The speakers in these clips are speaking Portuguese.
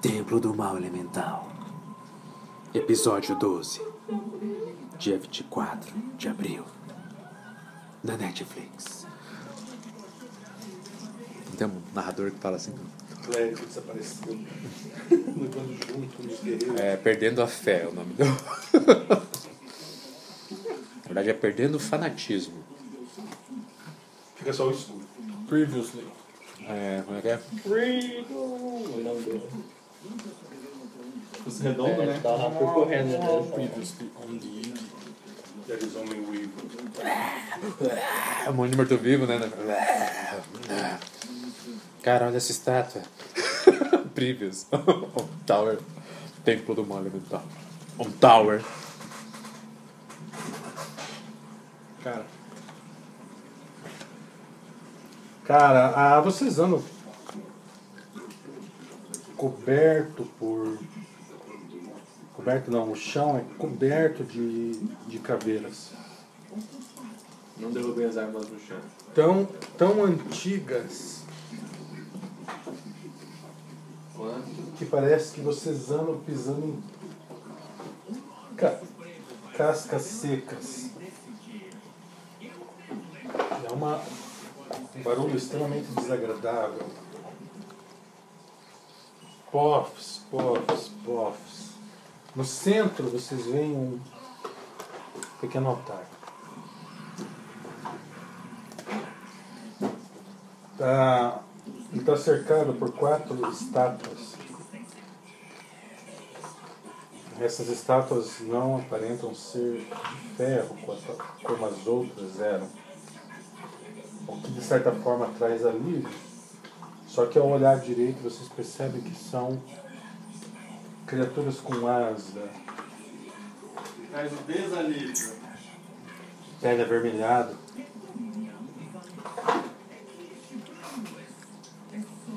Templo do Mal Elemental. Episódio 12. Dia 24 de abril. Na Netflix. Não Tem um narrador que fala assim. Atlético desapareceu. Lutando junto nos guerreiros. É, Perdendo a Fé é o nome do. Na verdade é Perdendo o Fanatismo. É. Fica só o escuro. Previously. É, como é que é? Freedom! Não deu. Os redondos, É, tava percorrendo, né? Previously on the Ig. There is only we. É um monte de morto-vivo, né? Cara, olha essa estátua. Previous. On Tower. Templo do Mal Elemental. On Um Tower. Cara. Cara, ah, vocês andam coberto por. Coberto não, o chão é coberto de, de caveiras. Não derrubei as armas no chão. Tão, tão antigas Quanto? que parece que vocês andam pisando em ca- cascas secas. É uma, um barulho extremamente desagradável. Pofs, pofs, pofs. No centro vocês veem um pequeno altar. Tá, ele está cercado por quatro estátuas. Essas estátuas não aparentam ser de ferro quanto a- como as outras eram. O que de certa forma traz alívio. Só que ao olhar direito vocês percebem que são criaturas com asa, Traz o desalívio. pele avermelhada.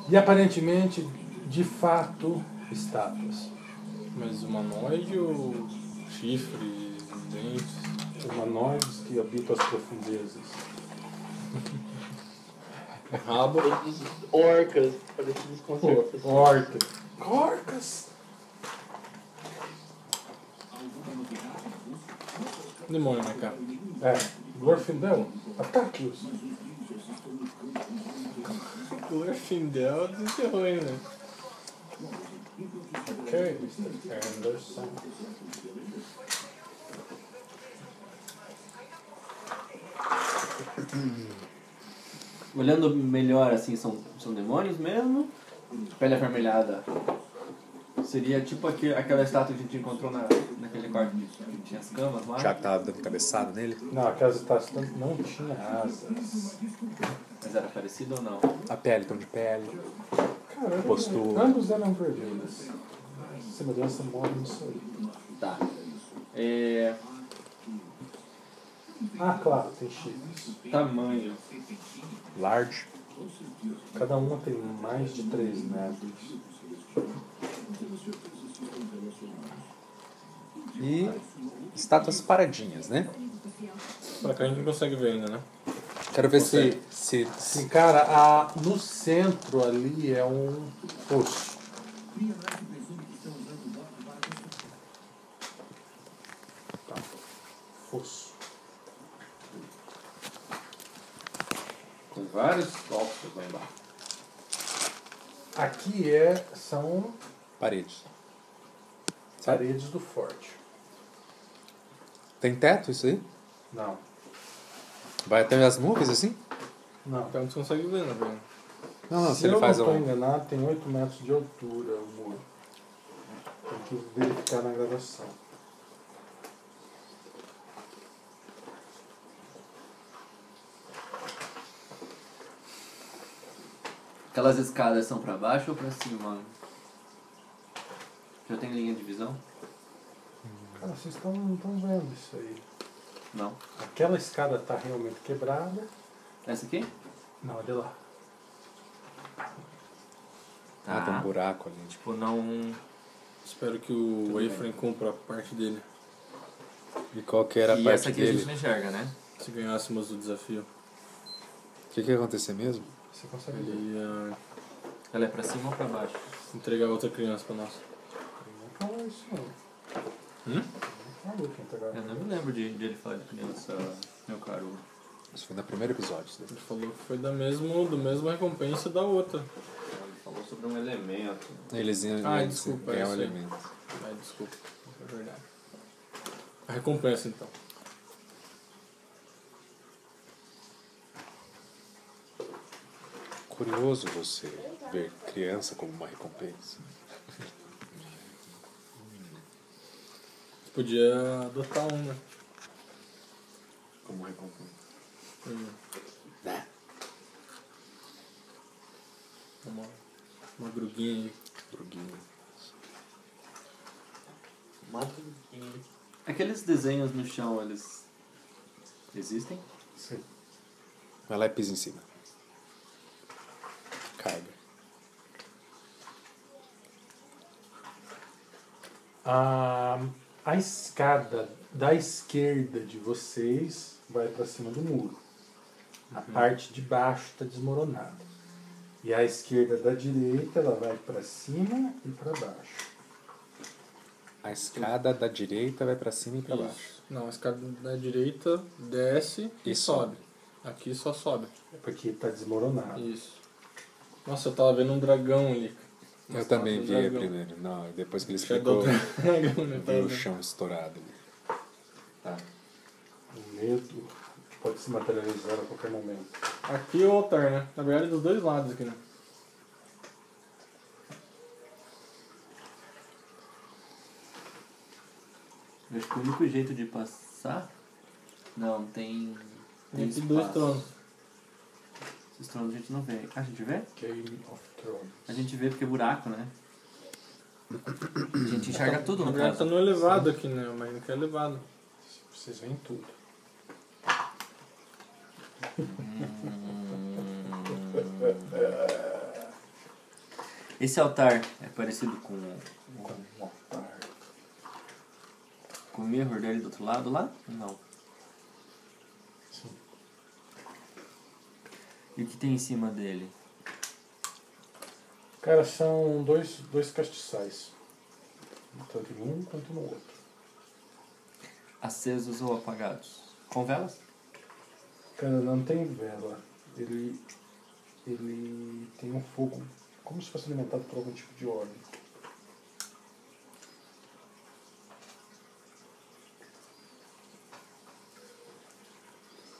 E aparentemente, de fato, estátuas. Mas humanoide ou chifre, dentes? Humanoides que habitam as profundezas. É Rabo? Orcas, parecidos com as É orcas. Orcas. Orcas? Demônio, né, cara? É. Glorfindel, ataque-os. Glorfindel desenterrou, hein, né? Ok, Mr. Anderson. Olhando melhor, assim, são, são demônios mesmo? Pele avermelhada. Seria tipo aque- aquela estátua que a gente encontrou na, naquele quarto que, que tinha as camas lá. O Thiago tava tá dando cabeçada nele. Não, aquelas estátuas tam- não tinha asas. Mas era parecido ou não? A pele, tom de pele. Caramba, Postura. ambos eram vermelhos. Semelhança mora nisso aí. Tá. É, Ah, claro, tem chifres. tamanho. Large. Cada uma tem mais de 3 metros. E estátuas paradinhas, né? Pra cá a gente não consegue ver ainda, né? Quero ver se, se, se Sim, cara, a- no centro ali é um poço. Tá. Poço. Com vários copos lá embaixo. Aqui é, são paredes. paredes do forte. Tem teto isso aí? Não, Vai até as nuvens assim? não. Então a gente consegue ver, né, velho? Não, não, se, Se ele eu faz não estou um. enganado, tem 8 metros de altura o muro. Tem que verificar na gravação. Aquelas escadas são pra baixo ou pra cima? Já tem linha de visão? Cara, vocês estão, não estão vendo isso aí. Não. Aquela escada está realmente quebrada. Essa aqui? Não, olha lá. Ah, Tá. tem um buraco ali. Tipo, Tipo, não. Espero que o Wayframe cumpra a parte dele. e qual que era a e essa parte aqui a dele? gente não enxerga, né? Se ganhássemos o desafio, O que, que ia acontecer mesmo? Você consegue ver. ele ia Ela é pra cima ou pra baixo? Entregar outra criança pra nós. Não falou isso, não. Hum? Não falou um que entregava. Eu não me lembro de, de ele falar de criança, meu caro. Isso foi no primeiro episódio. né? isso daí. Ele falou que foi da mesmo, do mesma recompensa da outra. Ele falou sobre um elemento. Eles iam Ah, iam desculpa, ganhar é um isso aí. elemento. Ai, desculpa. É verdade. A recompensa, então. Curioso você ver criança como uma recompensa. Você podia adotar um, né? Como recompensa. Hum, Né? Uma, uma gruguinha aí. Droguinho. Aqueles desenhos no chão, eles existem? Vai lá e pisa em cima. Carga. Ah, a escada da esquerda de vocês vai para cima do muro. A parte de baixo está desmoronada. E a esquerda da direita ela vai para cima e para baixo. A escada da direita vai pra cima e pra baixo. Isso. Não, a escada da direita desce e, E sobe. Aqui só sobe. É porque está desmoronado. Isso. Nossa, eu tava vendo um dragão ali. Eu também vi dragão. primeiro. Não, depois que ele Shadow explicou, Dragon, né? eu vi Tava o vendo. chão estourado. ali. O medo pode se materializar a qualquer momento. Aqui é o altar, né? Na verdade, dos dois lados aqui, né? Eu acho que o único jeito de passar. Não, tem. Tem Tem aqui dois espaço. tronos. Esses tronos a gente não vê. Ah, a gente vê? Game of Thrones. A gente vê porque é buraco, né? A gente enxerga tudo Uhum. Na no verdade, tá caso. no elevado aqui, né? Mas não quer elevado. Vocês veem tudo. Esse altar é parecido com, Um altar. com o mirror dele do outro lado lá? Não. Sim. E o que tem em cima dele? Cara, são dois, dois castiçais. Tanto em um quanto no outro. Acesos ou apagados? Com velas? Cara, não tem vela. Ele, ele tem um fogo como se fosse alimentado por algum tipo de óleo.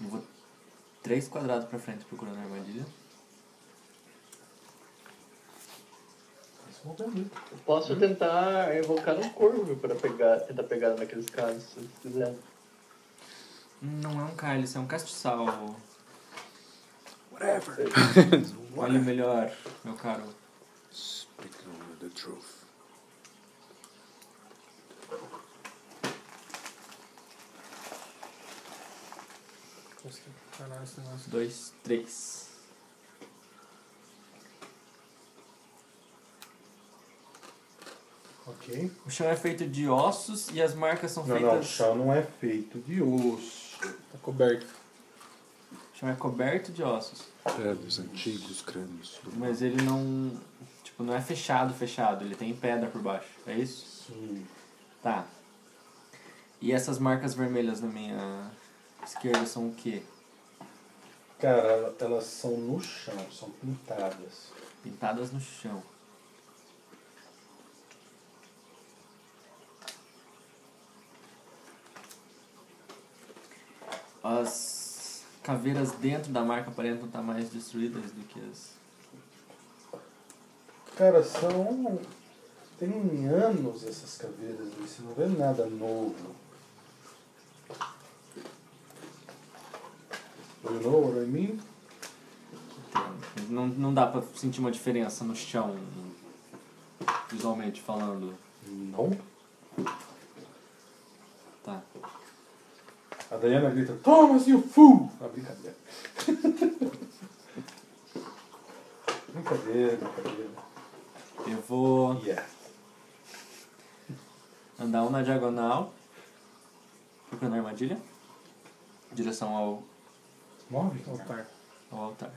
Eu vou três quadrados pra frente procurando a armadilha. Esse fogo é bonito. Posso tentar evocar um corvo para pegar, tentar pegar naqueles casos, se vocês quiserem. Não é um cálice, é um castiçal. Whatever. Olhe melhor, meu caro. Speak only the truth. Caralho, esse negócio. Dois, três. Ok. O chão é feito de ossos e as marcas são Não, feitas. não, o chão não é feito de osso. Tá coberto. O chão é coberto de ossos. É, Crânios antigos, crânios. do- Mas ele não. Tipo, não é fechado, fechado. Ele tem pedra por baixo. É isso? Sim. Tá. E essas marcas vermelhas na minha esquerda são o quê? Cara, ela- elas são no chão, são pintadas. Pintadas no chão. As caveiras dentro da marca aparentam estar mais destruídas do que as. Cara, são. Tem anos essas caveiras ali, você não vê nada novo. You know what I mean? Não, não dá pra sentir uma diferença no chão, visualmente falando. Não. Tá. A Diana grita, Thomas, you fool! Ah, brincadeira. brincadeira, brincadeira. Eu vou Yeah. andar um na diagonal, procurando a armadilha, em direção ao, Move? Altar. ao altar.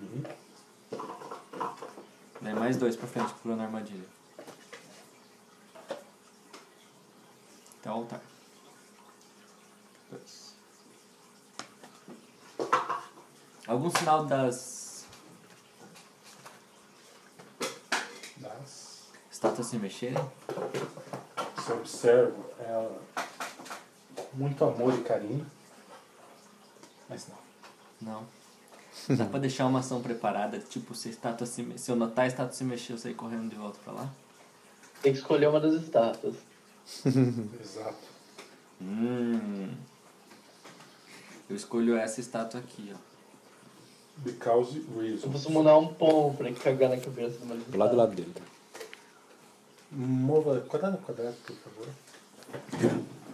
Uhum. Daí mais dois pra frente, pulando a armadilha. Até o altar. Dois. Algum sinal das Mas estátuas se mexerem? se eu observo, é muito amor e carinho. Mas não. Não. Dá pra deixar uma ação preparada, tipo, se, a estátua se, me- se eu notar a estátua se mexer, eu sair correndo de volta pra lá? Tem que escolher uma das estátuas. Exato. Hum. Eu escolho essa estátua aqui, ó. Because Eu reason. posso mandar um pão pra cagar na cabeça de uma das Do lado do estátuas. lado dele, tá? um Mova quadrado a quadrado, por favor.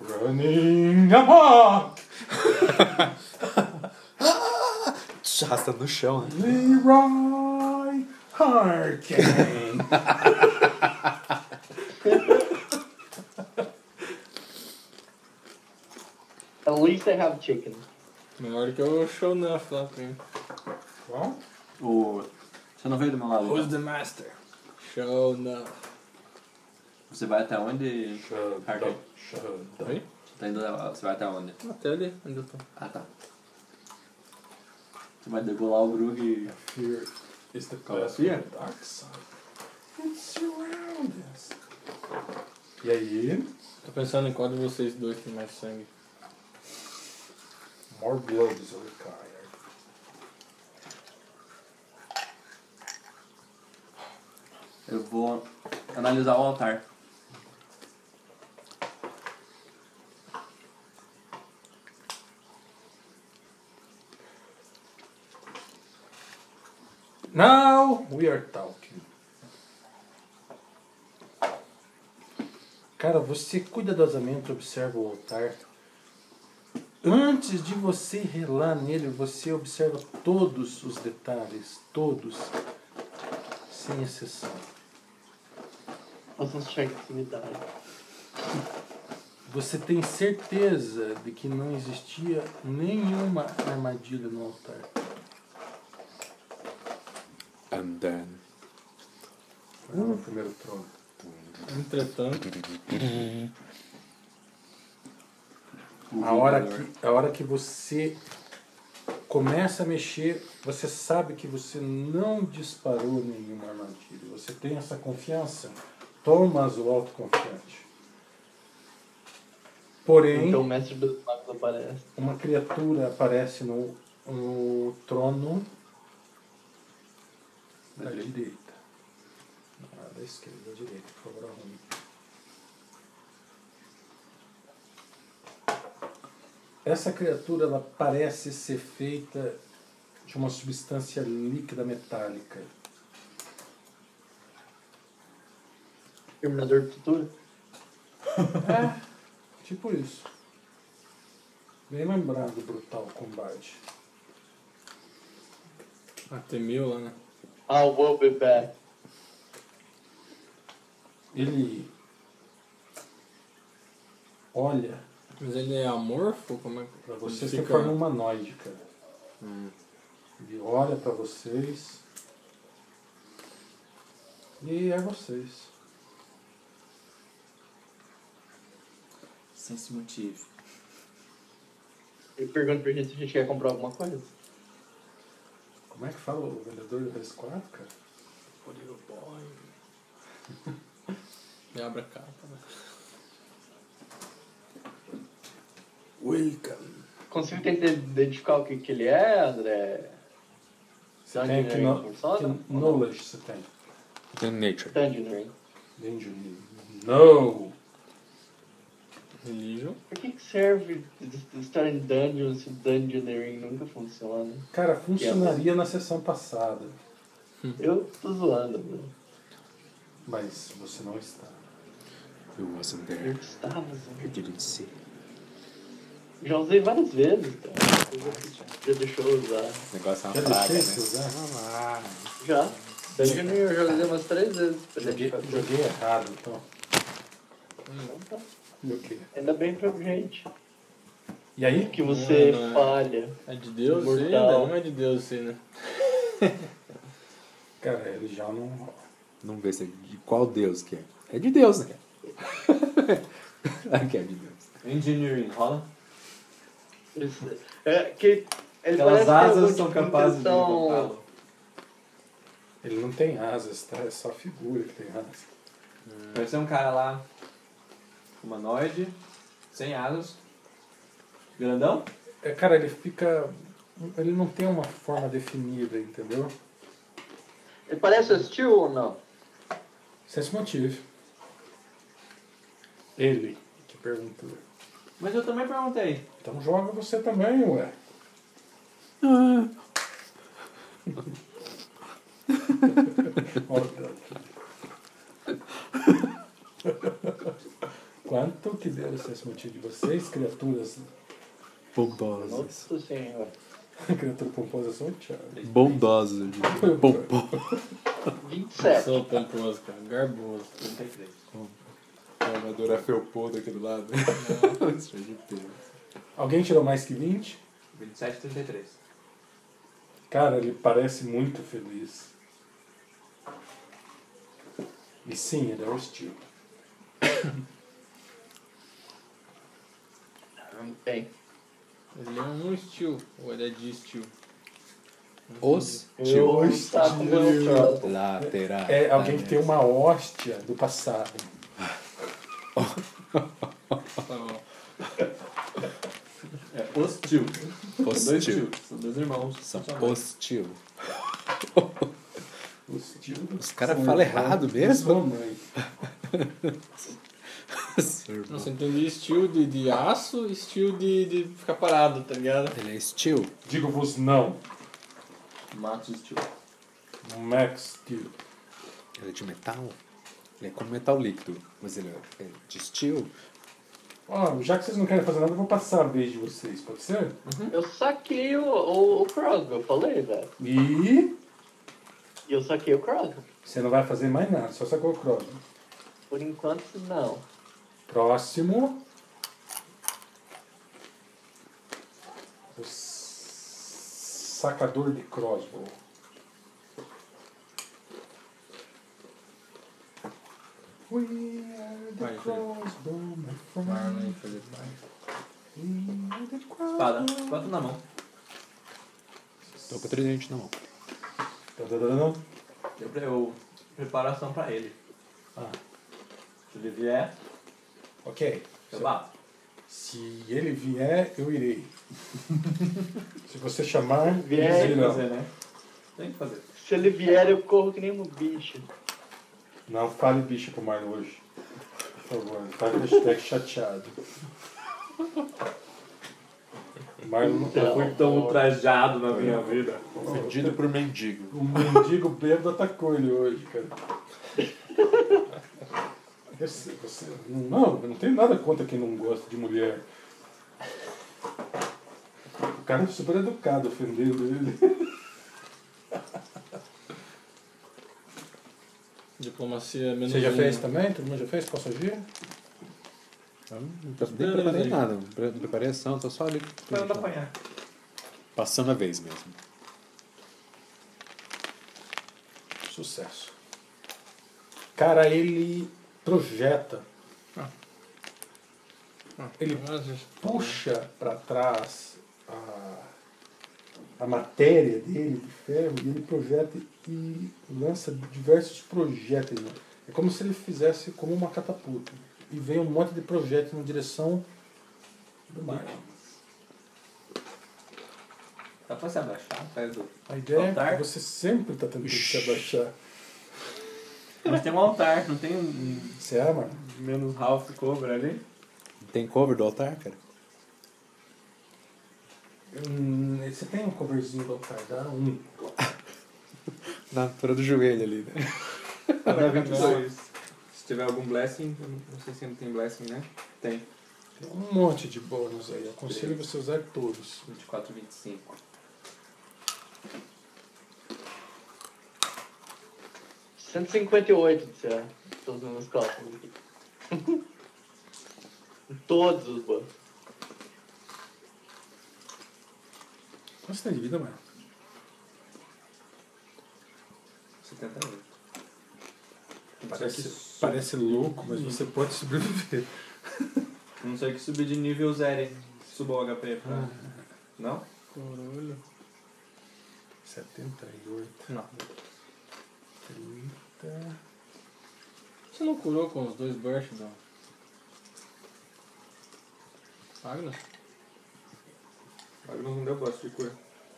Running amok! Se arrasta no chão, né? Leroy Harkin! At least I have é chicken. Melhor que o show enough lá tá pra mim. Bom, O... Você não veio do meu lado? Who's the então? master? Show enough. Você vai até onde? Harkin? shut shut up. Oi? Tá indo, você vai até onde? Até ali, onde eu tô. Ah, tá. Você vai degolar o Grug e... Fear is the É assim, best fear? dark side. It surrounds us. E aí? Tô pensando em qual de vocês dois tem mais sangue. More blood is required. Eu vou analisar o altar. Now we are talking. Cara, você cuidadosamente observa o altar. Antes de você relar nele, você observa todos os detalhes, todos, sem exceção. Faça um check de intimidade. Você tem certeza de que não existia nenhuma armadilha no altar. And then... No primeiro trono. Entretanto, A hora, que, a hora que você começa a mexer, você sabe que você não disparou nenhuma armadilha. Você tem essa confiança. Thomas o autoconfiante. Porém, Então o mestre dos magos aparece. uma criatura aparece no, no trono da direita. Não, é da esquerda, da direita, por favor, arrume. Essa criatura ela parece ser feita de uma substância líquida metálica. Terminador do futuro? Tipo isso. Bem lembrado do brutal combate. até mil lá, né? Ah, we'll be back. Ele olha Mas ele é amorfo? Como é que. Pra vocês Fica- tem forma humanoide, cara. Hum, Ele olha pra vocês. E é vocês. Sem se motivo. Ele pergunta pra gente se a gente quer comprar alguma coisa. Como é que fala o vendedor do PS4, cara? Me abre a capa, né? Welcome. Consigo tentar identificar o que, que ele é, André? Você tem que, é no, funciona? que knowledge você tem. The nature. Dungeoneering. Engineering. No! Religion. Por que, que serve de- de estar em dungeon se dungeoneering nunca funciona? Cara, Hum. funcionaria na sessão passada. né? Eu tô zoando, mano. Mas você não está. It wasn't Eu there. estava, né? I didn't see. Já usei várias vezes, cara. Já deixou eu usar. Esse negócio é Já uma praga, deixei de né? usar? Já. Desde junho eu já usei umas três vezes. Joguei, joguei errado, então. Então tá. Joguei. Ainda bem pra gente E aí? que você Não, não é. falha. É de Deus Mortal. ainda? Não é de Deus sim, né? Cara, ele já não. Não vê se é de qual Deus que é. É de Deus, né? Claro que é de Deus. Engineering, rola? Esse- É que ele parece Aquelas ter algum asas tipo são de capazes de intenção- encontrá-lo. Ele não tem asas, tá? É só a figura que tem asas. Vai ser um cara lá, humanoide, sem asas, grandão. É, cara, ele fica. Ele não tem uma forma definida, entendeu? Ele parece hostil ou não? Sem esse motivo. Ele que perguntou. Mas eu também perguntei. Então joga você também, ué. Olha o dano. Quanto que deu esse motivo de vocês, criaturas? Bondosos. Nossa senhora. Criatura pomposa são Thiago. Bondosos, eu diria. Pompo- É. 27. Sou pomposo, cara. Garboso. 33. A armadura felpuda é aqui do lado. Isso é de Deus. Alguém tirou mais que 20? 27, 33. Cara, ele parece muito feliz. E sim, ele é hostil. Não tem. Ele é um estilo. Ou ele é de estilo? Os Eu é um Hostil. está com o meu próprio. laterais. É alguém que tem uma hóstia do passado. Tá bom. É hostil. São dois Hostil. tios. São dois irmãos. São Sua mãe. hostil. Hostil. Os caras falam errado mesmo. Sua mãe. Nossa, eu entendi estilo de, de aço e estilo de, de ficar parado, tá ligado? Ele é steel. Digo-vos não. Matos hostil. Max Steel. Ele é de metal. Ele é como metal líquido. Mas ele é é de steel. Ó, já que vocês não querem fazer nada, eu vou passar a vez de vocês, pode ser? Eu saquei o, o, o Crosby, eu falei, velho. E E eu saquei o Crosby. você não vai fazer mais nada, só sacou o cross. Por enquanto, não. Próximo. O s- sacador de crossbow. We are the Vai, Felipe. crossbow, my friend. Marlon e fazer pai. We are the Espada. crossbow. Quanto na mão? Tô com tridente na mão. Tadadadã. Eu, pre- eu preparo ação pra ele. Ah. Se ele vier, Ok. eu bato. Se ele vier, eu irei. Se você chamar, Vier, eles Tem que irão. fazer, né? Tem que fazer. Se ele vier, eu corro que nem um bicho. Não fale bicho pro Marlon hoje. Por favor, não fale hashtag chateado. O Marlon tá- nunca Então. foi Tão ultrajado na minha vida. Ofendido por mendigo. O mendigo bêbado atacou ele hoje, cara. Eu sei, você. Não, eu não tenho nada contra quem não gosta de mulher. O cara é super educado ofendendo ele. Diplomacia menos Você já um. fez também? Todo mundo já fez? Posso agir? Eu Então, não pre- nem preparei nada. Não pre- não preparei ação. Tô só ali. Tá. Esperando apanhar. Passando a vez mesmo. Sucesso. Cara, ele projeta. Ah, Ele né? puxa pra trás a, a matéria dele de ferro e ele projeta e lança diversos projéteis. né? É como se ele fizesse como uma catapulta. E vem um monte de projéteis na direção do mar. Dá pra se abaixar atrás do... A ideia é Altar? que você sempre está tentando se abaixar. Mas tem um altar, não tem um Você ama? menos half cover ali? Tem cover do altar, cara? Hum, você tem um coverzinho do altar, dá um. Na altura do joelho ali, né? Dá 22. Se tiver algum blessing, eu não não sei se ainda tem blessing, né? Tem. Tem um monte de bônus aí. Aconselho você usar todos. 24, 25. Cento e 158 de CA. Estou usando os cálculos aqui. Todos os bônus. Quanto você tem de vida, mano? 78. Parece, parece louco, mas você pode sobreviver. Não sei que subir de nível zero, hein? Subou o HP pra. Não? Caralho. 78, Não. 30. Você não curou com os dois bursts, não? Agnes? Magnus não deu burst de cura.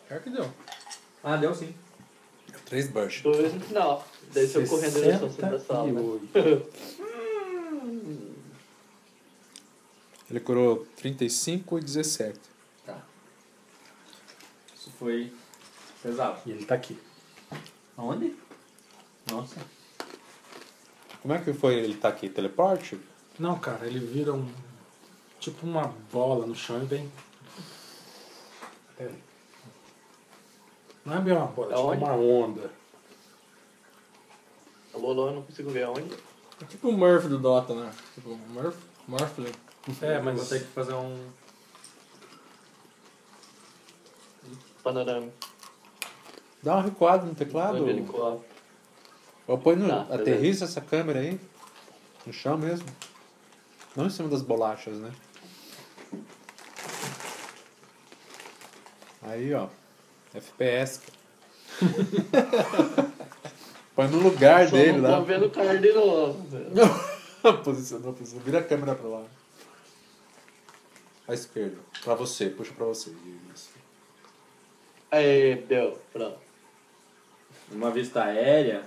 Pior que deu. Ah, deu sim. Três bursts. Dois no final. Daí se eu correndo em direção ao centro da sala. né? 68. Ele curou 35 e 17. Isso foi pesado. E ele tá aqui. Aonde? Nossa. Como é que foi ele tá aqui? Teleporte? Não, cara, ele vira um. Tipo uma bola no chão e vem. Até ali. Não é bem uma bola, é tipo Aonde? uma onda. Alô, alô, eu não consigo ver aonde. É tipo o Murph do Dota, né? Tipo, Murph? Murphling. É, Vou mas ter que fazer um. Panorama. Dá um recuado no teclado. Onde ele cola. Ou põe no. Tá, beleza. aterriza essa câmera aí. No chão mesmo. Não em cima das bolachas, né? Aí, ó. FPS. põe no lugar Só dele não lá. tô vendo o cara de novo. velho. Não. posicionou, posicionou. Vira a câmera pra lá. À esquerda. Pra você, puxa pra você. Isso. Aí, deu. Pronto. Uma vista aérea.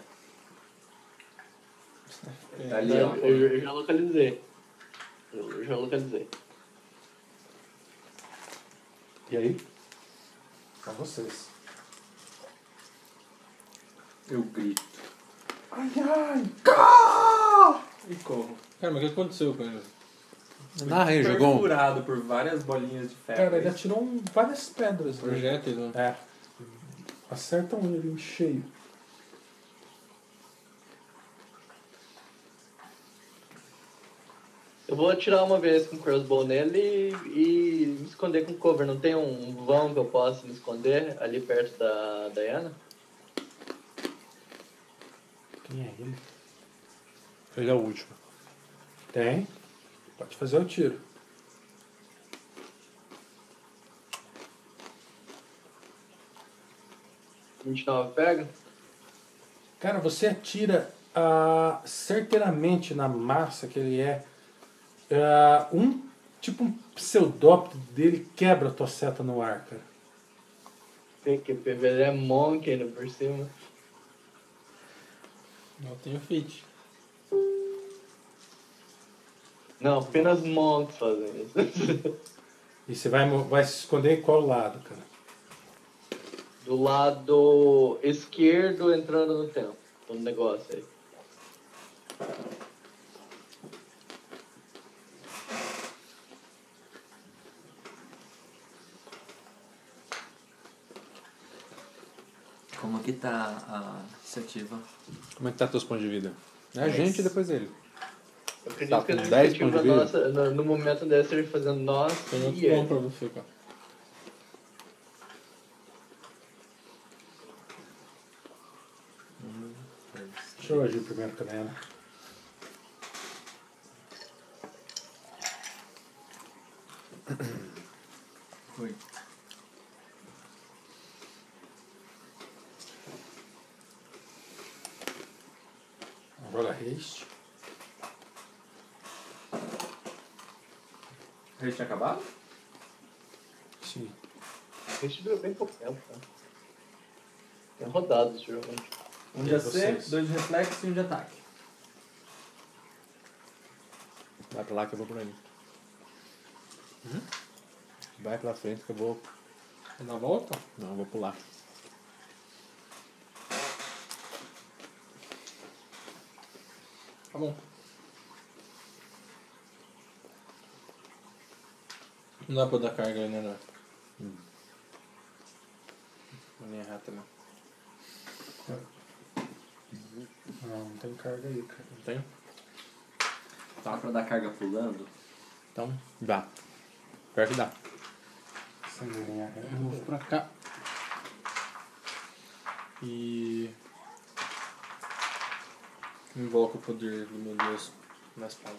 Tá ali, ó. É, Eu, eu já localizei. Eu, eu já localizei. E aí? Pra vocês. Eu grito. Ai, ai, E corro. Cara, mas o que aconteceu com ele? Narra aí, jogou. um. Perfurado por várias bolinhas de ferro. Cara, ele atirou um- várias pedras. né? Projétil, né? É. um Acertam ele em cheio. Eu vou atirar uma vez com o crossbow nele e, e me esconder com cover. Não tem um vão que eu possa me esconder ali perto da Diana? Quem é ele? Ele é o último. Tem. Pode fazer o tiro. A 29 pega? Cara, você atira ah, certeiramente na massa que ele é. Ah, um tipo um pseudópito dele quebra a tua seta no ar, cara. Tem que PVD é monk ainda por cima. Não tenho fit. Não, apenas monks fazem isso. E você vai, mo- vai se esconder em qual lado, cara? Do lado esquerdo entrando no tempo. Do negócio aí. Como que tá a iniciativa? Como é que tá teus pontos de vida? É a gente e depois ele. Eu acredito Tá, que com a 10 pontos iniciativa de vida? nossa, no, no momento deve ser fazendo nossa Tem outro e bom ele. pra você, cara. Deixa eu agir primeiro com a Diana. Oi. Rola haste. A gente tinha acabado? Sim. A gente durou bem pouco tempo, tá? Tem rodado esse jogo. Um E de AC, É vocês? dois de reflexo e um de ataque. Vai pra lá que eu vou pra ele. Uhum. Vai pra frente que eu vou. Na volta? Não, eu vou pular. Tá bom. Não dá pra dar carga ali, né, Dora? Hm. Hum. Nem errar também. Não, não tem carga aí, cara. Não tem? Dá Tá pra dar carga pulando? Então, Dá. Pior que dá. Sem né? linha eu reta. vou pra cá. E. Invoco o poder do meu Deus na espada.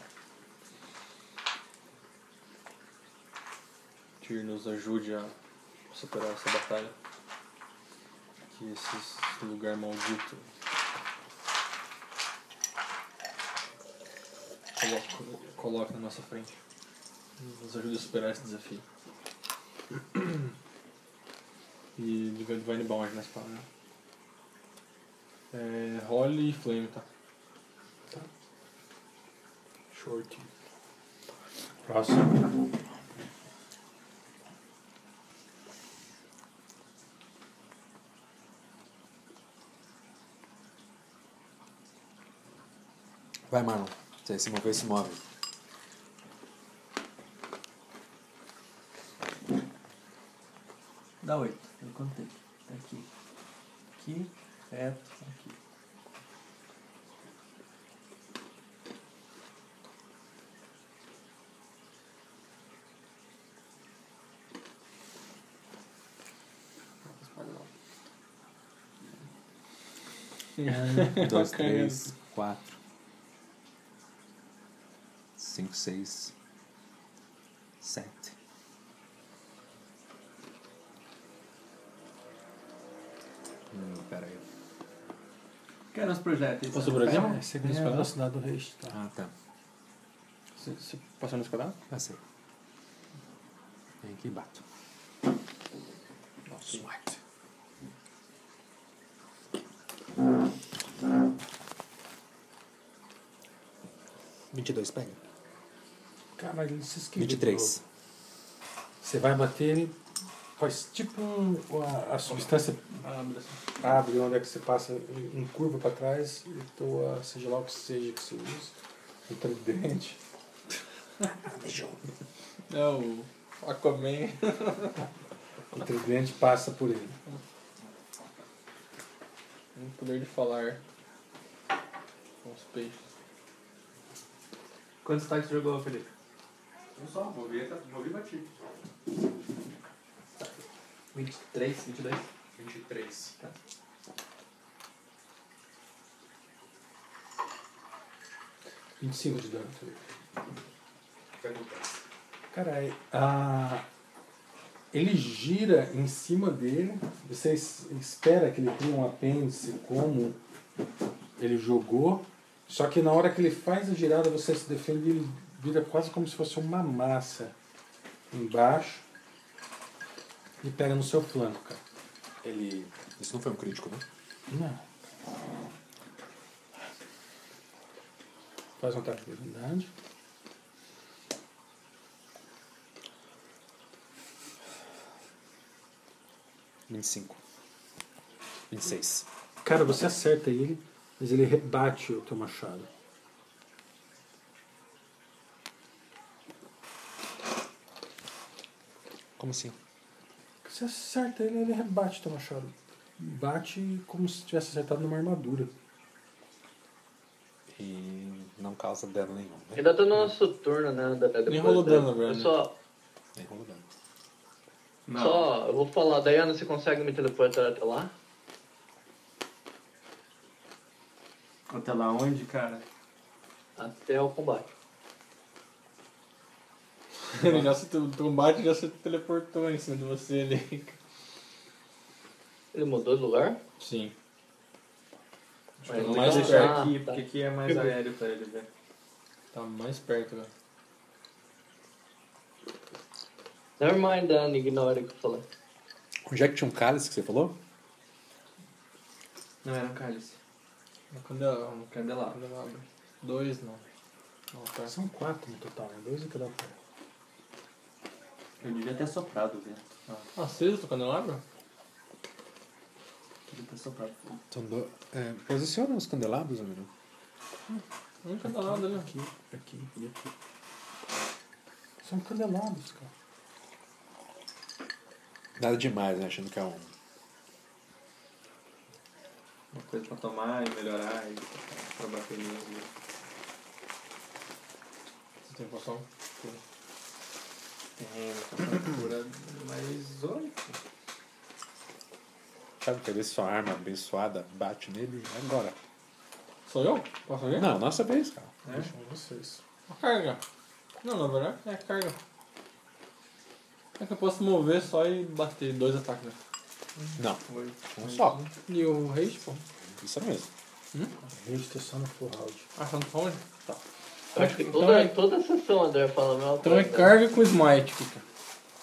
Que nos ajude a superar essa batalha. Que esse esse lugar maldito. Coloca, coloca na nossa frente. Nos ajude a superar esse desafio. E do Divine Bound na espada. né? É, Holly e Flame, tá? Short. Próximo. Vai, Marlon. Se se mover, se move. Dá oito. Eu contei. Tá aqui. Aqui. é, Reto. tá Aqui. Um, dois, Bacana. três, quatro. Cinco, seis. Sete. Hum, pera aí. Quero uns projetos. tá? Passou por aqui? É, você ganha a velocidade do rei. Tá. Ah, tá. Você, você passou no escadão? Passei. Tá Vem aqui e bato. Nossa, Smart. Vinte e dois, pega. Caralho, ele se esquivou. Vinte e três. Você vai bater ele, faz tipo um- a, a substância abre onde é que você passa em em curva para trás e tua, seja lá o que seja que você usa, o teu dente. É o Aquaman. O tridente passa por ele. O poder de falar com os peixes. Quantos tags você jogou, Felipe? Eu Um só movi e bati. 23, 22. 23. em cima de dano. tá pra ele. Vai botar. Cara, a... ele gira em cima dele. Você es- espera que ele crie um apêndice como ele jogou. Só que na hora que ele faz a girada, você se defende e ele vira quase como se fosse uma massa embaixo e pega no seu flanco, cara. Ele. Isso não foi um crítico, né? Não. Faz um ataque de oportunidade. Vinte e cinco. Vinte e seis. Cara, você acerta ele, mas ele rebate o teu machado. Como assim? Você acerta ele, ele rebate teu machado. Bate como se tivesse acertado numa armadura. E não causa dano nenhum, né? Ainda tá no nosso turno, né? Da, da, Nem depois rolou da- dano, Brandon. Eu só, Nem rola dano. só, eu vou falar, Dayana, você consegue me teleportar até lá? Até lá onde, cara? Até o combate. Ele já se, o combate já se teleportou em cima de você ali. Ele mudou de lugar? Sim. Mas não tem mais que de usar- aqui, tá. porque aqui é mais aéreo pra ele ver. Tá mais perto agora. Never mind, Dan, ignora o que eu falei. Onde é que tinha um cálice que você falou? Não, era um cálice. Então, um Uma candela. Uma Candelabro. candelabro. Dois não. Não, tá. São quatro no total, né? Dois em cada pé. Eu devia ter soprado o vento. Aceso o Ah, candelabro? Devia ter soprado. Então, São do... é, posiciona os candelabros, menino. Nunca dá nada, né? Aqui, aqui e aqui. São candelabros, cara. Nada demais, né? Achando que é um. Uma coisa pra tomar e melhorar e pra bater mesmo. Você tem poção? Tem uma cura mais oito. Sabe que às vezes sua arma abençoada bate nele agora. Sou eu? Posso ver? Não, nossa vez, cara. É? A carga. Não, na verdade é a carga. É que eu posso mover só e bater dois ataques, né? Não, um só. E o rage, pô? Isso é mesmo. Register só no full round. Ah, tá no round? Eu Acho que Então toda, é- toda sessão o André fala a mesma Então é coisa. carga com smite, Kika.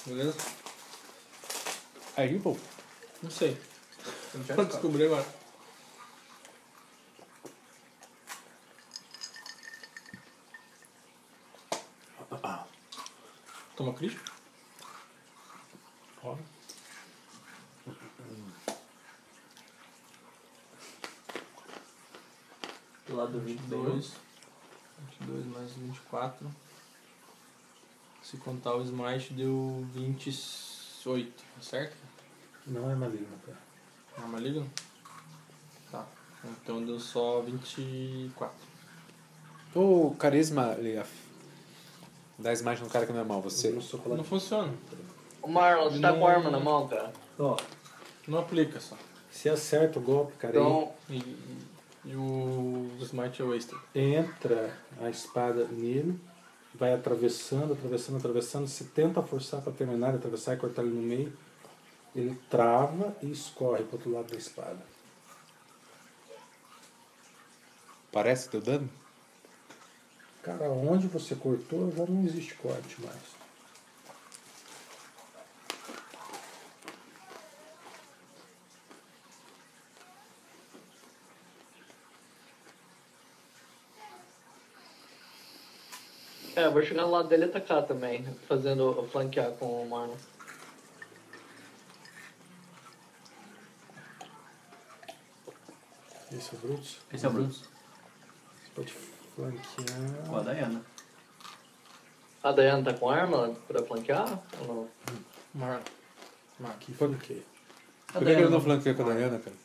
Beleza? É evil. Não sei. Não Pra descobrir agora. Toma crítico? Do lado do 22. 22. 22 mais 24. Se contar o smite, deu 28, tá certo? Não é maligno, cara. Ah, maligno? Tá. Então deu só 24. O carisma ali, a... dá smite no cara que não é mal. Você. Eu Uhum. não sou Não paladino. funciona. O Marlon, você tá com a arma na mão, cara? Ó, Não aplica só. se acerta o golpe, cara, Então, E, e- e o smite é wasted. entra a espada nele, vai atravessando, atravessando, atravessando. Se tenta forçar pra terminar de atravessar e cortar ele no meio, ele trava e escorre pro outro lado da espada. Parece que deu dano? Cara, onde você cortou já não existe corte mais. é, eu vou chegar no lado dele e atacar também, fazendo flanquear com o Marlon. Esse é o Brutus. Esse é o Brutus. Você pode flanquear. Ou a Dayana. A Dayana tá com arma pra flanquear? Ou não? Marlon. Aqui flanqueei. A Por que que ele Dayana. não flanqueia com a Dayana, cara?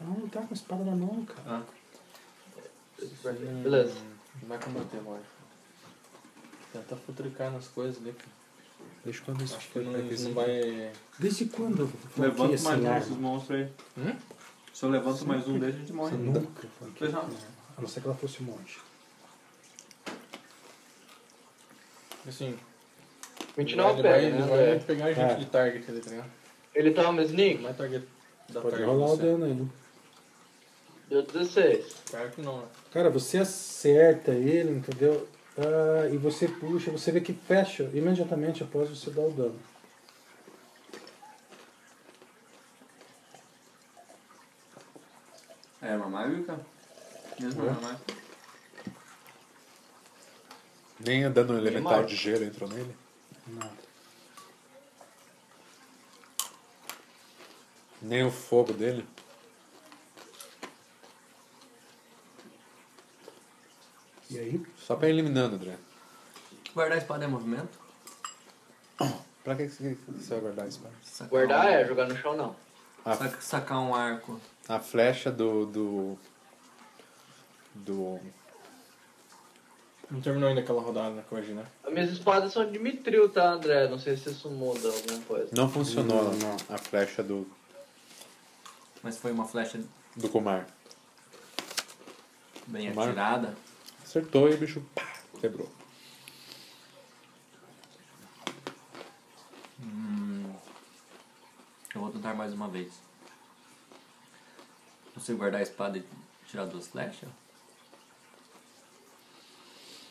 Ela não tá com a espada na mão, cara. Ah, Beleza. Não vai combater, Marlon. Tenta futricar nas coisas ali. cara. Deixa quando isso Acho que não, não tipo vai. Desde quando? eu flanqueei Levanta essa mais um arma? desses monstros aí. Hum? Se eu levanto mais um deles, a gente morre. Você nunca flanqueou. Pois não. A não ser que ela fosse um monte. Assim. 29 ele pega, vai, né, ele André? vai pegar a gente É. de target ali, tá ligado? Ele toma Não sneak? é target da Pode target. rolar o você. dano aí. Deu 16. Claro que não, né? Cara, você acerta ele, entendeu? Ah, e você puxa, você vê que fecha imediatamente após você dar o dano. É, mamãe, viu, cara? Mesmo mamãe. Nem dando um elemental mais. de gelo entrou nele. Nem o fogo dele. E aí? Só pra ir eliminando, André. Guardar a espada é movimento? Pra que que você vai guardar isso, cara? Sacar Guardar um- é, jogar no chão não. A, saca- sacar um arco. a flecha do. do. do. Não terminou ainda aquela rodada na Corrigi, né? As minhas espadas são de mitril, tá, André? Não sei se isso muda alguma coisa. Não funcionou a flecha do. Mas foi uma flecha do Kumar. bem Tomara. atirada. Acertou e o bicho pá, quebrou. Hum, eu vou tentar mais uma vez. Consigo guardar a espada e tirar duas flechas?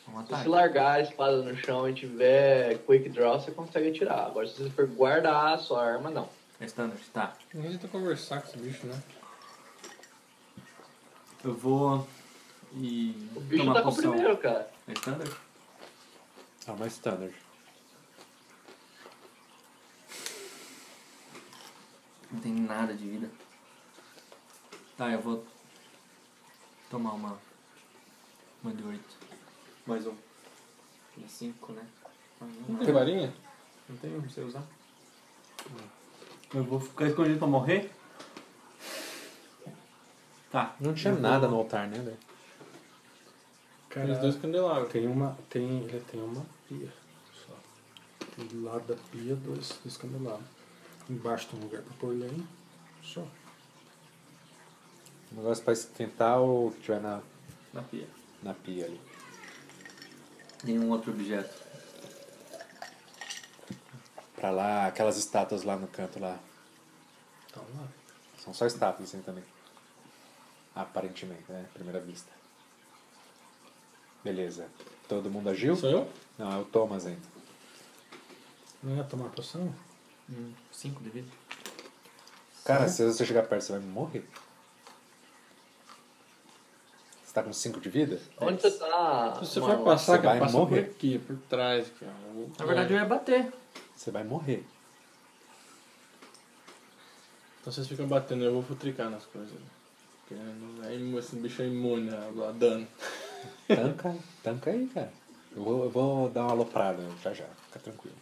Um Se ataque. você largar a espada no chão e tiver quick draw, você consegue atirar. Agora, se você for guardar a sua arma, não. É standard, tá. Não tenta conversar com esse bicho, né? Eu vou. E. O bicho tomar tá com o posição. primeiro, cara. É standard? Ah, mas standard. Não tem nada de vida. Tá, eu vou. Tomar uma. Uma de oito. Mais um. Tinha cinco, né? Não tem varinha? Não tenho, não sei usar. Eu vou ficar escondido pra morrer? Tá. Não tinha nada no altar, né, velho? Os dois candelabros. Tem uma. Tem, ele tem uma pia. Só. Do lado da pia, dois, dois candelabros. Embaixo tem um lugar pra pôr lenha. Só. Um negócio pra esquentar ou que tiver na, Na pia. na pia ali. Nenhum outro objeto. Pra lá, aquelas estátuas lá no canto lá. Então lá. São só estátuas assim também. Aparentemente, né? à Primeira vista. Beleza. Todo mundo agiu? Sou eu? Não, é o Thomas ainda. Não ia tomar poção? Hum, cinco de vida. Cara, se você chegar perto, você vai morrer. Você tá com 5 de vida? Onde você tá? Se você Marlon? for passar, Você cara, vai passa morrer. por aqui, por trás. Aqui, ó. Na verdade, eu ia bater. Você vai morrer. Então vocês ficam batendo, eu vou futricar nas coisas. Porque não é imu- esse bicho é imune a a dano. Tanca, tanca aí, cara. Eu vou, eu vou dar uma aloprada já já, fica tranquilo.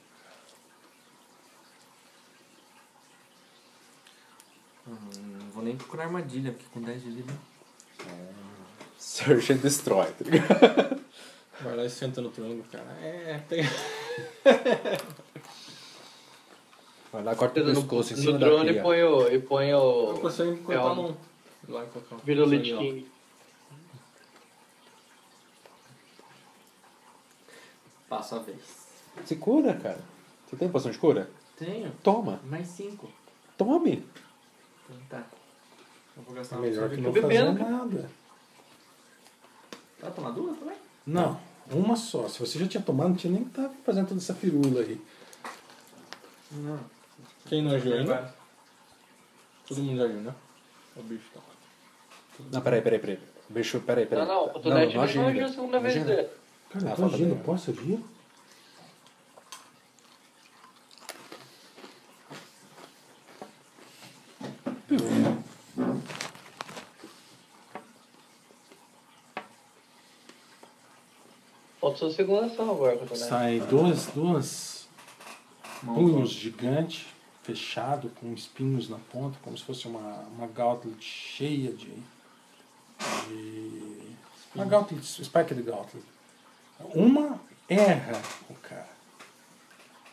Hum, não vou nem procurar armadilha, porque com 10 de vida. É, Search and destroy, tá ligado? Vai lá e senta no tronco, cara. É, tem. Vai lá, corta o tá No- pescoço em no cima da drone pia. e põe o. E põe o Eu consigo cortar é um. Vou Lá e colocar um. vira o Só Lich não. King. Passa a vez. Se cura, cara. Você tem poção de cura? Tenho. Toma, Mais cinco. tome. Então tá. Eu vou gastar É uma melhor que poção de- não Tô bebendo, fazer nada. Tá, Vai tomar duas também? Não, uma só. Se você já tinha tomado, não tinha nem que estar fazendo toda essa firula aí. Não. Quem não né? agiu ainda? Agora. Todo mundo já viu, né? O bicho tá. Não, peraí, peraí, peraí. Deixa eu, peraí, peraí. Não, não, o Tonete não, agiu não ainda. agiu a segunda Não vez agiu ainda. dele. Cara, eu Ah, tô falta agindo, bem. posso agir? Falta sua segunda ação agora, Tonete. Sai duas, duas Mão Hum. punhos gigantes, Um fechado, com espinhos na ponta, como se fosse uma, uma gauntlet cheia de. de uma gauntlet, spiked gauntlet. Uma erra o cara.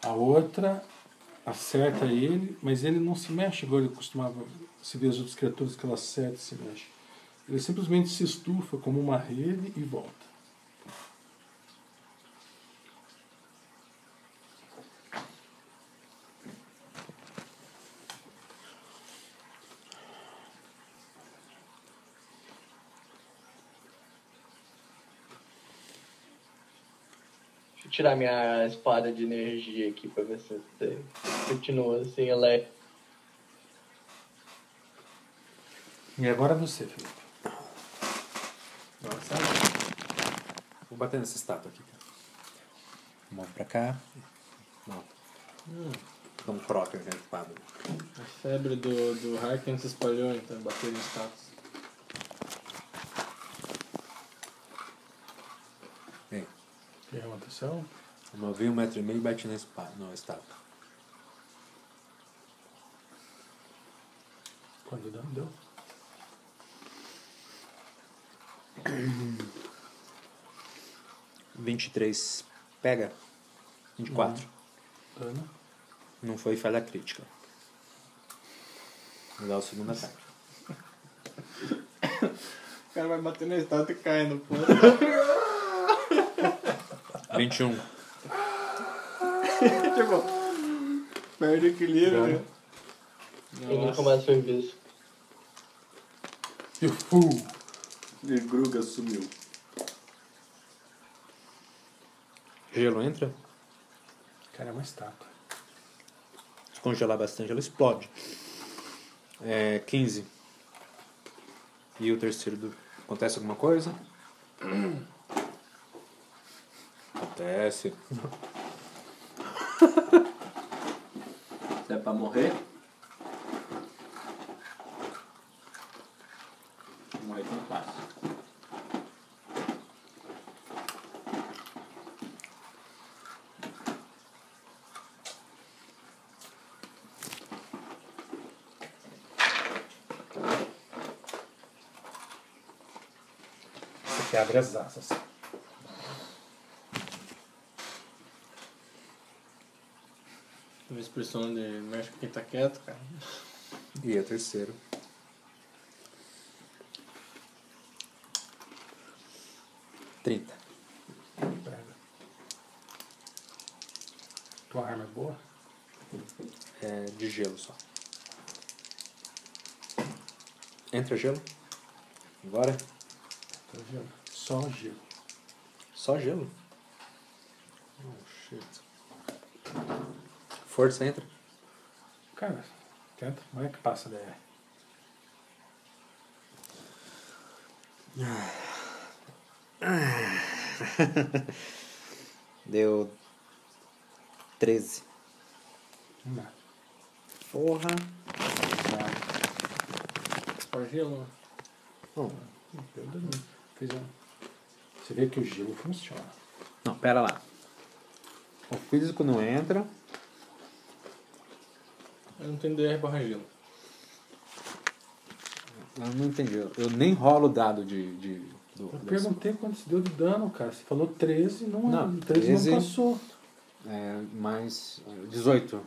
A outra acerta ele, mas ele não se mexe igual ele costumava se ver as outras criaturas que ela acerta e se mexe. Ele simplesmente se estufa como uma rede e volta. Deixa eu tirar minha espada de energia aqui pra ver se você continua assim, ela é. E agora você, Felipe. Vou bater nessa estátua aqui, cara. Move pra cá. Não. Dá um troca na espada. A febre do, do Harkin se espalhou, então bateu em status. Vem. O que aconteceu? Eu movi um metro e meio e bati na espada. Não, estátua. Quando deu, deu. vinte e três Pega. vinte e quatro Dano. Uhum. Não foi falha crítica. Vou dar o segundo ataque. O cara vai bater na estátua e cai no ponto. Ah. 21. tipo, perde o equilíbrio. Dano. né? Eu nunca mais foi visto. Eu fui. E Gruga sumiu. Gelo entra? Cara, é uma estátua. Se congelar bastante, ela explode. É, 15. E o terceiro do... Acontece alguma coisa? Acontece. Se é pra morrer, Morrer com paz. que abre as asas. Uma expressão de mexe com quem tá quieto, cara. E é terceiro. Trinta. Pega. Tua arma é boa? É de gelo só. Entra gelo. Agora. Tá vendo? Só o gelo. Só gelo. Oh, shit. Força entra. Cara, tenta. Como é que passa a DR? Deu 13. Não. Porra. Não. Só gelo, né? Não deu dano. Fez um. Você vê que o gelo funciona. Não, pera lá. O físico não entra. Eu não tenho DR barra gelo. Eu não entendi. Eu eu nem rolo o dado de. de do, Eu do- perguntei quanto se deu de dano, cara. Você falou 13, não, Não, 13, 13. não passou. É, mais. eh, 18.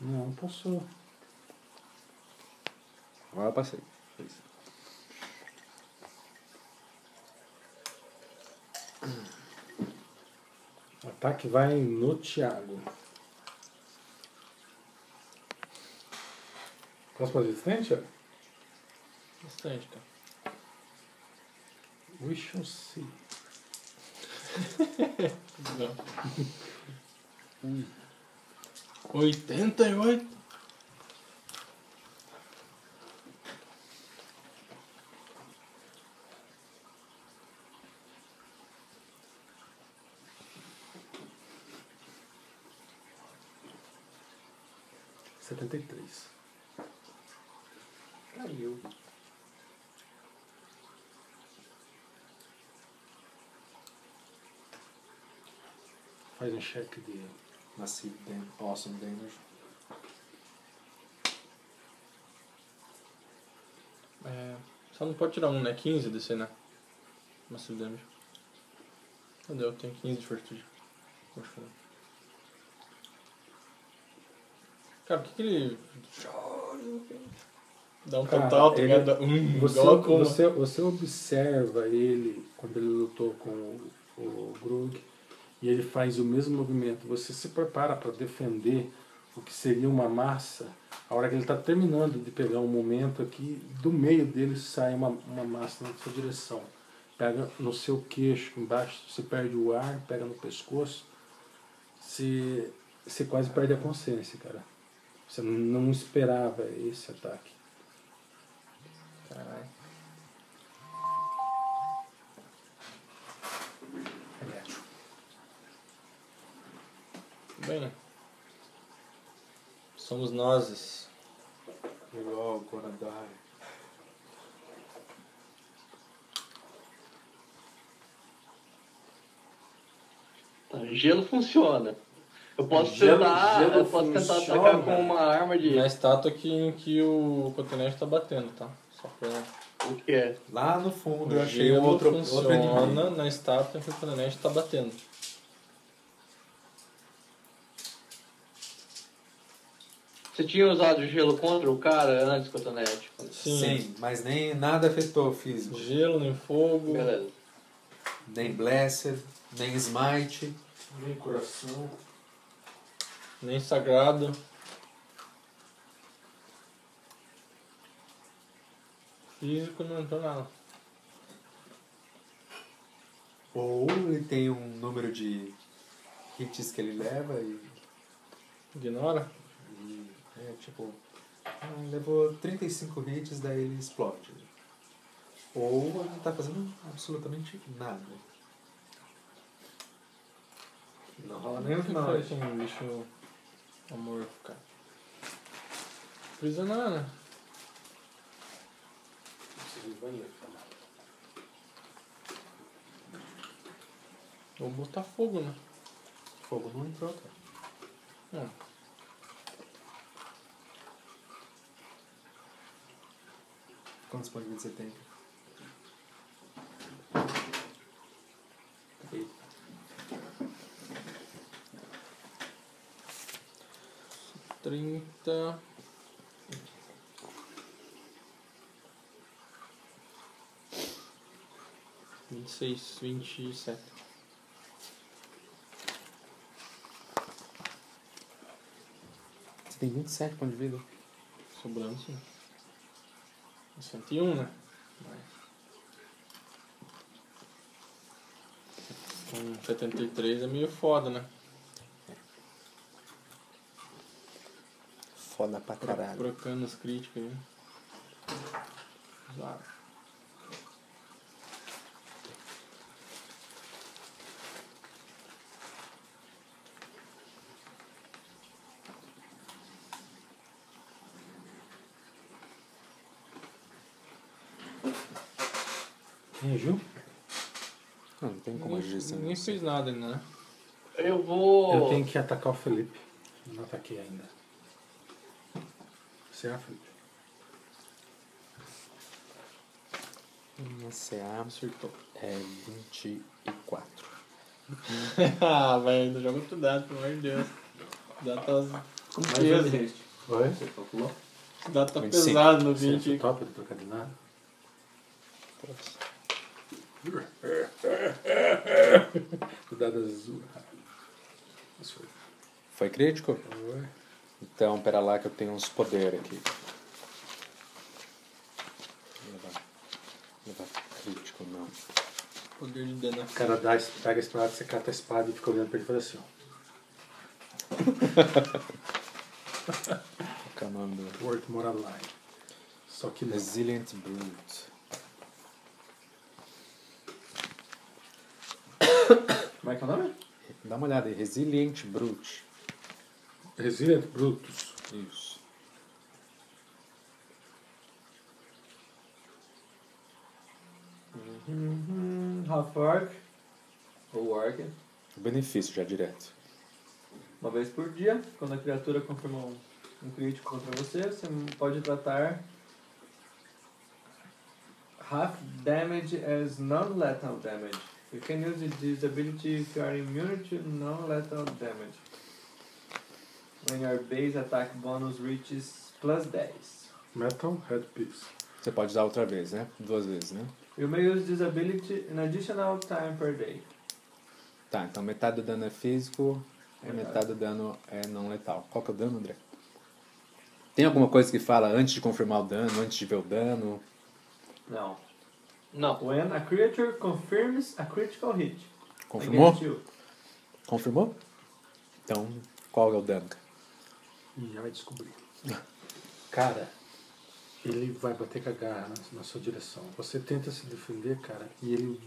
Não passou. Agora eu passei. O ataque vai no Thiago. Posso fazer distante? Bastante, cara. We shall see. Legal. Hum. 88? setenta e três Caiu. Faz um cheque de. Massive damage. Awesome né? damage. É, só não pode tirar um, né? 15 desse, né? Massive damage. Cadê? Eu tenho 15 de fortitude. Poxa. Cara, por que, que ele. Dá um Cara, total, tá ele- ligado? Um, Você, igual como- você, você observa ele quando ele lutou com o, o Grug e ele faz o mesmo movimento. Você se prepara para defender o que seria uma massa. A hora que ele está terminando de pegar um momento aqui, do meio dele sai uma, uma massa na sua direção. Pega no seu queixo, embaixo, você perde o ar, pega no pescoço. Você, você quase perde a consciência, cara. Você não esperava esse ataque. Caralho. Bem, né? Somos nós. Igual o Coradai. Tá, Gelo funciona. Eu posso Gelo- tentar, gelo eu posso tentar funciona. Né? atacar com uma arma de. Na estátua que, em que o continente tá batendo, tá? Só pra... O que é? Lá no fundo eu O achei gelo outro, outro funciona inimigo. na estátua em que o continente tá batendo. Você tinha usado gelo contra o cara antes, Cotonete? Sim. mas nem nada afetou o físico. Gelo, nem Hum. fogo. Beleza. Nem Blessed, nem Smite. Meu coração. Nem sagrado. Físico não entrou nada. Ou ele tem um número de hits que ele leva e. Ignora. e, é tipo. ah, Levou 35 hits, daí ele explode. Ou ele não tá fazendo absolutamente nada. Não rola nem no final. Não, esse é um bicho amorfo, cara. Prisioneiro. Ou botar fogo, né? Fogo não entrou, cara. Não. É. Quantos pontos de vida você tem? 30. Vinte e seis, vinte e sete. Você tem 27 pontos de vida. Sobrando sim. 101, né? Mas... Um 73 é meio foda, né? Foda pra caralho. Trocando os críticos aí. Claro. Inju? Não, não tem como agir sem Ninguém você. fez nada ainda, né? Eu vou. Eu tenho que atacar o Felipe. Não ataquei ainda. Você é, Felipe? Minha CA acertou. É 24. ah, velho, joga muito dado, pelo amor de Deus. Dado tá, Com peso. Oi? Você calculou? dado tá 25. pesado no Você 20. é top de trocar de nada? Cuidado azul. Isso foi. Foi crítico? Oi. Então, pera lá que eu tenho uns poderes aqui. Vou Levar, vou levar crítico, não. Poder de dano. O cara dá, pega a espada, você cata a espada e fica olhando pra ele e faz assim, ó. Qual que é o nome do... Worth more alive. Só que não. Resilient Brute. Como é que é o nome? Dá uma olhada aí. Resilient Brute. Resilient Brutus. Isso. Uhum, half orc. O Orc. Benefício já direto. Uma vez por dia, quando a criatura confirma um, um crítico contra você, você pode tratar half damage as non-lethal damage. You can use this ability if you are immune to non-lethal damage. When your um base attack bonus reaches plus 10. Metal Headpiece. Você pode usar outra vez, né? Duas vezes, né? You may use this ability an additional time per day. Tá, então metade do dano é físico e metade do dano é não letal. Qual que é o dano, André? Tem alguma coisa que fala antes de confirmar o dano, antes de ver o dano? Não. Não. When a creature confirms a critical hit. Confirmou? against you. Confirmou? Então, qual é o dano? E já vai descobrir. Cara, ele vai bater com a garra na, na sua direção. Você tenta se defender, cara, e ele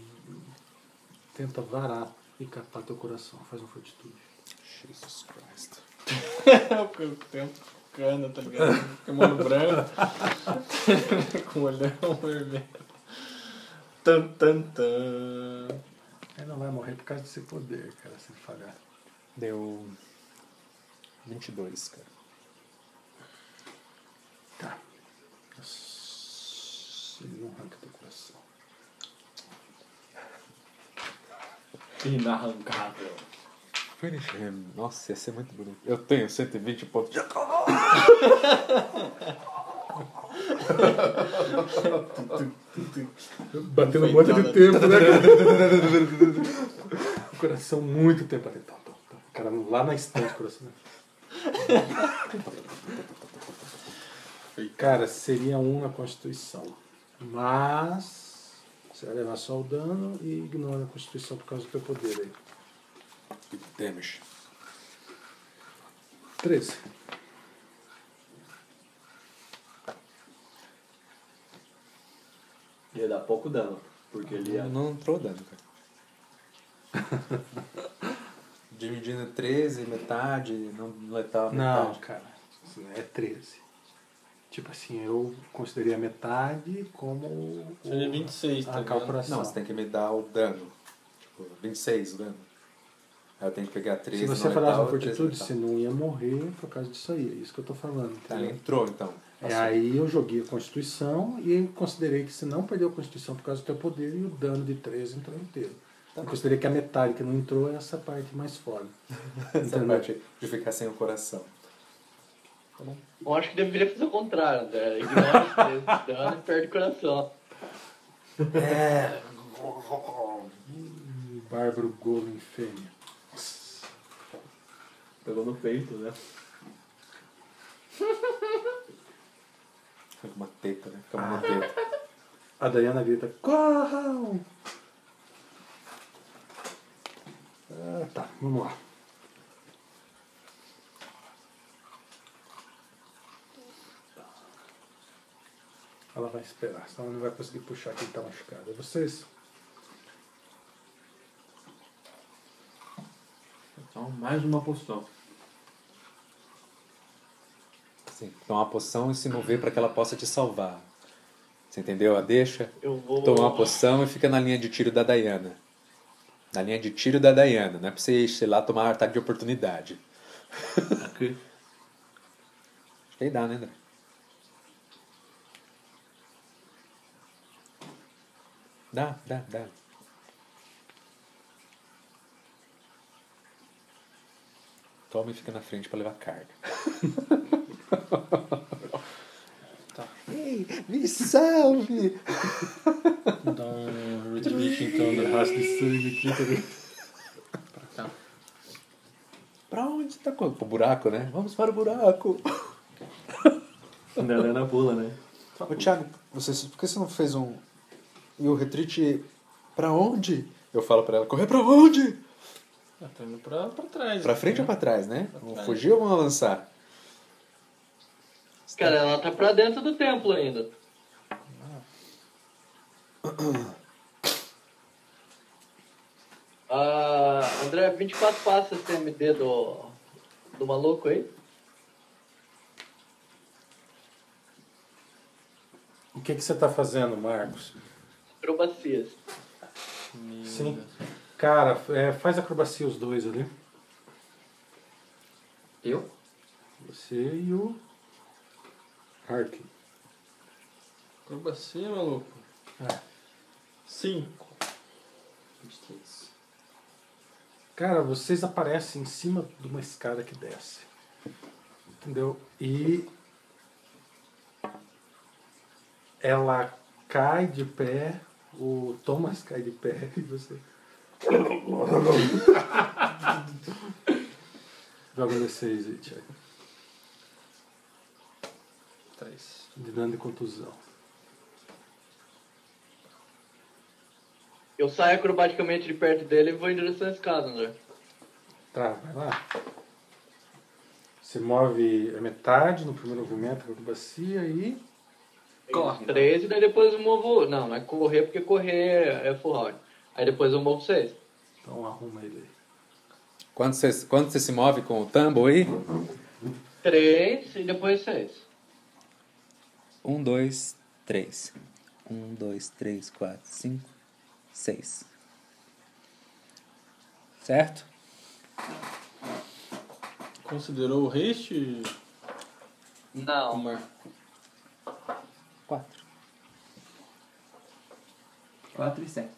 tenta varar e capar teu coração. Faz uma fortitude. Jesus Christ. É o tempo cana, tá ligado? Camelo branco. com olhão vermelho. Tan, tan, tan. Ele não vai morrer por causa desse poder, cara, se ele falhar. Deu 22, cara. Tá. Ele não arranca teu coração. Inarrancável. Finish him. Nossa, ia ser muito bonito. Eu tenho 120 pontos. de- Bateu um monte de tempo, né? cara? o coração muito tempo ali. Tá, tá, tá. O cara lá na estante, o coração. cara, seria um na Constituição. Mas. Você vai levar só o dano e ignora a Constituição por causa do teu poder aí. Damage. 13. Ia dar pouco dano. Porque ele é- ia. Não, não entrou dano, cara. Dividindo 13, metade, não letal, Não, metade. cara. isso não É 13. Tipo assim, eu considerei a metade como. o- Seria 26, tá A ligado? calculação. Não, você tem que me dar o dano. Tipo, 26 o dano. Aí eu tenho que pegar 13 Se você não é falasse letal, na 13 fortitude, letal. você não ia morrer por causa disso aí. É isso que eu tô falando. Tá, ele Entendeu? entrou então. É, aí eu joguei a Constituição e considerei que se não perdeu a Constituição por causa do teu poder e o dano de 13 entrou inteiro. Tá Eu considerei que a metade que não entrou é essa parte mais foda. Essa Entendeu? parte de ficar sem o coração. Eu acho que deveria fazer o contrário, né? Ignora esse dano e perde o coração. É. Bárbaro Golem feio. Pegou no peito, né? Fica uma teta, né? Fica Ah. uma teta. A Dayana grita, corram! Ah, tá, vamos lá. Ela vai esperar, senão ela não vai conseguir puxar quem tá machucado. Vocês Então, mais uma poção. Assim, tomar uma poção e se mover para que ela possa te salvar. Você entendeu a deixa? Eu vou. Toma uma poção e fica na linha de tiro da Diana. Na linha de tiro da Diana. Não é pra você, ir, sei lá, tomar um ataque de oportunidade. Aqui. Acho que aí dá, né, André? Dá, dá, dá. Toma e fica na frente pra levar carga. Ei, me salve! Dá um rhythmic então, né? rasgam sangue aqui também. Pra onde tá? co- Pro buraco, né? Vamos para o buraco! Ainda na pula, né? Tá Ô, Thiago, você, por que você não fez um. E o retreat pra onde? Eu falo pra ela, correr pra onde? Ah, tá indo pra, pra trás. Pra né? frente ou pra trás, né? Vão trás. fugir ou vão avançar? Cara, ela tá pra dentro do templo ainda. Ah, André, 24 passos TMD do, do maluco aí. O que, que você tá fazendo, Marcos? Acrobacias. Sim. Cara, é, faz acrobacia os dois ali. Eu? Você e o. Harkin. Acrobacia, maluco. É. Sim. 23. Cara, vocês aparecem em cima de uma escada que desce. Entendeu? E. Ela cai de pé, o Thomas cai de pé e você. Joga um D6 aí, Thiago. Três. De dano de contusão. Eu saio acrobaticamente de perto dele e vou em direção à escada, né? André. Tá, vai lá. Você move a metade no primeiro movimento com a acrobacia e. Corre. Três e daí depois eu movo. Não, não é correr porque correr é full round. Aí depois eu movo seis. Então arruma ele aí. Quando você, quando você se move com o tambo aí? Três e depois seis. Um, dois, três. Um, dois, três, quatro, cinco, seis. Certo? Considerou o haste? Não. Omar? Quatro. 4 e 7.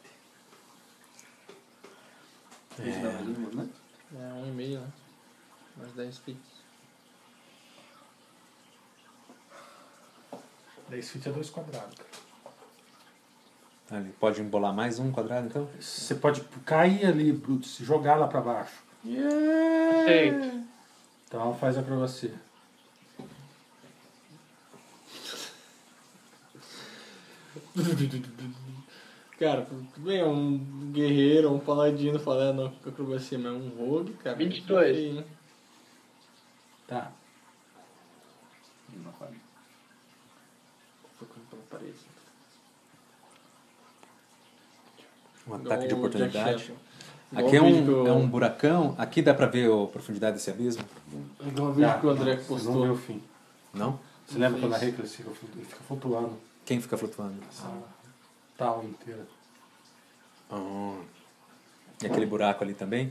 Isso dá mais um, né? É um e meio, né? Mais 10 picks. 10 feet é 2 quadrados, cara. Ali, pode embolar mais um quadrado, então? Você pode cair ali, Brutus, se jogar lá pra baixo. Seis. Então faz a acrobacia. Cara, tudo bem, é um guerreiro, um paladino, falar não, acrobacia, mas é um rogue, cara. 22. Sim, né? Tá. Uma quadra. Tocando pela parede. Um ataque de Igual o Jack oportunidade. Shepard. Igual Aqui é o vídeo que um, eu- é um buracão. Aqui dá pra ver a profundidade desse abismo? Igual o vídeo Tá. que o André Vocês vão ver postou. o fim. Não? Você lembra que eu narrei que ele fica, ele fica flutuando Quem fica flutuando? essa tal inteira? Ah. E aquele buraco ali também?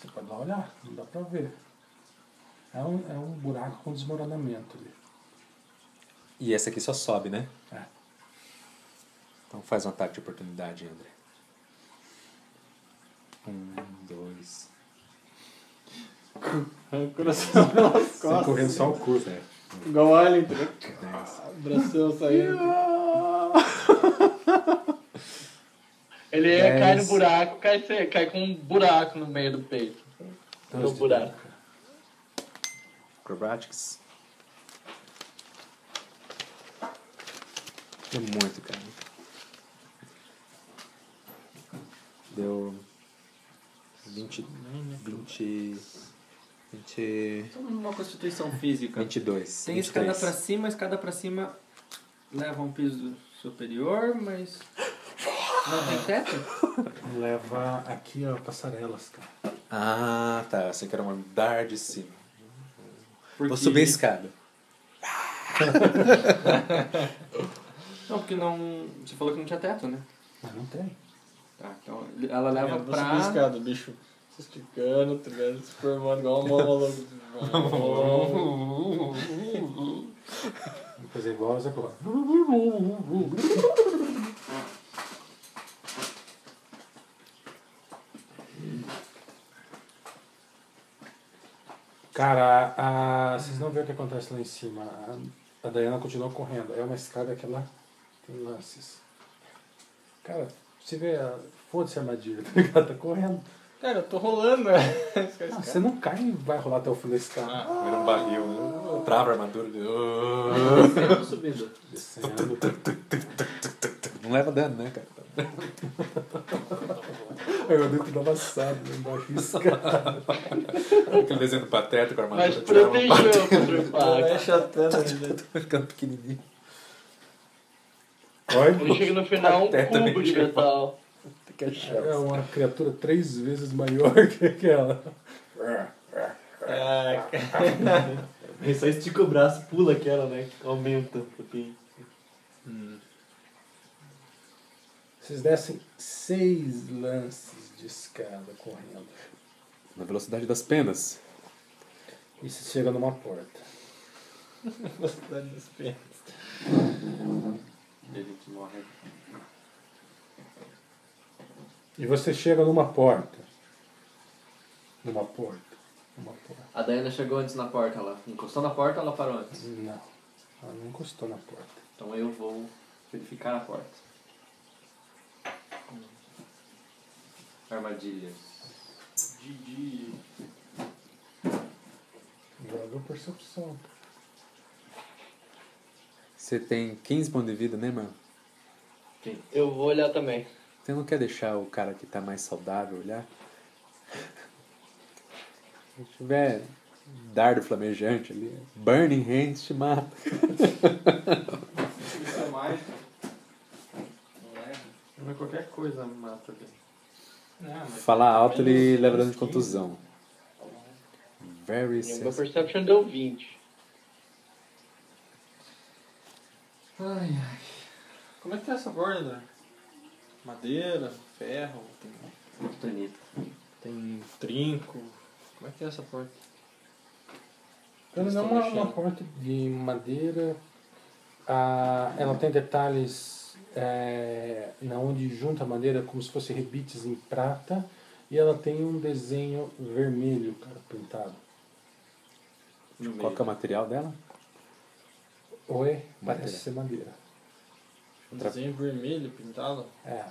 Você pode lá olhar, não dá pra ver. É um, é um buraco com desmoronamento ali. E essa aqui só sobe, né? É. Então faz um ataque de oportunidade, André. Um, dois. Coração pelas Tem costas. correndo só o curso. né? Igual o Alien. tá ligado? Abração saindo. Ah! Ele cai no buraco, cai, se- cai com um buraco no meio do peito. Então, No buraco. Acrobatics. Deu É muito, cara. Deu 20. 20. 20 Então, Uma constituição física. 22. Tem é 23. escada pra cima, escada pra cima leva um piso superior, mas. Não tem teto? Leva aqui, ó, passarelas, cara. Ah, tá. Você quer um andar de cima. Vou subir a escada. Não, porque não. Você falou que não tinha teto, né? Mas não tem. Tá, então ela leva Eu vou subir a pra. escada, bicho. Se esticando, tá ligado? Se formando igual uma maluco. Vou fazer igual os agora. Cara, a- vocês não vê o que acontece lá em cima. A, a Dayana continua correndo. É uma escada que ela tem lances. Cara, você vê a. Foda-se a armadilha, tá ligado? Tá correndo. Cara, eu tô rolando, né? Ah, você não cai e vai rolar até o fim da escada. Era um barril. né? Trava a armadura. subida. Descendo. Não leva dano, né, cara? Aí eu dentro da amassada, embaixo escada. Aquele desenho do pateta com a Mas armadura. tirava um protegeu contra o impacto. chatando ainda. pateta, ficando pequenininho. Olha. Ele chega no final um Até cubo de também. metal. Tem que achar. É uma criatura três vezes maior que aquela. Ah, cara. Ele só estica o braço, pula aquela, né? Aumenta um pouquinho. Vocês dessem seis lances de escada correndo. Na velocidade das penas. E vocês chegam numa porta. Velocidade dos pés. Ele que morre. E você chega numa porta. Numa porta. Numa porta. A Dayana chegou antes na porta lá. Encostou na porta ela parou antes? Não. Ela não encostou na porta. Então eu vou verificar a porta. Armadilhas. Joga a percepção. Você tem 15 pontos de vida, né, mano? Eu vou olhar também. Você não quer deixar o cara que tá mais saudável olhar? Se tiver dardo flamejante ali, Burning Hands te mata. Isso é mágico. Não é? Não é qualquer coisa mata dele. Falar alto ele leva dano de contusão. tá Very E o Meu sensitive. Perception deu 20. Ai, ai. Como é que tá essa borda? Madeira, ferro, tem, Tonito. tem trinco. Como é que é essa porta? Ela Eles não é estão uma, uma mexendo. porta de madeira. Ah, ela tem detalhes é, na onde junta a madeira como se fosse rebites em prata. E ela tem um desenho vermelho, cara, pintado. No meio. Qual que é o material dela? Oi, Madeira. parece ser madeira. Um Tra- desenho vermelho pintado. É.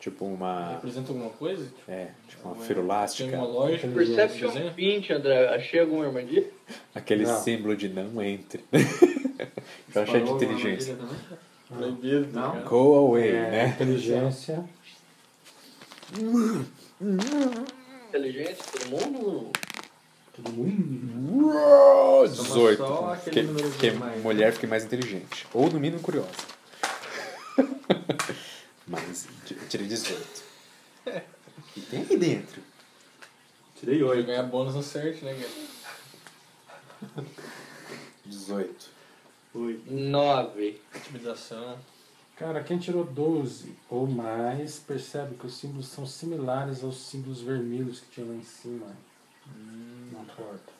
Tipo uma. Representa alguma coisa? É, tipo uma Tem firulástica. uma lógica? um Perception desenho? 20, André. Achei alguma armadilha? Aquele Não. símbolo de não entre. Eu achei de Parou uma inteligência. armadilha também? Ah. Proibido. Não? cara. Go away, É, né? Inteligência. Inteligência, todo mundo? Tudo muito. Uou, 18. só aquele Que, númerozinho que mais. né? mulher fique mais inteligente. Ou no mínimo curiosa. Mas eu tirei 18. E tem aí dentro. Tirei Vai 8. ganhar bônus no search, né, cara? 18. 8. 9. Intimidação. Cara, quem tirou 12 ou mais percebe que os símbolos são similares aos símbolos vermelhos que tinha lá em cima. Hum. Na porta.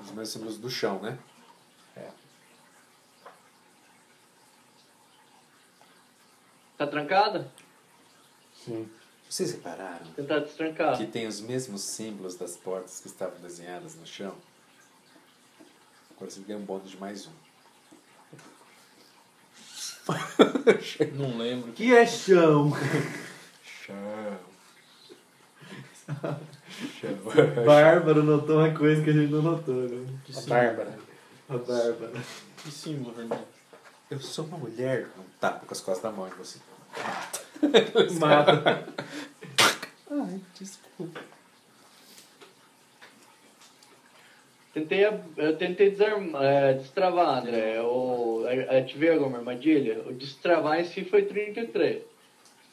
Os meus símbolos do chão, né? Tá trancada? Sim. Vocês repararam Tentar destrancar. que tem os mesmos símbolos das portas que estavam desenhadas no chão? Agora você ganha um bônus de mais um. Não lembro. Que é chão? Chão. Bárbara notou uma coisa que a gente não notou, né? Que A símbolo, Bárbara. A Bárbara. que símbolo vermelho. Eu sou uma mulher. Não tapa com as costas da mão assim. em você. Mata. Ai, desculpa. Tentei, ab- eu tentei desarmar, é, destravar, André. é, Eu a- ativei alguma armadilha. O destravar em si foi 33.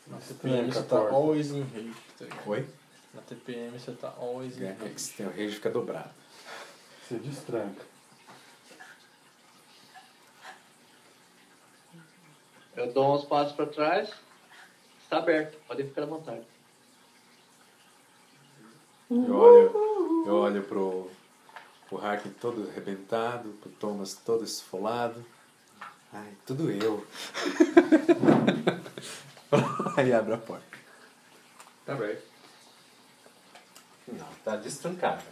Na tem TPM você tá 14. always in rage. tá ligado? Oi? Na TPM você tá always in É, rage. que se tem o rei fica dobrado. Se destranca. Eu dou uns passos pra trás. Está aberto. Podem ficar à vontade. Eu olho, eu olho pro, pro Harkin todo arrebentado, pro Thomas todo esfolado. Ai, tudo eu. Aí abre a porta. Tá aberto. Não, tá destrancada.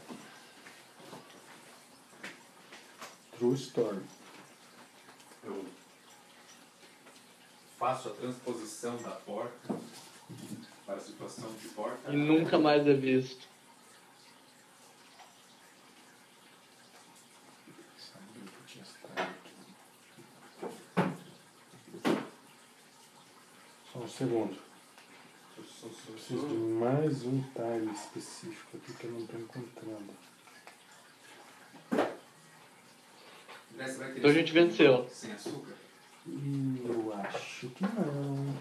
True Storm. Eu faço a transposição da porta para a situação de porta. E nunca mais é visto. Só um segundo. Eu preciso de mais um time específico aqui que eu não estou encontrando. Então a gente venceu. Sem açúcar? Ih, eu acho que não.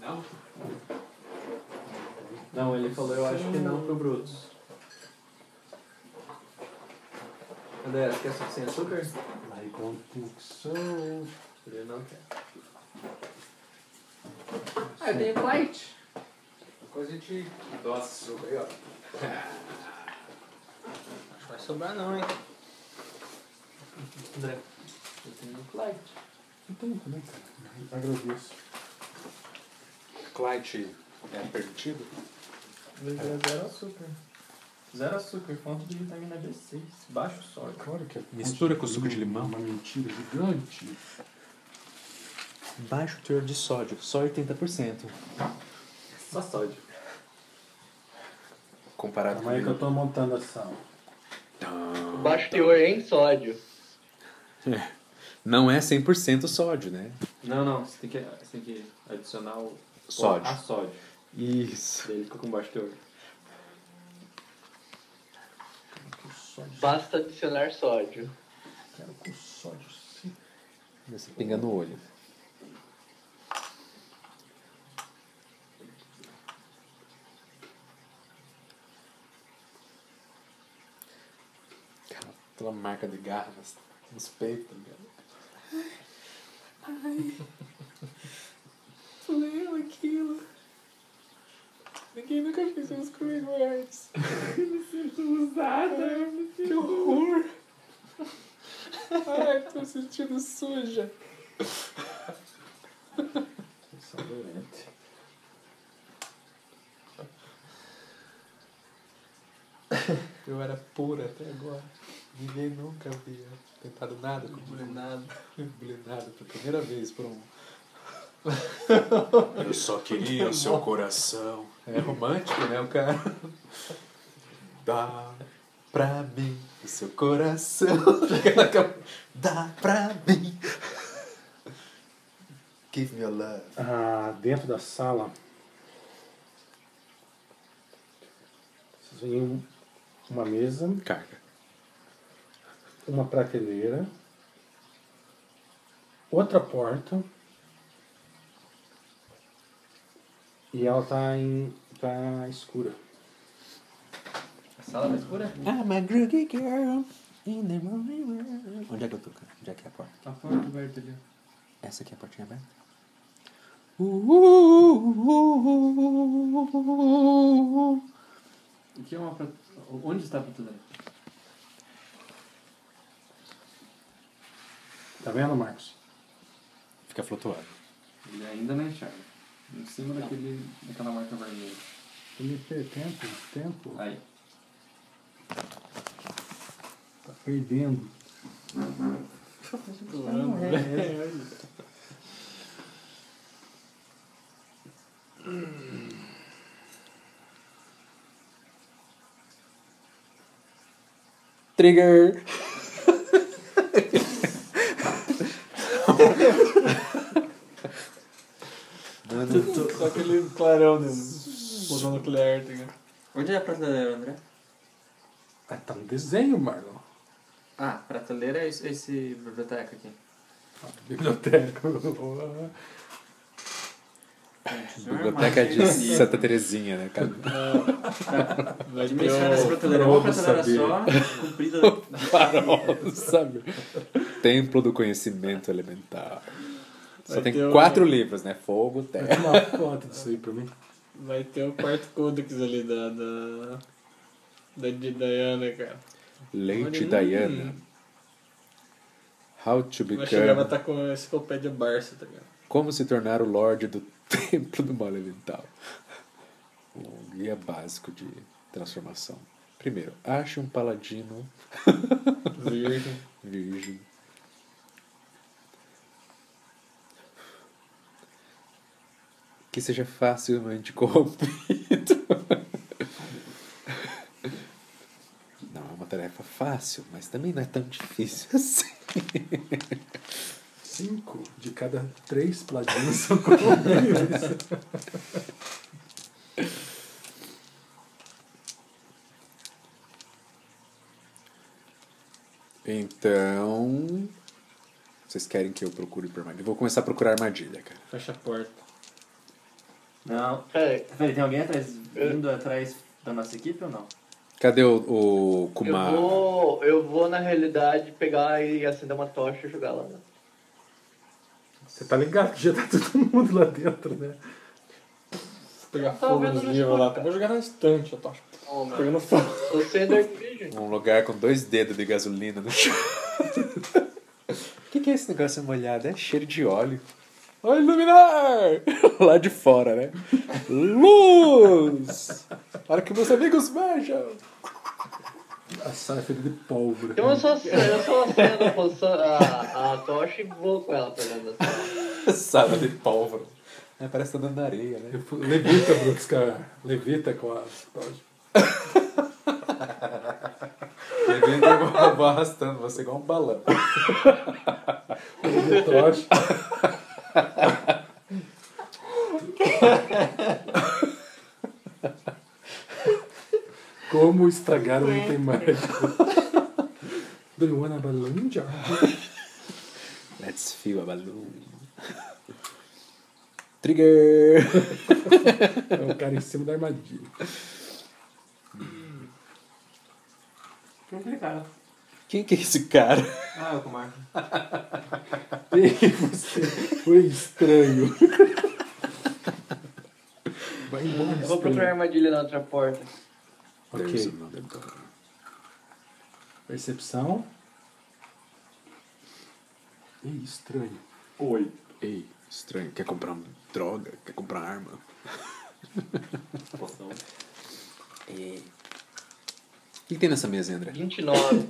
Não? Não, ele falou, eu acho que não pro Brutus. André, você quer suco sem açúcar? I don't think so. Ele não quer. Ah, eu tenho light. Depois a gente endossa esse jogo aí, ó. Não vai sobrar não, hein? André, eu tenho light. Então, como é que Agradeço. Clyde é permitido? é Zero açúcar. Zero açúcar, fonte de vitamina B6. Baixo sódio. Claro que é. Mistura com suco de limão. Uma mentira gigante. Baixo teor de sódio, só 80%. Só sódio. Comparado Calma aí que eu tô montando a sala. Baixo teor em sódio. Não é 100% sódio, né? Não, não, você tem que, você tem que adicionar o A Sódio. sódio. Isso. Daí ele fica com baixo teor. Basta adicionar sódio. Quero com sódio. sim. Você pinga no olho. Cara, Aquela marca de garras nos peitos, tá ligado? Isso é doente. Eu era pura até agora. Ninguém nunca havia tentado nada com Nada. blinado pela primeira vez por um. Eu só queria o seu coração. É romântico, né, o cara? Dá pra mim o seu coração. Dá pra mim. Give me a love. Ah, dentro da sala. Vocês veem um- uma mesa, Carga. uma prateleira, outra porta. E ela tá em. tá escura. A sala tá escura? I'm a groovy girl in the movie world. Onde é que eu tô, cara? Onde é que é a porta? Tá A porta aberta ali. Essa aqui é a portinha aberta? Uh, O que é uma pra... Onde está a prateleira? Tá vendo, Marcos? Tá Fica flutuando. Ele ainda não enxerga. Em cima daquele, daquela marca vermelha. MP, tempo, tempo. Aí. Tá perdendo. é né? Trigger! Só aquele clarão de explosão nuclear, tá ligado? Onde é a prateleira, André? Ah, tá no desenho, Marlon. Ah, prateleira é esse, esse biblioteca aqui. Ah, Biblioteca. É, Biblioteca de Santa Terezinha, né, cara? Vai ter Dimensionar essa um... prateleira. Uma prateleira só, comprida. Farol, sabe? Templo do Conhecimento Elementar. Só Vai tem ter um- quatro livros, né? Fogo, terra. É Uma foto disso aí pra mim. Vai ter o quarto codex ali da... Da, da de Diana, cara. Leite Olha, Diana. How to Vai chegar e vai become. estar com a enciclopédia Barça, tá ligado? Como se tornar o Lorde do Templo do Mal Elemental. O guia básico de transformação. Primeiro, ache um paladino Virgem. virgem. Que seja facilmente corrompido. Não é uma tarefa fácil, mas também não é tão difícil assim. Cinco de cada três pladinos são coloridos. Então. Vocês querem que eu procure por armadilha? Eu vou começar a procurar armadilha, cara. Fecha a porta. Não. Cara, Peraí, tem alguém atrás, vindo atrás da nossa equipe ou não? Cadê o, o Kuma? eu vou, eu vou, na realidade, pegar e acender uma tocha e jogar lá. né? Você tá ligado que já tá todo mundo lá dentro, né? Vou pegar Tá fogo vendo nos na livros sua lá. Vou jogar na estante, eu tô Oh, mano. pegando fogo. Eu sei Dark Vision. Um lugar com dois dedos de gasolina no chão. O que, que é esse negócio molhado? É cheiro de óleo. Vai iluminar! Lá de fora, né? Luz! Para que meus amigos vejam! A saia é feita de pólvora. Então eu só, eu só acendo a, poção- a, a tocha e vou com ela pra dentro da sala. Sala de pólvora. É, parece que tá dando areia, né? Eu fui- Levita, Brooks, cara. Levita é com a. Eu vou arrastando você igual um balão. Levita tocha. Como estragar um item mágico. Do you wanna balloon jar? Let's feel a balloon. Trigger! É o cara em cima da armadilha. Quem é aquele cara? Quem que é esse cara? Ah, é o Kumar. Ei, você foi estranho. Vai embora, Eu vou procurar estranho. armadilha na outra porta. There's Ok, another door. percepção. Ih, estranho. Oi. Ei, estranho. Quer comprar um- droga? Quer comprar arma? Poção. Ei. O que, que tem nessa mesa, André? 29.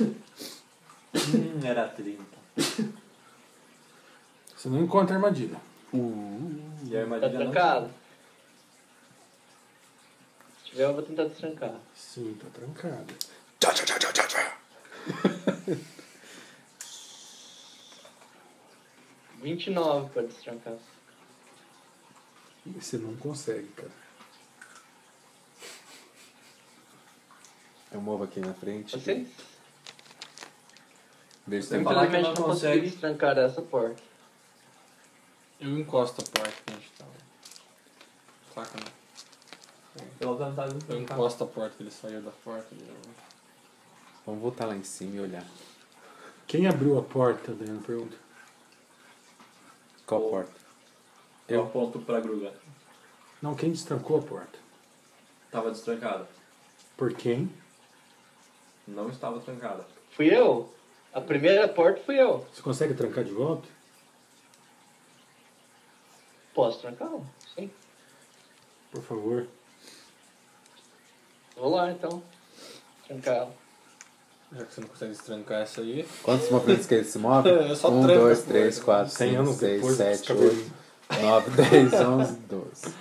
Hum, era 30. Você não encontra armadilha. Uh. E a Tá armadilha não... trancado? Se tiver, eu vou tentar destrancar. Sim, tá trancada. Tchau, tchau, tchau, tchau, tchau, tchau. 29 pra destrancar. Ih, Você não consegue, cara. Eu movo aqui na frente. Vocês? Vejo se Eu tem falar que infelizmente não não consegui consegue. destrancar essa porta. Eu encosto a porta que a gente tá. Saca, né? Pelo menos tá Eu encosto a porta, ele saiu da porta. Ele... Vamos voltar lá em cima e olhar. Quem abriu a porta, né? Daniel? Pergunta. Qual Oh. a porta? Eu aponto pra Gruga. Não, quem destrancou a porta? Tava destrancada. Por quem? Não estava trancada. Fui eu? A primeira porta fui eu. Você consegue trancar de volta? Posso trancá-lo? Sim. Por favor. Vou lá então. Trancá-lo. Já que você não consegue destrancar essa aí. Quantos movimentos que ele se move? Eu só um, tranco dois, as três, quatro, Cem cinco, anos seis, depois, sete, acabei- oito, nove, dez, onze, doze.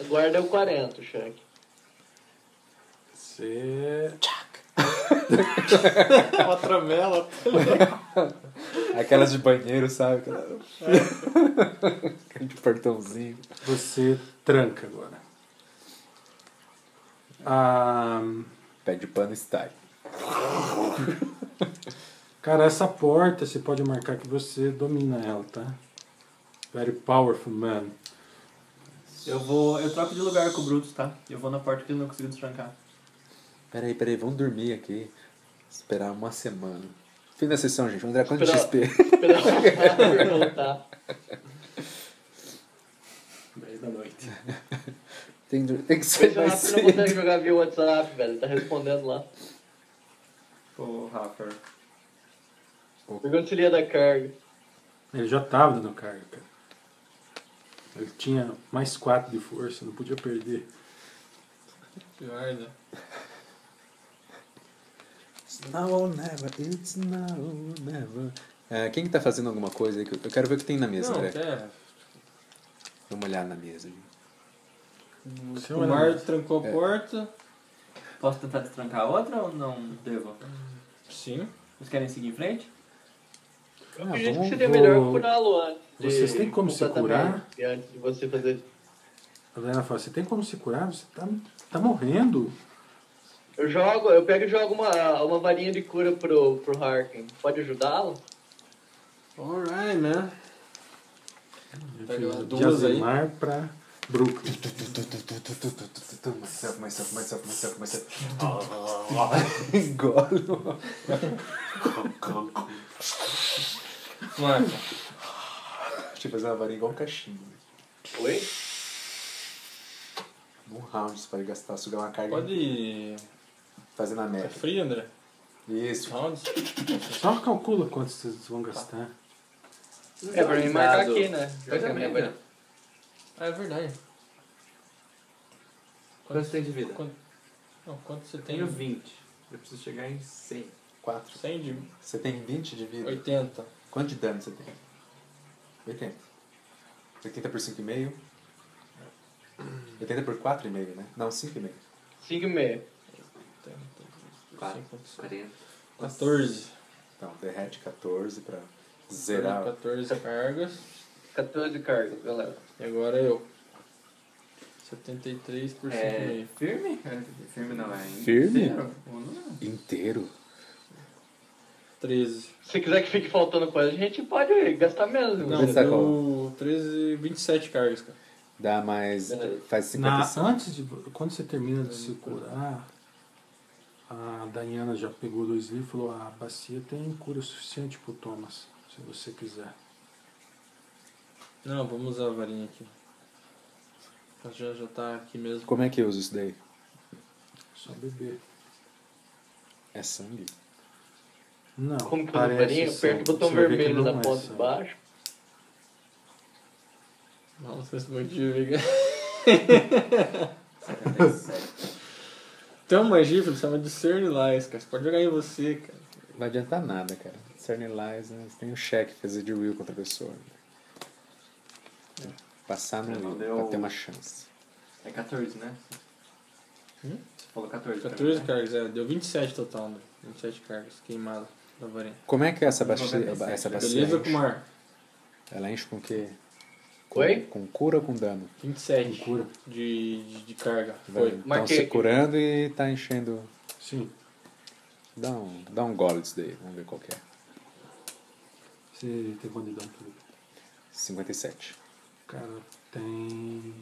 A guarda é o 40, cheque. Você. Uma tramela. Aquelas de banheiro, sabe? Aquela- Aquele de portãozinho. Você tranca agora. Ah, Pede pano e sai. cara, essa porta você pode marcar que você domina ela, tá? Very powerful man. Eu vou. Eu troco de lugar com o Brutus, tá? Eu vou na porta que ele não conseguiu destrancar. Peraí, peraí, vamos dormir aqui. Esperar uma semana. Fim da sessão, gente. Vamos dar quanto de Espera- tá. XP? Esperar o Arthur voltar. 10 da noite. Tem, que- tem que ser Veja, o mais Rafa não cedo. consegue jogar via WhatsApp, velho. Tá respondendo lá. Pô, Rafa. Pergunta se ele ia dar carga. Ele já tava dando carga, cara. Ele tinha mais 4 de força, não podia perder. Pior, né? Now or never, it's now or never. Ah, quem que tá fazendo alguma coisa aí? que eu- Eu quero ver o que tem na mesa, Não, André. até. Vamos olhar na mesa. gente. O Mar trancou a É. porta. Posso tentar destrancar a outra ou não devo? Sim. Vocês querem seguir em frente? Eu acredito que Ah, vamos- seria melhor vou- curá-lo antes. de- Vocês têm como se completamente, curar? e Antes de você fazer. A Helena fala, você tem como se curar? Você tá, tá morrendo. Eu jogo, eu pego e jogo uma, uma varinha de cura pro, pro Harkin. Pode ajudá-lo? Alright, man. Eu Pega fiz umas o duas aí. Jazimar pra Brooklyn. Myself, myself, myself, myself, myself. Engolo. Mano, Deixa eu fazer uma varinha igual um cachimbo. né? Oi? Num round você pode gastar, sugar uma carga pode ir. fazendo a Tá média. frio, André? Isso. Rounds? Só calcula quanto vocês vão gastar. É pra mim marcar aqui, né? Eu também, né? Ah, é verdade. Quanto você tem de vida? Quanto, não, quanto você tem? Tenho 20. Eu preciso chegar em 100. 4. 100 de Você tem 20 de vida. 80. Quanto de dano você tem? 80. 80 por 5,5. 80 É. por 4,5, né? Não, 5,5. 5 e meio. 40. 14. Então, derrete 14 pra zerar. 14 cargas. 14 cargas, galera. E agora eu. 73 por 5 É meio. firme? É, firme não, é Firme? inteiro. Ou não? Inteiro. 13. Se quiser que fique faltando coisa, a gente pode gastar menos. Não, Vê se tá deu 13, 27 cargas, cara. Dá mais. Faz Na, 55. antes de. Quando você termina de se curar, a Dayana já pegou dois livros e falou: a bacia tem cura suficiente pro Thomas, se você quiser. Não, vamos usar a varinha aqui. Mas Já, já tá aqui mesmo. Como é que eu uso isso daí? Só beber. É sangue? Não. Como que é eu parece varinha? sangue. Aperta o botão Você vai ver que vermelho não na é ponta de sangue. baixo. Nossa, esse motivo, hein, cara. Tem uma magia, filho, chama de Cernilais, cara. Você pode jogar em você, cara. Não vai adiantar nada, cara. Cernilize, né? Você tem o cheque pra fazer de will contra a pessoa. Né? Passar no Não will deu- pra ter uma chance. É 14, né? Hum? Você falou 14. tá pra mim, 14 né? cargas, é. Deu 27 total, André. 27 cargas, queimada da varinha. Como é que é essa bacia? 97, Essa bacia Beleza, enche? Kumar? Ela enche com o quê? Com, Oi? com cura ou com dano? 27 Cura. de, de, de carga. Vai- Foi. Então Marquei você aqui. curando e tá enchendo. Sim. Dá um, dá um gole disso daí, vamos ver qual que é. Você tem quanto de dano, Felipe? 57. Cara, tem.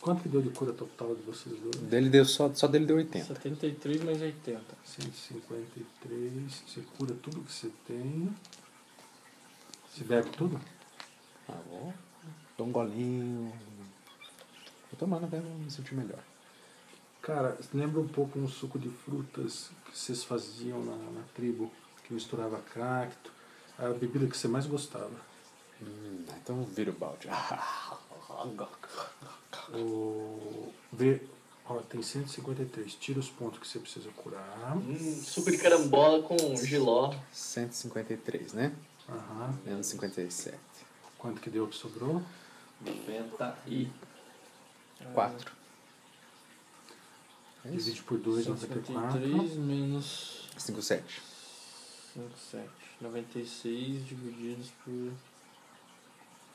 Quanto que deu de cura total de vocês dois? Dele deu só, só dele deu 80. 73 mais 80. 153, você cura tudo que você tem. Você bebe tudo? Tá bom. Dou um golinho. Tô tomando até me sentir melhor. Cara, lembra um pouco um suco de frutas que vocês faziam na, na tribo, que misturava cacto, a bebida que você mais gostava. Hum, então vira o balde. O... Vê. Ó, tem 153. Tira os pontos que você precisa curar. Hum, suco de carambola com giló. 153, né? Aham. Menos 57. Quanto que deu que sobrou? 90 e. 4. É isso? Divide por 2, 94. 153 menos 5, 7. 5, 7. 96 divididos por,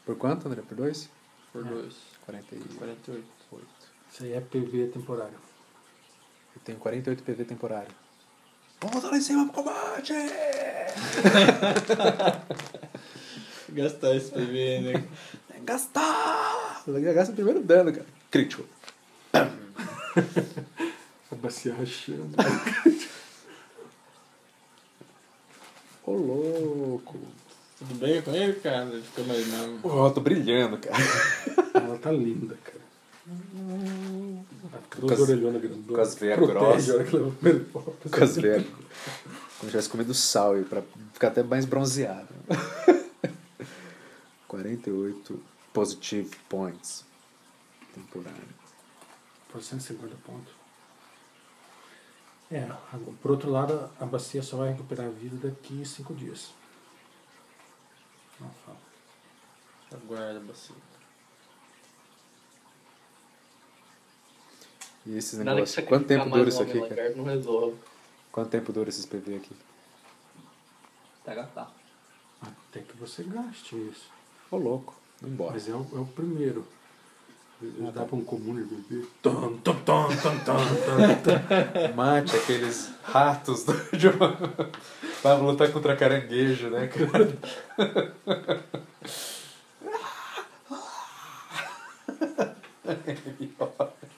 Por quanto, André? Por 2? por 2. 48. 48. Isso aí é PV temporário. Eu tenho 48 PV temporário. Vamos lá em cima pro combate! Gastar esse PV, né? Gastar! Gasta o primeiro dano, cara. Crítico. Tá A bacia rachando. Ô, louco. Tudo bem com ele, cara? Ele fica mais não. Ó, tô brilhando, cara. Ela tá linda, cara. Com Duas as- orelhonas grandonas. com as veias Protege a grossas. hora que ela vai pro aeroporto. Com as velhas. Como se tivesse comido sal e pra ficar até mais bronzeado. 48 positive points. Temporário. Por 150 pontos. É, agora, por outro lado, a bacia só vai recuperar a vida daqui 5 dias. Não fala. Aguarda, bacia. E esses Nada que negócios? Quanto tempo sacrificar dura mais isso um homem aqui, lá cara? perto não resolve. Quanto tempo dura esses PV aqui? Tá gastado. Até que você gaste isso. Ô, louco. Vamos embora. Mas é o, é o primeiro. Ele dá pra um comune beber. Tom, tom, tom, tom, tom, tom, Mate aqueles ratos do João. Vai lutar tá contra caranguejo, né, cara?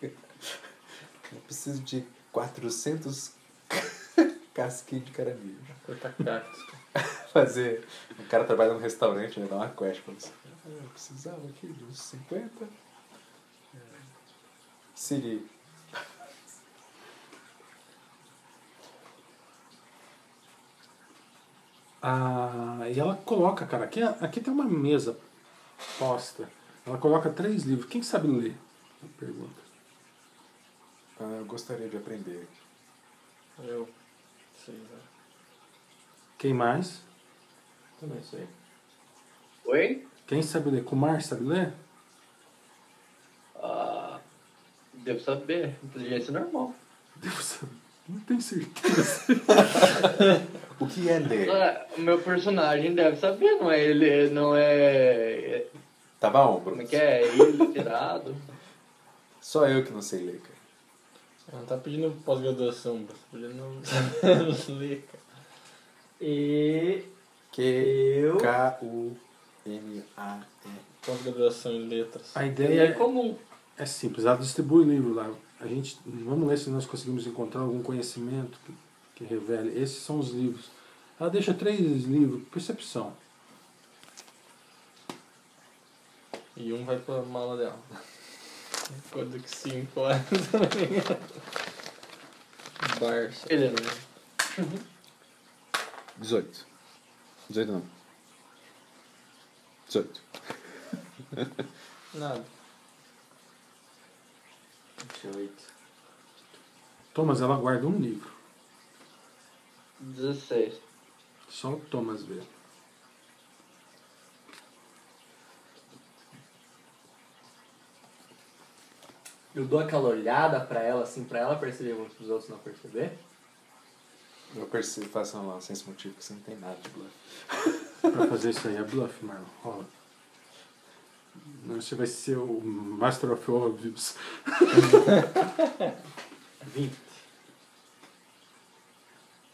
Eu preciso de 400 casquinhos de caranguejo. Cortar cactos. cara. Fazer. O cara trabalha num restaurante, né? Dá uma quest pra você. Ah, Eu precisava aqui de uns 50. É, Siri. Ah, e ela coloca, cara, aqui, é, aqui tem uma mesa posta. Ela coloca três livros. Quem sabe ler? Pergunta. Ah, eu gostaria de aprender. Eu. Sei né? lá. Quem mais? Também isso aí. Oi? Quem sabe ler? Kumar sabe ler? Ah, devo saber. Inteligência normal. Devo saber. Não tenho certeza. O que é ler? Ah, o meu personagem deve saber, não é ele, não é. é- Tava a ombro. Como é que é? Ele tirado. Só eu que não sei ler, cara. Não tá pedindo pós-graduação, tá pedindo ler, cara. E Q, K, U, M, A, E. Pós-graduação em letras. A Ele é ideia comum. é simples. Ela distribui o livro lá. A gente, vamos ler se nós conseguimos encontrar algum conhecimento que, que revele. Esses são os livros. Ela deixa três livros. Percepção. E um vai pra mala dela. Quando que cinco horas. Barça. Ele não. 18. 18 não. 18. Nada. 28. Thomas, ela guarda um livro. 16. Só o Thomas vê. Eu dou aquela olhada pra ela, assim, pra ela perceber, mas pros outros não perceber. Eu percebo, faço uma lança sem motivo, que você não tem nada de bluff. Pra fazer isso aí é bluff, Marlon. Rola. Não, Você vai ser o Master of Obvious. 20.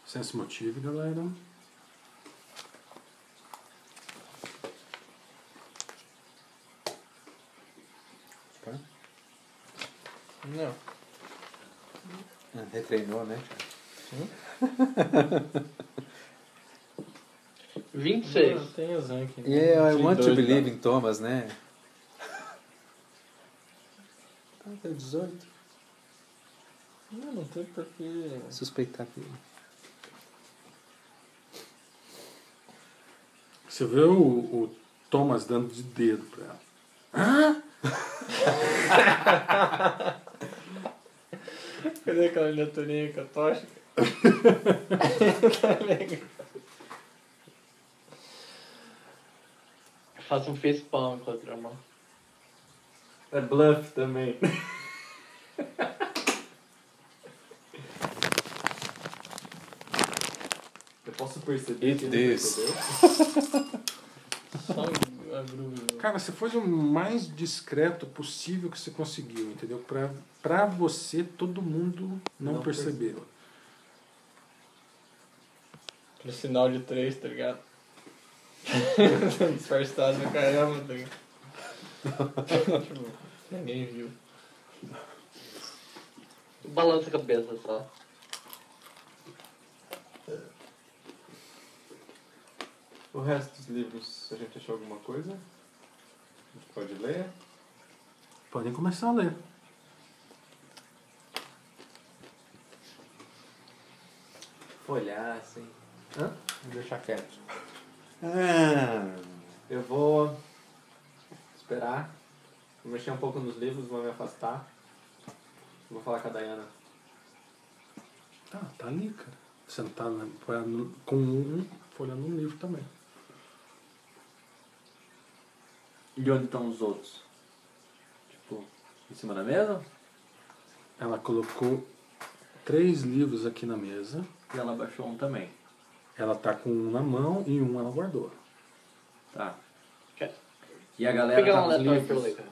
Senso motivo, galera. Não. Ah, retreinou, né? 26. Não, tem as ranking. Yeah, É, I Tem want to dois, believe in Thomas, né? Ah, deu 18. tá? Não, não tem porque. Suspeitar dele. Você vê o, o Thomas dando de dedo pra ela. Cadê aquela miniaturinha com a tocha? tá legal. Faço um face palm com a outra mão. É bluff também. Eu posso perceber Eat que ele this. percebeu? Só um- uma grúvula. Cara, você foi o mais discreto possível que você conseguiu, entendeu? Pra, pra você, todo mundo não, Não percebeu. No sinal de três, tá ligado? Disfarçado pra caramba, tá ligado? Tipo, Ninguém viu. Balança a cabeça só. O resto dos livros, a gente achou alguma coisa? A gente pode ler? Podem começar a ler. Folhar, assim. Vou deixar quieto. Eu vou esperar. Vou mexer um pouco nos livros, vou me afastar. Vou falar com a Dayana. Tá, tá ali, cara. Sentado né, folhado no- com um, folhando um livro também. E onde estão os outros? Tipo, em cima da mesa? Ela colocou três livros aqui na mesa. E ela baixou um também. Ela tá com um na mão e um ela guardou. Tá. Quer? E a Vou galera pegar tá um nos aleatório pra eu livros? ler.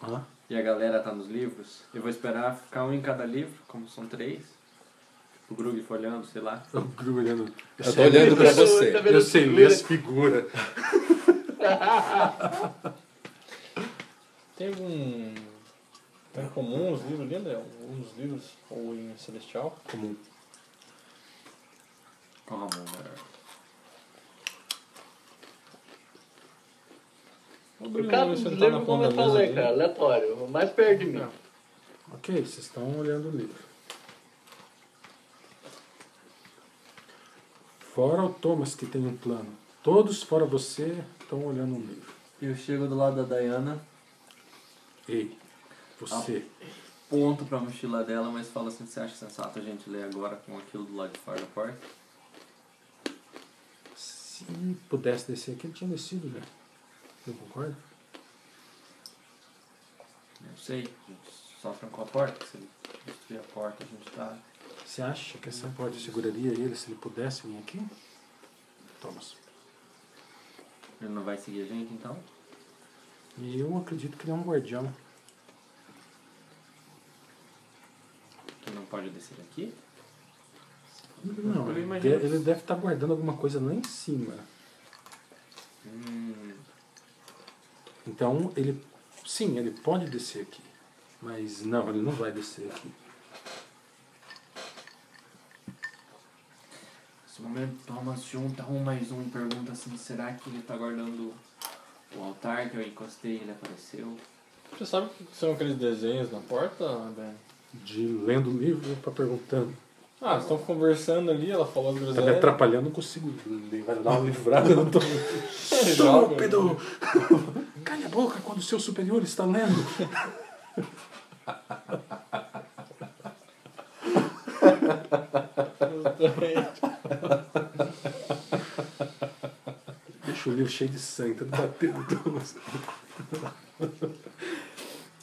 cara. Hã? E a galera tá nos livros? Eu vou esperar ficar um em cada livro, como são três. Tipo, O Grug folhando, sei lá. Eu fico olhando. Eu, Eu tô sei- olhando pra Tô- você. tá vendo eu as sei ler figuras? as figuras. Tem algum. Tem comum os livros ali, André? Alguns livros? Ou em Celestial? Como Como? O O cara tá dos livros começou a ler, cara. Aleatório. O mais perto de mim. Não. Ok, vocês estão olhando o livro. Fora o Thomas que tem um plano. Todos fora você estão olhando um livro. Eu chego do lado da Dayana, Ei, você. Ah. ponto pra mochila dela, mas falo assim, você acha sensato a gente ler agora com aquilo do lado de fora da porta? Se pudesse descer aqui, ele tinha descido já. Não concorda? Eu sei, a gente só trancou a porta, se ele destruir a porta, a gente tá... Você acha que essa porta seguraria ele se ele pudesse vir aqui? Thomas. Ele não vai seguir a gente, então? E eu acredito que ele é um guardião. Que não pode descer aqui? Não, Eu ele de- imagino. ele deve estar guardando alguma coisa lá em cima. Hum, Então, ele. Sim, ele pode descer aqui. Mas não, ele não vai descer aqui. nesse momento, Thomas junta um mais um e pergunta assim, será que ele tá guardando o altar que eu encostei e ele apareceu? Você sabe o que são aqueles desenhos na porta, André? De lendo o livro pra perguntando. Ah, vocês estão conversando ali, ela falou as Tá me groselhas. atrapalhando, não consigo. ler. Vai dar uma livrada, eu não tô. Estúpido! Calha a boca quando o seu superior está lendo. Deixa o livro cheio de sangue, tá batendo Thomas.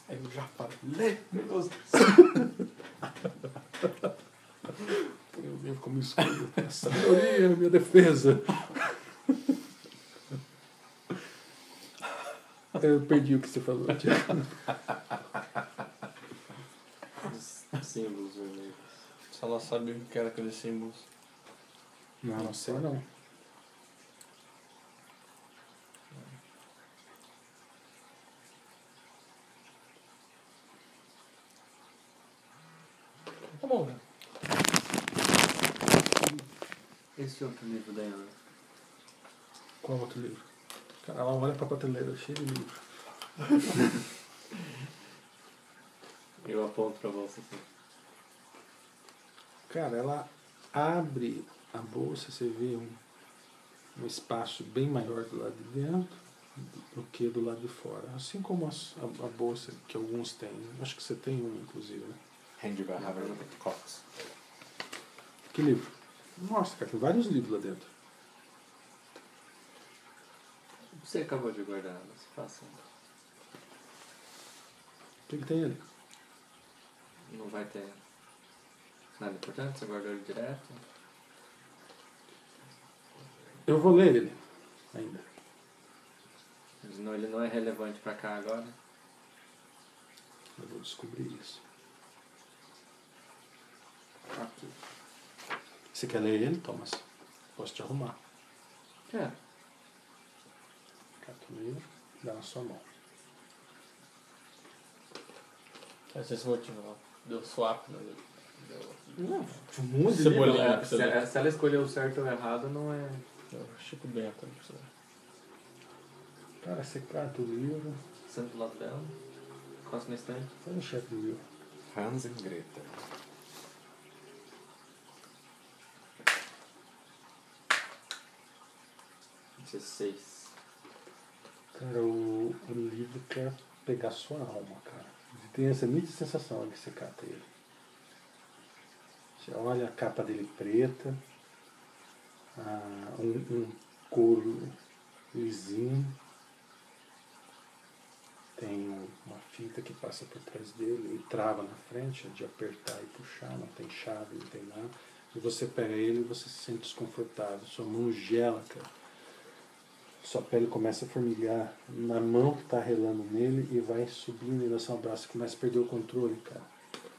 Aí eu já falo, lê, meu Deus do céu. Põe o livro como escudo. A sabedoria é minha defesa. Eu perdi o que você falou, Tiago. Os símbolos vermelhos. Se ela sabe o que era aqueles símbolos. Não, não sei não. Tá bom, né? é Esse outro livro, Dayana. Qual outro livro? Cara, ela olha pra prateleira, cheia de livro. Eu aponto pra você assim. Cara, ela abre a bolsa, você vê um um espaço bem maior do lado de dentro do que do lado de fora. Assim como as- a, a bolsa que alguns têm. Acho que você tem uma, inclusive, né? Henry vai have a look at Cox. Que livro? Nossa, cara, tem vários livros lá dentro. Você acabou de guardar, mas faça. O que, que tem ali? Não vai ter nada importante, você guardou ele direto. Eu vou ler ele ainda. Mas não, ele não é relevante pra cá agora. Eu vou descobrir isso. Aqui. Você quer ler ele, Thomas? Posso te arrumar. É. Cata o livro, dá na sua mão. Esse é esse motivo lá. Deu swap, né? Deu- Deu... É, Cebolinha. se, ela- se ela escolheu o certo ou o errado, não é. Eu Chico Bento. né, pessoal? Cara, você cata o livro, Senta do lado dela. Encosta no estante. põe no chefe do livro. Hans and Greta. Cara, o, o livro quer pegar sua alma, cara. Você tem essa nítida sensação que você cata ele. Você olha a capa dele preta, ah, um, um couro lisinho. Tem um, uma fita que passa por trás dele e trava na frente, é de apertar e puxar, não tem chave, não tem nada. E você pega ele e você se sente desconfortável, sua mão gela, cara. Sua pele começa a formigar na mão que tá relando nele e vai subindo em direção ao braço. Você começa a perder o controle, cara.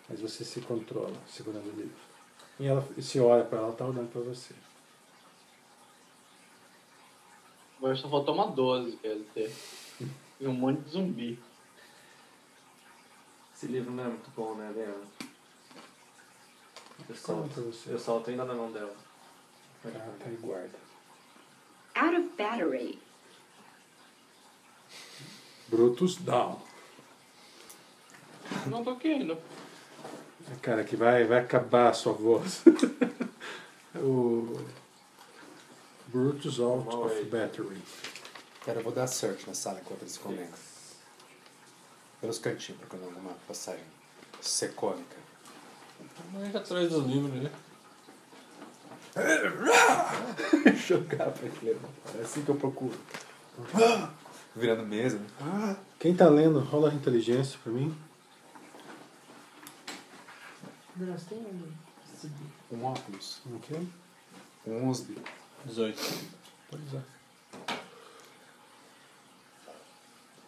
Mas você se controla, segurando o livro. E ela e se olha pra ela, ela tá olhando pra você. Agora só faltou uma 12 que ele ter. E um monte de zumbi. Esse livro não é muito bom, né, Leandro? Eu Como solto. pra você? Eu solto ainda na mão dela. Tá, Cata e Tá, guarda. Out of battery. Brutus down. Não toquei ainda. É, Cara, que vai, vai acabar a sua voz. o Brutus out of battery. Cara, eu vou dar search na sala enquanto eles comentam. Pelos cantinhos, procurando alguma passagem secônica. Mas atrás dos livros, né? Jogar pra ele. É assim que eu procuro. Ah! Virando mesa, né? Quem tá lendo, rola a inteligência pra mim. Um óculos. Ok? Um USB. 18.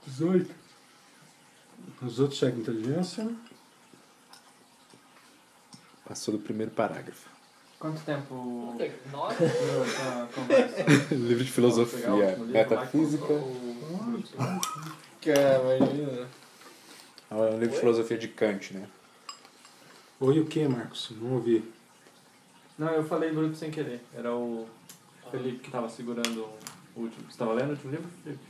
18. Os outros chegam inteligência. Passou do primeiro parágrafo. Quanto tempo Nossa, durou essa conversa? Livro de filosofia, metafísica. Caralho. É um livro de filosofia de Kant, né? Oi, o que, Marcos? Não ouvi. Não, eu falei bruto sem querer. Era o Felipe que tava segurando o último. Você tava lendo o último livro, Felipe?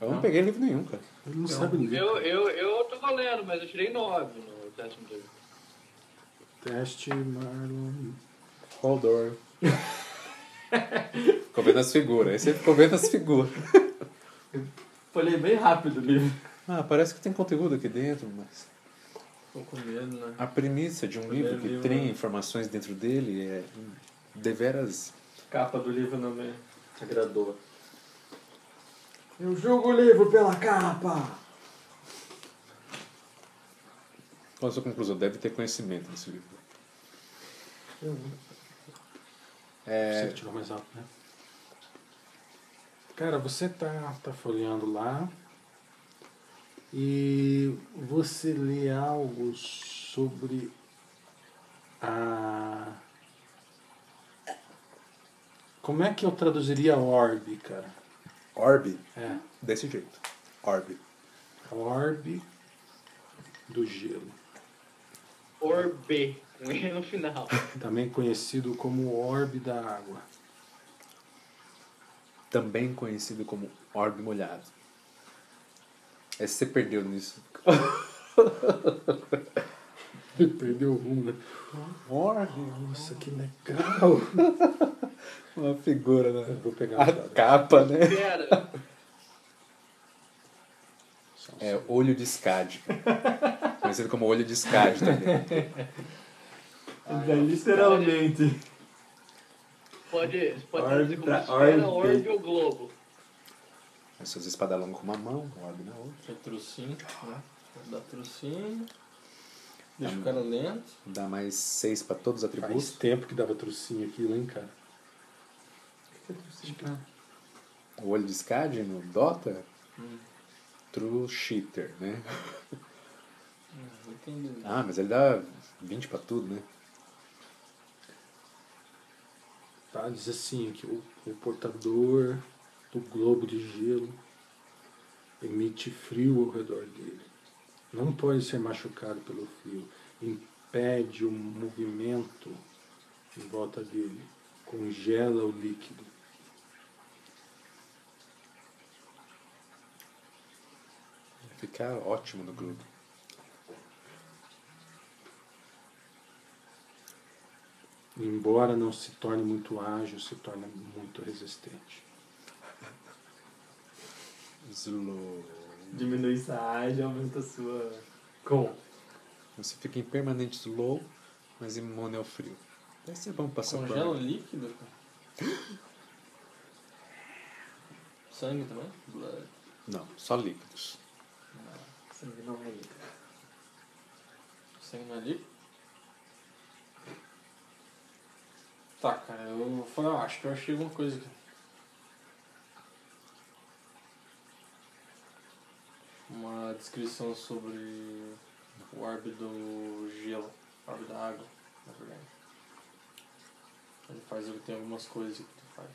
Eu não, peguei livro nenhum, cara. Ele não sabe ler. eu, eu, eu tô valendo, mas eu tirei 9 no teste de Teste, Marlon. Holdor. ficou vendo as figuras. Aí você ficou vendo as figuras. Falei bem rápido o livro. Ah, parece que tem conteúdo aqui dentro, mas... Ficou com medo, né? A premissa de um livro que livro, tem né? informações dentro dele é deveras. Capa do livro não me agradou. Eu julgo o livro pela capa! Qual a sua conclusão? Deve ter conhecimento nesse livro. Você É, que tirou mais alto, né? Cara, você tá, tá folheando lá e você lê algo sobre a. Como é que eu traduziria orbe, cara? orbe, É. desse jeito. Orbe. A orbe do gelo, Orbe. Um E no final. também conhecido como orbe da água. Também conhecido como orbe molhado. Esse você perdeu nisso. Perdeu o rumo, né? Orbe, nossa, que legal! Uma figura, né? Vou pegar um A dado. capa, né? Pera, um É olho de escade. Conhecido como olho de escade também. Literalmente. pode, pode traduzir Orbe como pra esfera, orbe. orbe ou globo. As suas espadas longas com uma mão, um orbe na outra. É trucinho, né? Vou dar trucinho. Deixa o cara lento. Dá mais seis pra todos os Faz atributos. tempo que dava trucinho aqui, lá em cara. O olho de Skad no Dota. True Cheater, né? Vou entender. Ah, mas ele dá 20 pra tudo, né? Tá? Diz assim que o, o portador do globo de gelo emite frio ao redor dele. Não pode ser machucado pelo frio. Impede o movimento em volta dele. Congela o líquido. Fica ótimo no grupo. Embora não se torne muito ágil, se torna muito resistente. Zulu. Diminui sua ágil, aumenta a sua. Com. Você fica em permanente slow, mas imune ao frio. Deve ser bom passar Congela o pano. é um líquido, cara. Sangue também? Blood. Não, só líquidos. Sangue não é líquido. Sangue não é líquido? Tá, cara, eu, eu acho que eu achei alguma coisa aqui. Uma descrição sobre o orbe do gelo, orbe da água, na verdade. Ele faz, ele tem algumas coisas que ele faz.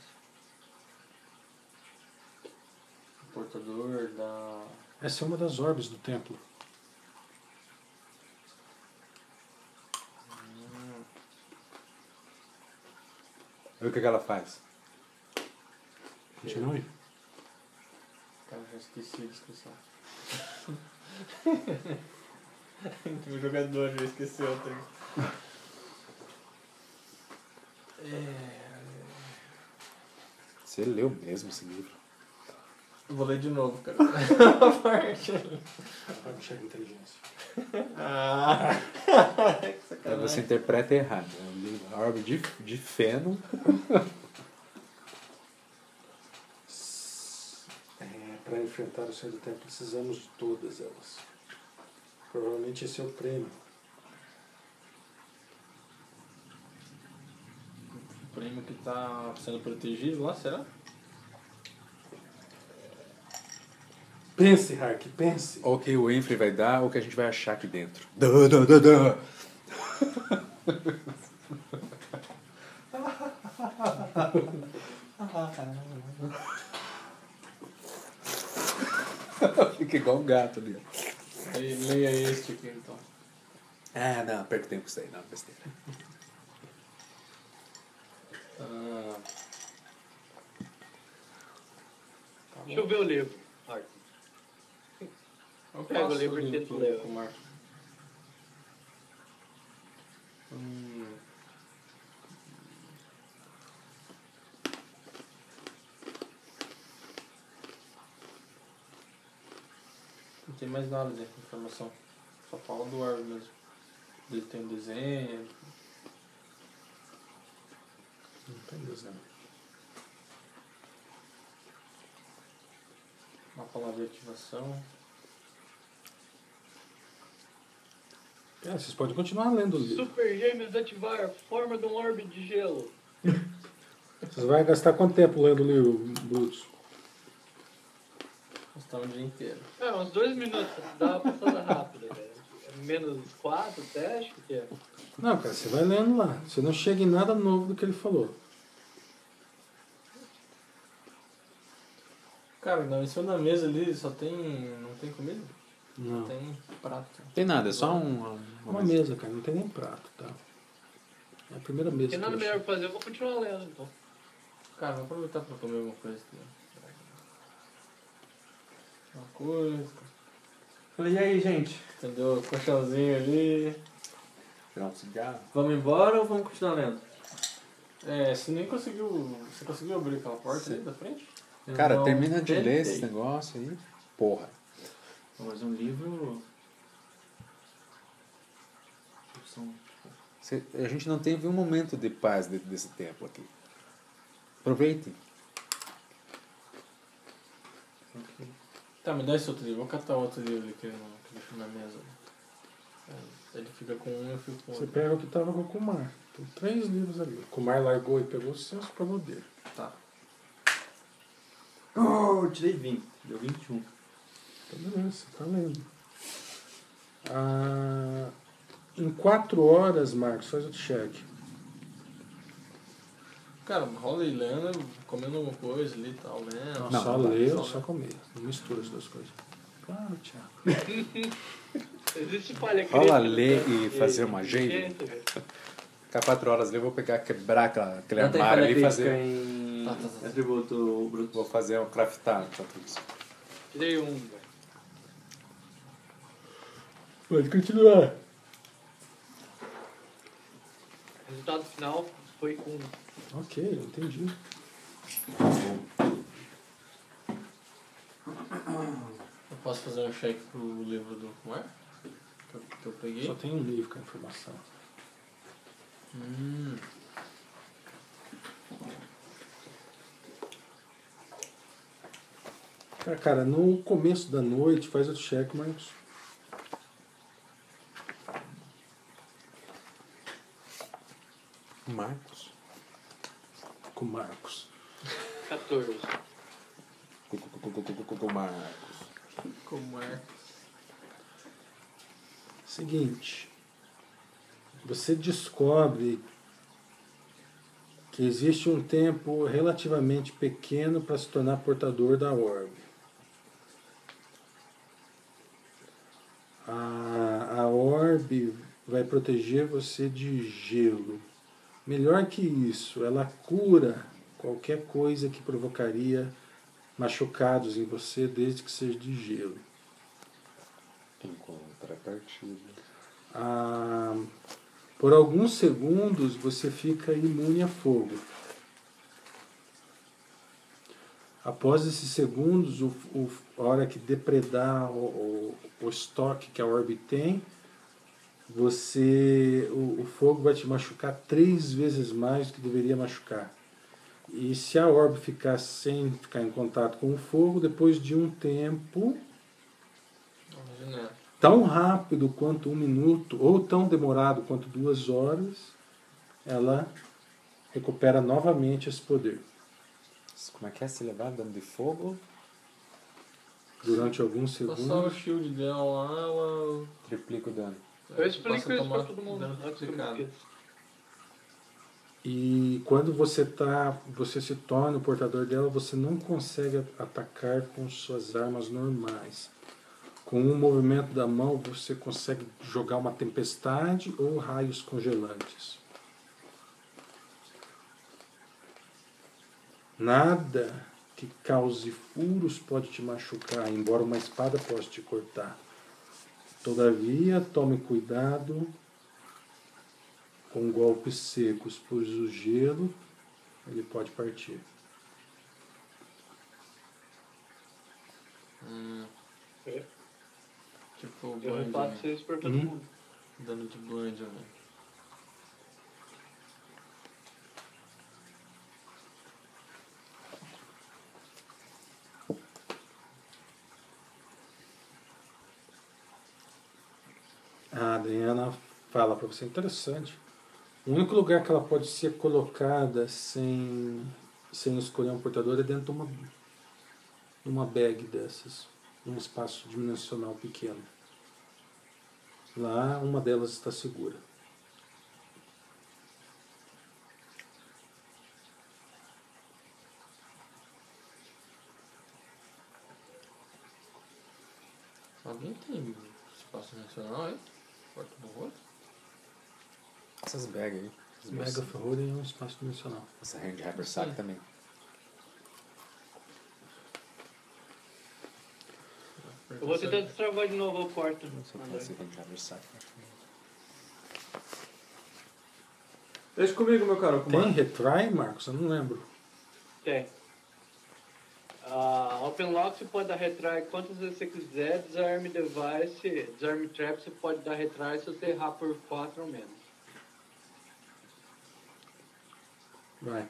O portador da. Essa é uma das orbes do templo. Hum, Olha o que que ela faz. Continue. Cara, eu já esqueci a descrição. o jogador já esqueceu tá ligado? É, Você leu mesmo esse livro. eu Vou ler de novo, cara. A parte. Agora não chega a inteligência. Ah, que Aí sacanagem. você interpreta errado. É um livro- A árvore de, de feno. É, para enfrentar o Senhor do Tempo precisamos de todas elas. Provavelmente esse é o prêmio. O prêmio que tá sendo protegido lá, será? Pense, Hark, pense. Ou o que o Winfrey vai dar, ou o que a gente vai achar aqui dentro. Dã, dã, dã, dã. Fica igual um gato ali. ó. Aí, leia este aqui então. Ah, não, perco tempo com isso aí, não, besteira. Ah, tá Deixa eu bom. ver o livro. Eu Pega o passo livro ali e tento pro- ler. pro Marcos. Hum. Não tem mais nada de informação. Só fala do ar mesmo. Ele tem um desenho. Não tem né? desenho. Uma palavra de ativação. É, vocês podem continuar lendo o livro. Super Gêmeos ativar forma de um orbe de gelo. Vocês vão gastar quanto tempo lendo o livro, Brutus? Nós estamos o dia inteiro. É, uns dois minutos, dá uma passada rápida, velho. É Menos quatro, até acho que é. Não, cara, você vai lendo lá. Você não chega em nada novo do que ele falou. Cara, não, em cima da mesa ali só tem. não tem comida? Não. Tem prato. Tem nada, é só um. um- Uma mesa, cara, não tem nem prato, tá? É a primeira mesa. Tem que nada eu melhor achei. pra fazer, eu vou continuar lendo então. Cara, vou aproveitar pra comer alguma coisa aqui. Uma coisa, Falei, e aí, gente? entendeu? Colchãozinho ali. Tirar um cigarro. Vamos embora ou vamos continuar lendo? É, você nem conseguiu. Você conseguiu abrir aquela porta ali da frente? Cara, Não termina de ler esse tentei. negócio aí. Porra. Mas um livro. São Cê- a gente não teve um momento de paz dentro desse tempo aqui. Aproveitem. Tá, me dá esse outro livro. Vou catar outro livro ali que eu, que eu deixei na mesa. É, Ele fica com um, eu fico com Você outro. pega o que tava com o Kumar. Tem três livros ali. O Kumar largou e pegou os seus, pegou o dele. Oh, eu tirei 20. Deu 21. Então, beleza, você tá lendo. Ah, em quatro horas, Marcos, faz o check. Cara, rola aí lendo, comendo alguma coisa ali e tal, lendo. Não, só não dá, leu, só só leu. comer. Não mistura as duas coisas. Claro, Thiago. Existe falha crítica. Fala ler e né? fazer uma agenda. Gente, velho. Ficar quatro horas ali, eu vou pegar, quebrar aquela, aquele Não tem armário falha ali e crítica fazer. em Tá, tá, tá, tá. atributo Vou bruto. fazer um craftar. Tá tudo isso. Tirei um, velho. Pode continuar. O resultado final foi com um. Ok, eu entendi. Eu posso fazer um check pro livro do Kumar? Que eu, que eu Só peguei? tem um livro com a informação. Hum. Cara, cara, no começo da noite, faz o check, Marcos. Marcos? Com Marcos. 14. Cu, cu, cu, cu, cu, cu, cu, cu, cu, Marcos. Kumar. Seguinte. Você descobre que existe um tempo relativamente pequeno para se tornar portador da orbe. A, a orbe vai proteger você de gelo. Melhor que isso, ela cura qualquer coisa que provocaria machucados em você, desde que seja de gelo. Em contrapartida. Ah, por alguns segundos você fica imune a fogo. Após esses segundos, o, o- a hora que depredar o, o- o estoque que a orbe tem, você o, o fogo vai te machucar três vezes mais do que deveria machucar. E se a orbe ficar sem ficar em contato com o fogo, depois de um tempo, Imagina. tão rápido quanto um minuto ou tão demorado quanto duas horas, ela recupera novamente esse poder Como é que é se levar dano de fogo? durante alguns Passar o segundos. Tá shield dela lá, ela. é, Triplica o dano. Eu explico passa a isso pra tomar todo mundo. dano antes que eu me triplicado. esqueça. E quando você tá, você se torna o portador dela, você não consegue a- atacar com suas armas normais. Com um movimento da mão, você consegue jogar uma tempestade ou raios congelantes. Nada que cause furos pode te machucar, embora uma espada possa te cortar. Todavia, tome cuidado com golpes secos, pois o gelo ele pode partir. Hum. É. Tipo, Eu blind, repasso né? isso pra todo Hum. mundo. Dano de blind, né? A Adriana fala para você, interessante. O único lugar que ela pode ser colocada sem, sem escolher um portador é dentro de uma, de uma bag dessas, num espaço dimensional pequeno. Lá uma delas está segura. Alguém tem espaço nacional aí? Porta do outro? Essas bags aí. Essas Mega Ferrari é um espaço dimensional. Essa hand hyper sack Sim. também. Eu vou tentar destravar de novo a porta. é Só tem esse hand hyper sack. Deixa comigo, meu caro Kumar. Tem retry, Marcos? Eu não lembro. Tem. Ah, open Lock você pode dar retry quantas vezes você quiser. Desarm Device, Desarm Trap você pode dar retry se você errar por 4 ou menos. Vai.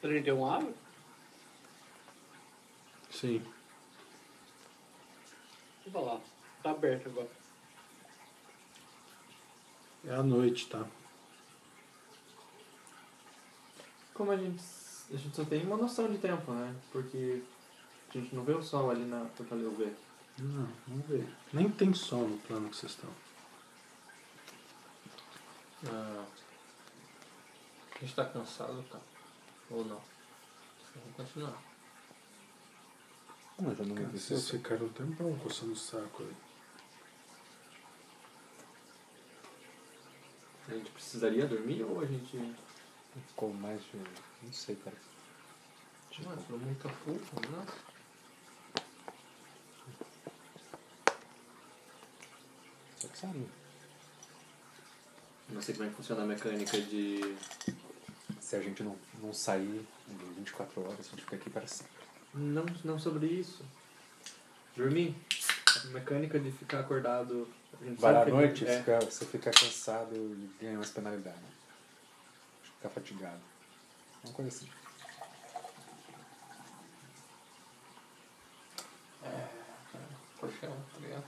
Prendeu um ave? Sim. Deixa eu lá. Tá aberto agora. É à noite, tá? é? Como a gente, a gente só tem uma noção de tempo, né? Porque a gente não vê o sol ali na Fortaleza V. Não, Ah, vamos ver. Nem tem sol no plano que vocês estão. Ah, a gente tá cansado, cara? Ou não? Vamos continuar. Não, eu já não Cara, lembro se Vocês eu- ficaram um tempão coçando o saco aí. A gente precisaria dormir ou a gente. Ficou mais de. Não sei, cara. Tipo, Mano, foi muito pouco, né? Só que sabe. Não sei como é que funciona a mecânica de. Se a gente não, não sair em 24 horas, a gente fica aqui para sempre. Não, não sobre isso. Dormir. A mecânica de ficar acordado. A gente Vai à sabe que- noite, é. fica- você fica cansado e ganha umas penalidades. né? Fica fatigado. Uma coisa assim. É, Poxa, tá ligado?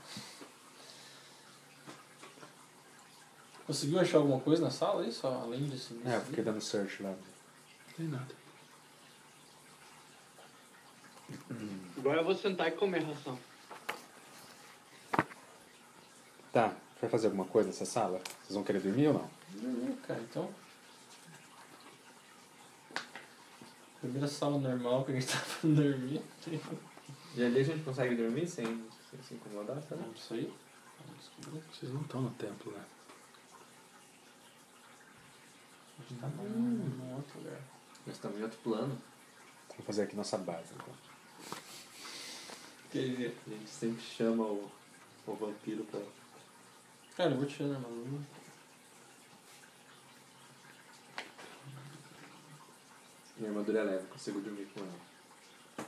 Conseguiu achar alguma coisa na sala aí, só além disso? É, eu fiquei dando search lá. Não tem nada. Agora eu vou sentar e comer ração. Tá, vai fazer alguma coisa nessa sala? Vocês vão querer dormir ou não? Dormir, cara, então. Primeira sala normal que a gente tá pra dormir. é. E ali a gente consegue dormir sem, sem se incomodar, sabe? Vamos sair. Vamos descobrir. Vocês não estão no templo, né? A gente tá num, num outro lugar. Nós tá estamos em outro plano. Vou fazer aqui nossa base. Então. Porque a gente sempre chama o, o vampiro pra. Cara, eu vou tirar a armadura. Minha armadura é leve, consigo dormir com ela.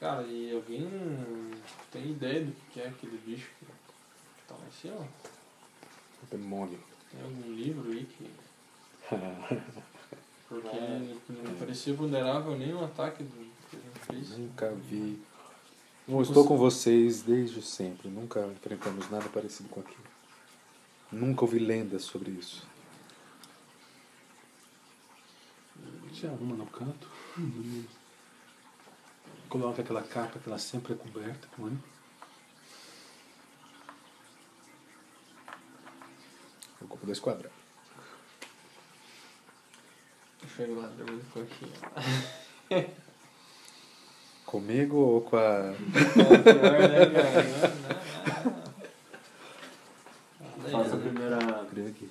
Cara, e alguém tem ideia do que é aquele bicho que que tá lá em cima? Demônio. Tem algum É um livro aí que. Porque é. não parecia vulnerável nem o ataque do que a gente fez. Nunca vi. Não estou com vocês desde sempre. Nunca enfrentamos nada parecido com aquilo. Nunca ouvi lendas sobre isso. Se arruma no canto. Coloca aquela capa que ela sempre é coberta, põe. Ocupa dois quadrados. Chego lá, dormindo com aqui. Comigo ou com a. É, né, É né? Faça a primeira. Greg?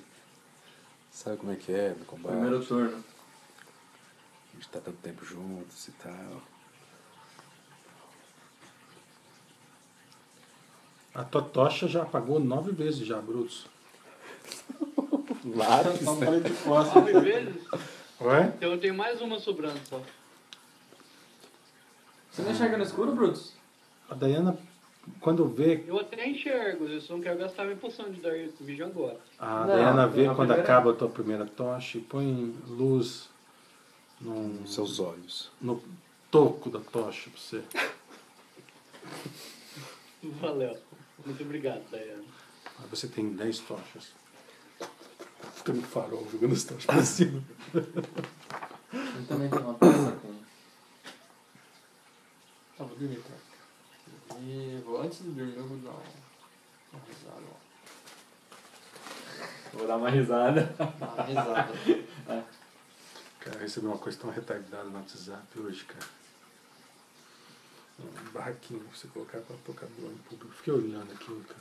Sabe como é que é no combate? Primeiro turno. A gente tá tanto tempo juntos e tal. A tua tocha já apagou nove vezes já, Brutus. Lápis? Só parei de costas. Nove vezes? Ué? Então eu tenho mais uma sobrando só. Você não enxerga no escuro, Brutus? A Dayana, quando vê. Eu até enxergo, eu só não quero gastar minha poção de dar Vision agora. A Não, é Dayana vê a quando primeira- acaba a tua primeira tocha e põe luz num- Nos seus olhos. no toco da tocha pra você. Valeu. Muito obrigado, Dayana. Aí você tem 10 tochas. Tem um farol jogando as tochas pra cima. Eu também tenho uma peça com. Tá, vou dormir, cara. E vou, antes de dormir, eu vou dar um- uma risada. ó. Vou dar uma risada. Uma risada. Cara, eu recebi uma coisa tão retardada no WhatsApp hoje, cara. Um barraquinho pra você colocar pra tocar violão em público. Fiquei olhando aqui, cara.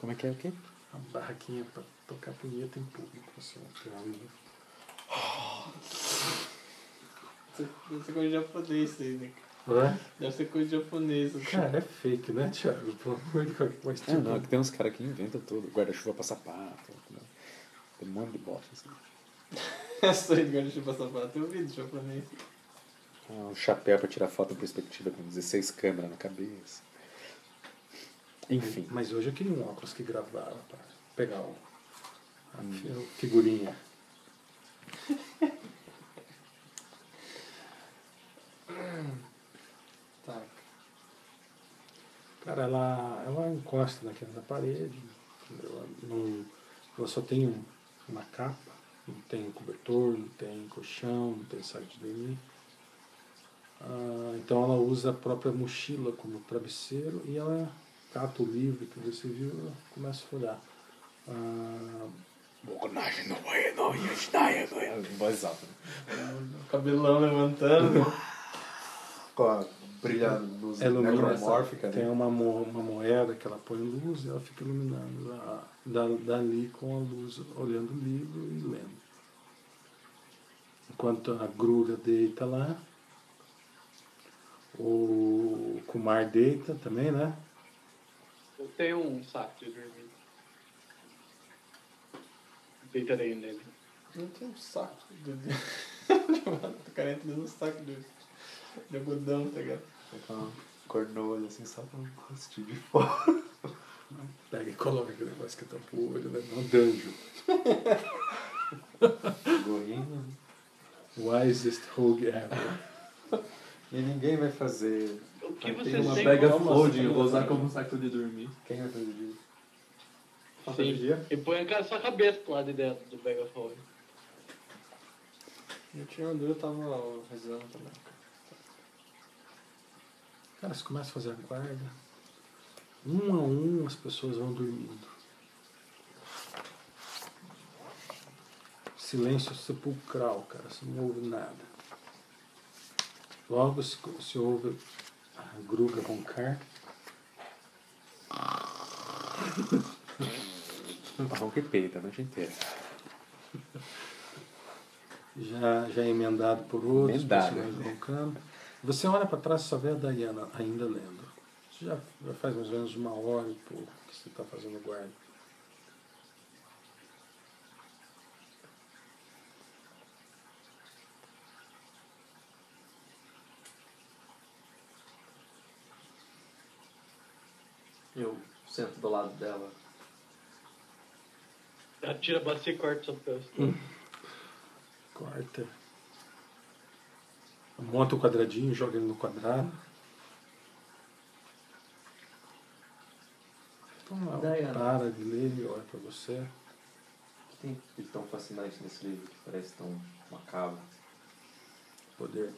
Como é que é o quê? Uma barraquinha pra tocar punheta em público. Assim, uma pirâmide. Deve ser coisa de japonês isso aí, né? Ué? Deve ser coisa de japonês. assim. Cara, é fake, né, Thiago? Pelo amor de Deus. Mas, É, tipo, não, é que tem uns caras que inventam tudo. Guarda-chuva pra sapato. né? Tem um monte de bosta. Assim. Essa aí do guarda-chuva sapato, eu vi um de japonês. Ah, Um chapéu pra tirar foto em perspectiva com 16 câmeras na cabeça. Enfim. mas hoje eu queria um óculos que gravava pra pegar o, a fi- Hum. figurinha. Tá. Cara, ela, ela encosta naquela na parede, entendeu? Ela, não, ela só tem um- uma capa, não tem cobertor, não tem colchão, não tem saco de dormir. Ah, então ela usa a própria mochila como travesseiro e ela cata o livro que você viu e ela começa a folhar. Ah, É, Voz alta. Cabelão levantando. Com a brilha luz É Ela ilumina essa- necromórfica, É Tem né? uma, mo- uma moeda que ela põe luz e ela fica iluminando a, da, dali com a luz, olhando o livro e lendo. Enquanto a grulha deita lá, o Kumar deita também, né? Eu tenho um saco de dormir. Deitarei nele. Não tem um saco de O cara entra no saco de, de algodão, tá ligado? Então, um- cor no olho, assim, só pra assistir de fora. Pega e coloca aquele negócio que tampa o olho, né? Um danjo. Gorrinho. Wisest rogue ever. E ninguém vai fazer. O que Ah, Tem você uma tem? Pega Calma, folding, você eu vou usar tá- como saco de dormir. Quem vai fazer disso? Sim. E põe a sua cabeça pro lado de dentro do Bag of Holding. Eu tinha uma dúvida, eu tava rezando tá também. Cara, você começa a fazer a guarda. Um a um as pessoas vão dormindo. Silêncio sepulcral, cara. Você não ouve nada. Logo se, se ouve a gruga roncar. Marrom que peita a noite inteira. já, já emendado por outros, Emendado. personagens roncando. Você olha para trás e só vê a Diana ainda lendo. Isso já, já faz mais ou menos uma hora e pouco que você está fazendo guarda. Eu sento do lado dela. Atira a bacia e corta sua cabeça. Corta. Monta o quadradinho, joga ele no quadrado. Então, ela Diana. para de ler e olha para você. O que tem de tão fascinante nesse livro que parece tão macabro? Poder.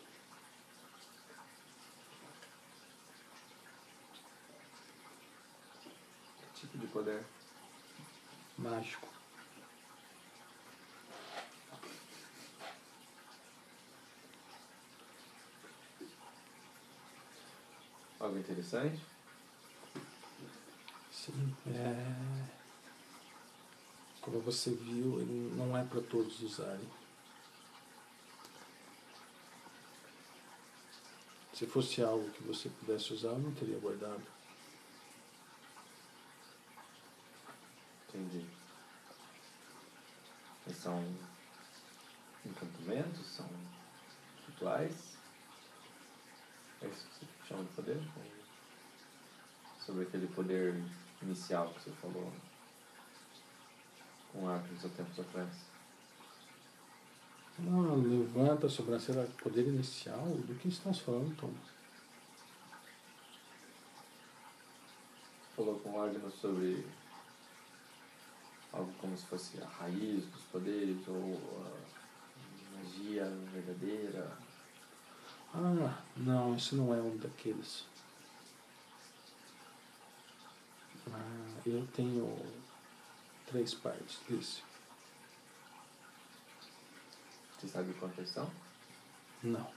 Que tipo de poder? mágico. Algo interessante? Sim, é. Como você viu, ele não é para todos usarem. Se fosse algo que você pudesse usar, eu não teria guardado. Entendi. Mas são encantamentos, são rituais. É isso que você chama de poder? Ou Sobre aquele poder inicial que você falou né? com Arcos há tempos atrás. Não, Então, levanta a sobrancelha, poder inicial? Do que estamos falando, Tom? Falou com Agnes sobre algo como se fosse a raiz dos poderes ou a magia verdadeira. Ah, não, isso não é um daqueles. Ah, eu tenho três partes desse. Você é sabe quantas são? Não.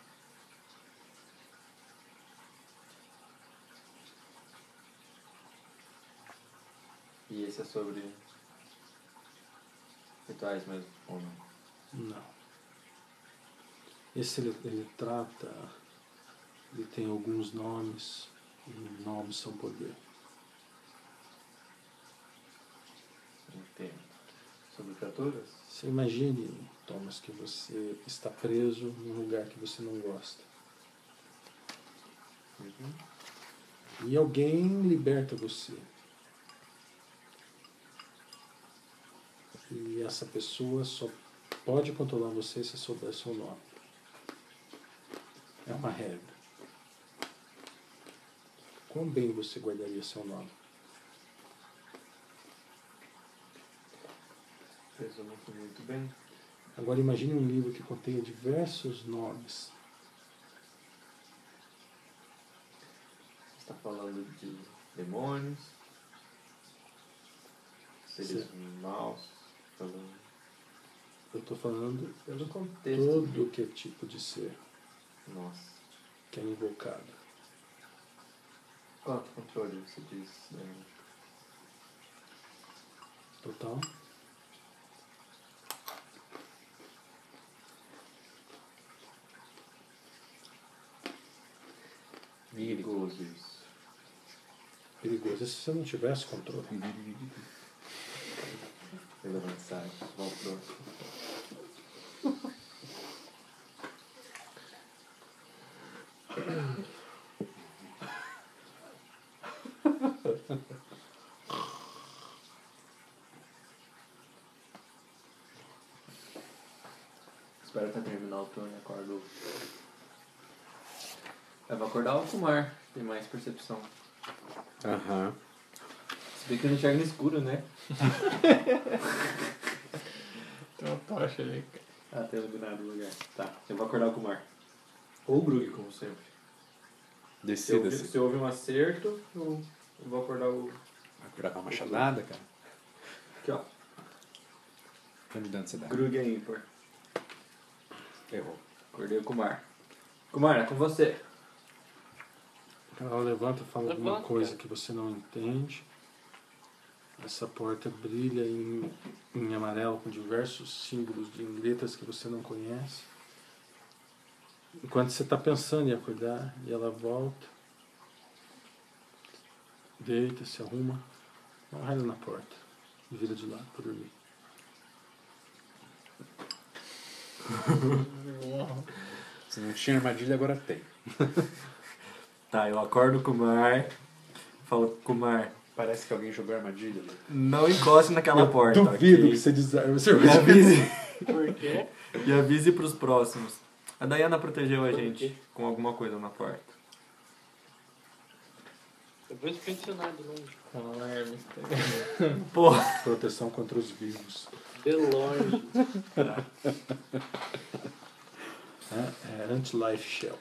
E esse é sobre rituais mesmo, ou não? Não. Esse ele, ele trata. Ele tem alguns nomes. E nomes são poder. Entendo. Sobre criaturas? Você imagine, Thomas, que você está preso num lugar que você não gosta. Uhum. E alguém liberta você. E essa pessoa só pode controlar você se souber seu nome. É uma regra. Quão bem você guardaria seu nome? Presumo que muito bem. Agora imagine um livro que contenha diversos nomes. Você está falando de demônios, seres maus, falando Eu estou falando pelo contexto. todo que é tipo de ser Nossa. que é invocado. Quanto é controle você diz? né? Total? Perigoso isso. Perigoso. E se você não tivesse controle? Pela mensagem. Qual o próximo? Espero até terminar o turno e acordo. Eu vou acordar o Kumar, tem mais percepção. Aham. Se bem que eu não enxergo no escuro, né? Tem uma tocha ali, cara. Ah, tá iluminado o lugar. Tá, eu vou acordar o Kumar. Ou o Grug, como sempre. Se eu, Decida-se. se eu ouvir um acerto, eu eu vou acordar o. Vai gravar uma machadada, cara? Aqui, ó. Tá me dando cidade. Grug é ímpar. Errou. Acordei o Kumar. Kumar, é com você. Ela levanta, fala alguma Levanta. coisa que você não entende. Essa porta brilha em, em amarelo com diversos símbolos de letras que você não conhece. Enquanto você está pensando em acordar, e ela volta, deita, se arruma, dá um raio na porta e vira de lado para dormir. Se não tinha armadilha, agora tem. Tá, eu acordo com o Kumar. Falo, Kumar, Parece que alguém jogou armadilha né? ali. não encoste naquela porta. Duvido ok? que você desarme seu E avise, Por quê? e avise pros próximos. A Dayana protegeu a gente com alguma coisa na porta. Eu vou inspecionar de longe. Alarme. Porra, proteção contra os vivos. De longe. É, é anti-life shell.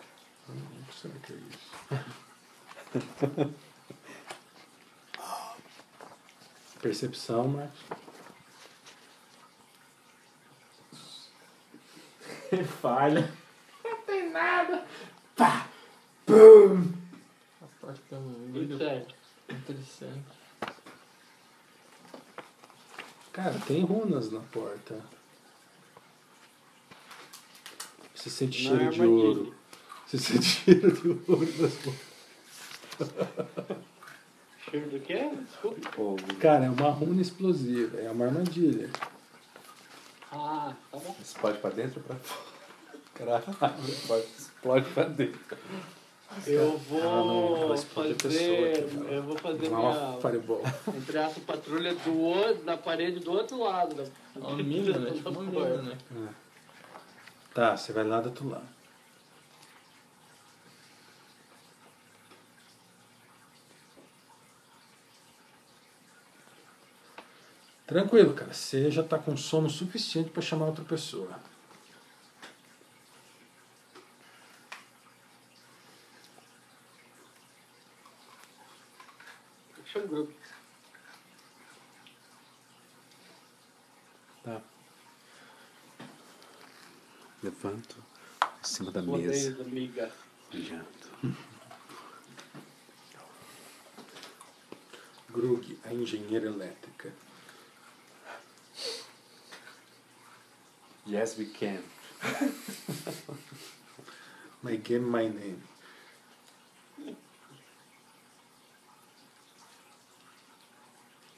Não sei o que é isso. Percepção, né? Marcos. Falha. A tocha tem um Tudo brilho certo. interessante. Cara, tem runas na porta. Você sente Na cheiro de armadilha. ouro. Você sente cheiro de ouro nas portas. Cheiro do quê? Desculpa. Cara, é uma runa explosiva. É uma armadilha. Ah, tá bom. Explode pra dentro ou pra fora? Caralho, explode, explode pra dentro. Eu Ela Ah, não- vou ela explode a fazer. pessoa, cara. eu vou fazer Não é uma minha. fireball. Entre aspas, patrulha do outro, da parede do outro lado. Da... É uma mina, né? Tipo uma mina, né? Tá, você vai lá do outro lado. Tranquilo, cara. Você já tá com sono suficiente pra chamar outra pessoa. Deixa um eu ver. Levanto em cima da mesa, Odeio, amiga. olhando. Krug, a engenheira elétrica. Yes, we can. My game, my name.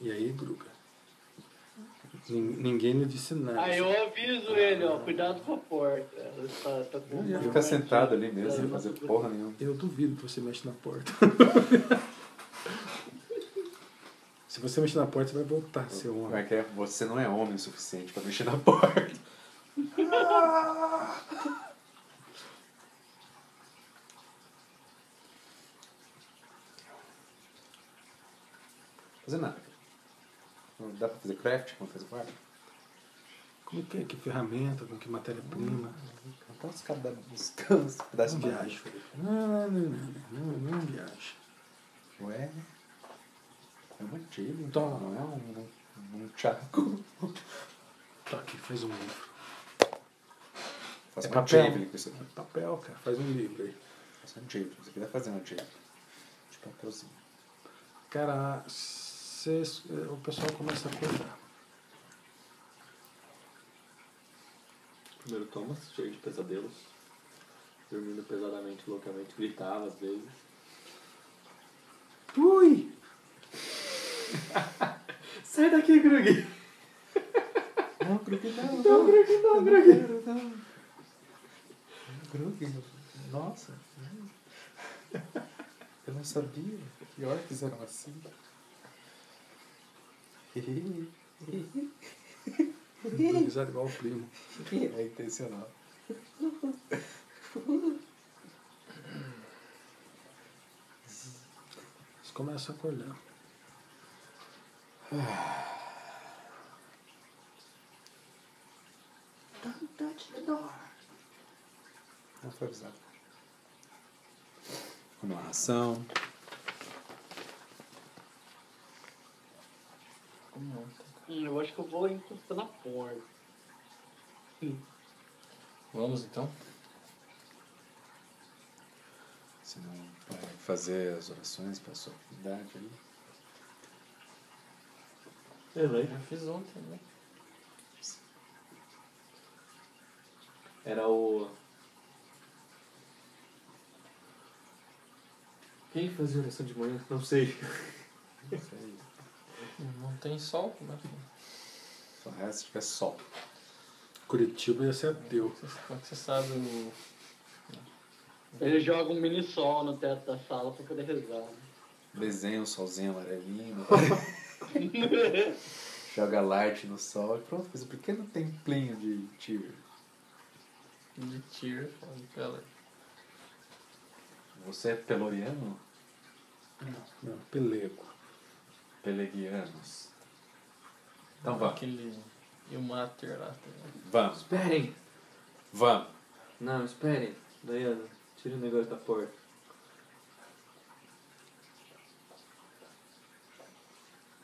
E aí, Gruga? Nin- Ninguém lhe disse nada. Aí Ah, eu aviso ele, ó, cuidado com a porta. Ela tá, tá com Eu ia ficar sentado ali mesmo, sem fazer porra nenhuma. Eu duvido que você mexe na porta. Se você mexer na porta, você vai voltar a ser um Como homem. é que é? Você não é homem o suficiente pra mexer na porta. Fazer nada, cara. Não dá pra fazer craft quando faz o quarto? Como que é? Que ferramenta? Com que matéria-prima? Não tá os caras da- buscando os pedaços Não de viaje, Felipe. Não, não, não, não, não, não viaje. Ué? É uma trilha, Toma. então não é um, um, um chaco. Tá aqui, faz um livro. Faça É uma papel. javelin com isso aqui. Papel, cara, faz um livro aí. Faça um javelin. Isso aqui dá pra fazer um javelin. De papelzinho. Cara, cê- é, o pessoal começa a acordar. Primeiro Thomas, cheio de pesadelos. Dormindo pesadamente, loucamente, gritava às vezes. Ui! Sai daqui, Grug! Não, Krug não. Não, Grug, não, Grug! Krug, nossa. Eu não sabia que orcs eram assim. Organizado igual o primo. É intencional. Eles começam a acordar. Don't touch the door. Não foi avisado. Vamos lá, ração. Hum, eu acho que eu vou encostar na porta. Vamos então? Se não vai fazer as orações para sua atividade ali. Já fiz ontem, né? Era o. Quem fazia oração de manhã? Não sei. Não tem sol, como é que Só resta se tiver sol. Curitiba ia ser ateu. como é que você sabe o. Ele joga um mini sol no teto da sala pra poder rezar. Desenha um solzinho amarelinho. Joga light no sol e pronto, fez um pequeno templinho de tiro. De tiro, falando pra ela. Você é peloriano? Não, pelego. Peleguianos. Então vamos. Aquele. E o Mater lá tá também. Vamos, Esperem! vamos. Não, esperem. Daiana, tira o negócio da porta.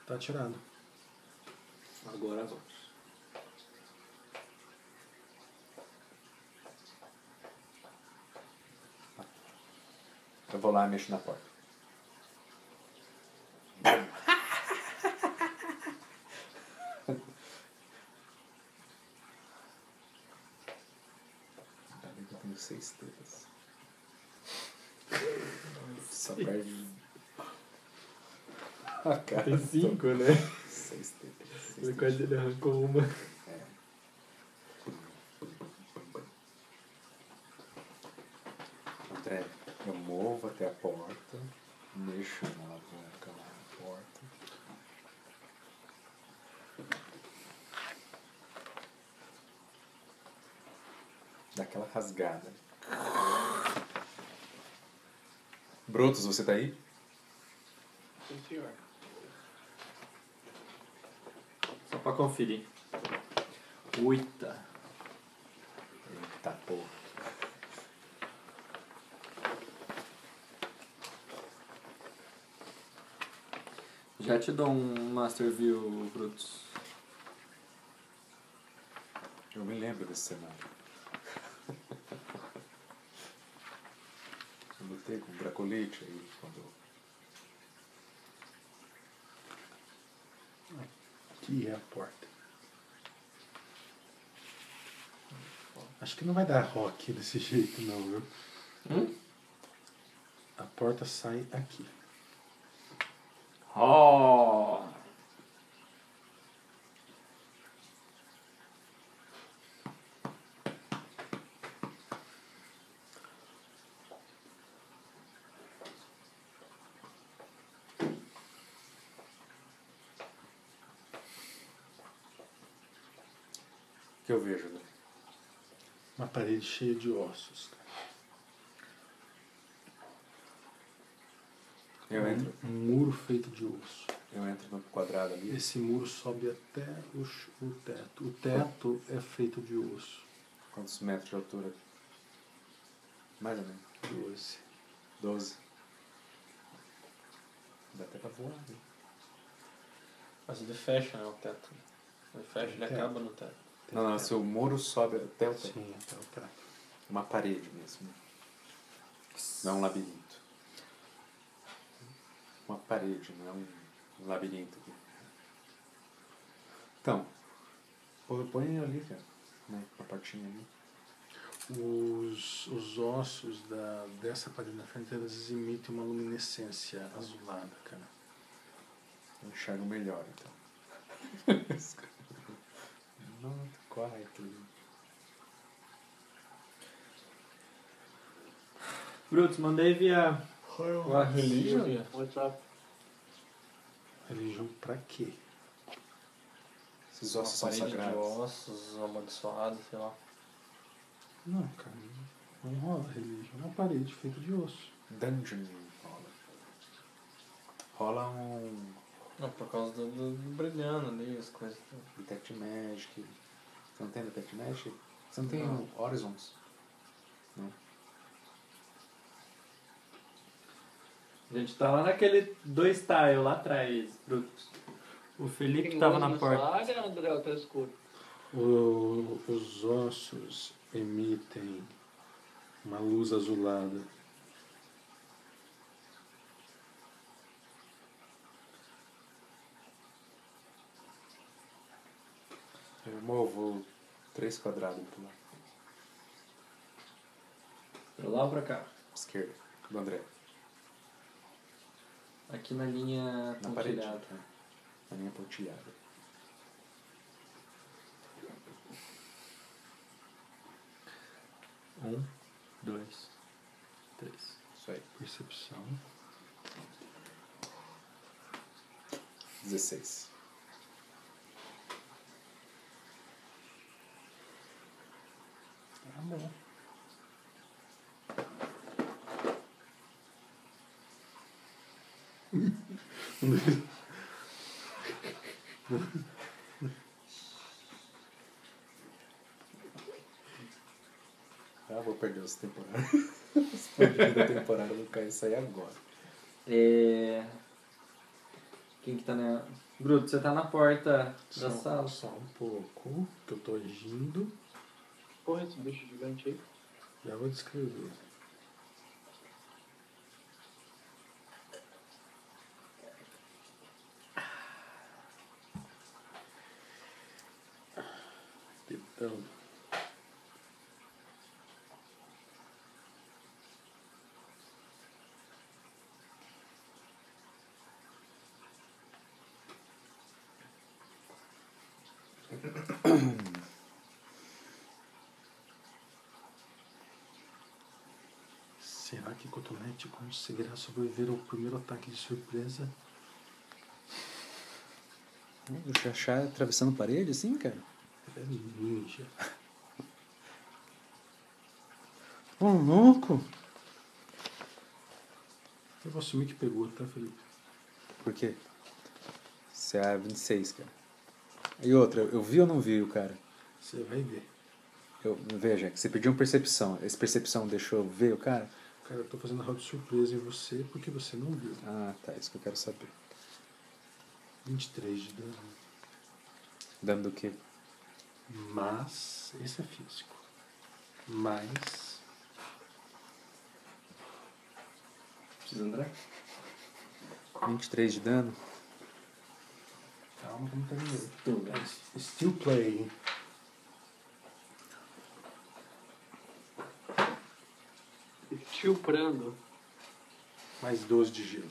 Tá tirado. Agora vamos. Eu vou lá e mexo na porta. Ainda bem que eu tenho seis tetas. Só perde. A cara. Tem cinco, né? Seis tetas. seis Ele quase ele arrancou uma. André, eu movo até a porta, mexo na alavanca lá na porta. Dá aquela rasgada. Brotos, você tá aí? Sim, senhor. Só pra conferir. Oita. Eita porra. Já te dou um Master View, Brutus. Eu me lembro desse cenário. Eu lutei com o Bracolite aí quando aqui é a porta. Acho que não vai dar rock desse jeito, não, viu? Hum? A porta sai aqui. Oh! O que eu vejo, né? André? Uma parede cheia de ossos. tá? cara. Eu entro. Um muro feito de osso. Eu entro no quadrado ali. Esse muro sobe até o, ch- o teto. O teto é feito de osso. Quantos metros de altura? Mais ou menos. Doze. 12. Dá até pra voar. Né? Mas ele fecha, né? O teto. Ele fecha, ele Teto. acaba no teto. Não, não, se o muro sobe até o teto. Sim, até o teto. Uma parede mesmo. né? Não é um labirinto. Uma parede, não é um um labirinto. aqui. Então, pô- põe ali, cara. Né? Uma partinha ali. Os, os ossos da, dessa parede na frente eles emitem uma luminescência azulada, cara. Eu enxergo melhor, então. Not quietly. Brutus, mandei via Uma relíquia. WhatsApp. Religião pra quê? Esses Uma ossos são parede de sagrados. ossos amaldiçoados, sei lá. Não, cara. Não rola religião. É uma parede feita de osso. Dungeon rola. Rola um Não, por causa do, do, do brilhando ali, as coisas. Detect Magic. Você não tem Detect Magic? Você não tem o Horizons? A gente tá lá naquele dois tile lá atrás, Brutus. O Felipe Tem tava luz na nessa porta. área, André, ou tá escuro? O- os ossos emitem uma luz azulada. Eu movo É, três quadrados pro lado. Pra lá ou pra cá? Esquerda. Do André. Aqui na linha Na parede. pontilhada. né? Na linha pontilhada. Um, dois, três. Isso aí. Percepção. 16. Tá bom. Ah, vou perder os temporários. os perdidos da temporada vão cair sair agora. É... Quem que tá na... Bruto, você tá na porta da Só, sala. só um pouco, que eu tô agindo. Porra, esse bicho gigante aí. Já vou descrever. Então, será que Cotonete conseguirá sobreviver ao primeiro ataque de surpresa? O Xaxá atravessando parede assim, cara? Ele é ninja. Ô, louco! Eu vou assumir que pegou, tá, Felipe? Por quê? Você é a 26, cara. E outra, eu vi ou não vi o cara? Você vai ver. Eu, veja, é que você pediu uma percepção. Essa percepção deixou eu ver o cara? Cara, eu tô fazendo roda de surpresa em você porque você não viu. Ah, tá. Isso que eu quero saber. 23 de dano. Dando o quê? Mas, esse é físico. Mas, Precisa entrar? 23 de dano? calma. Calma, que não terminei. Tá, Still playing. Tio Prando. mais 12 de gelo.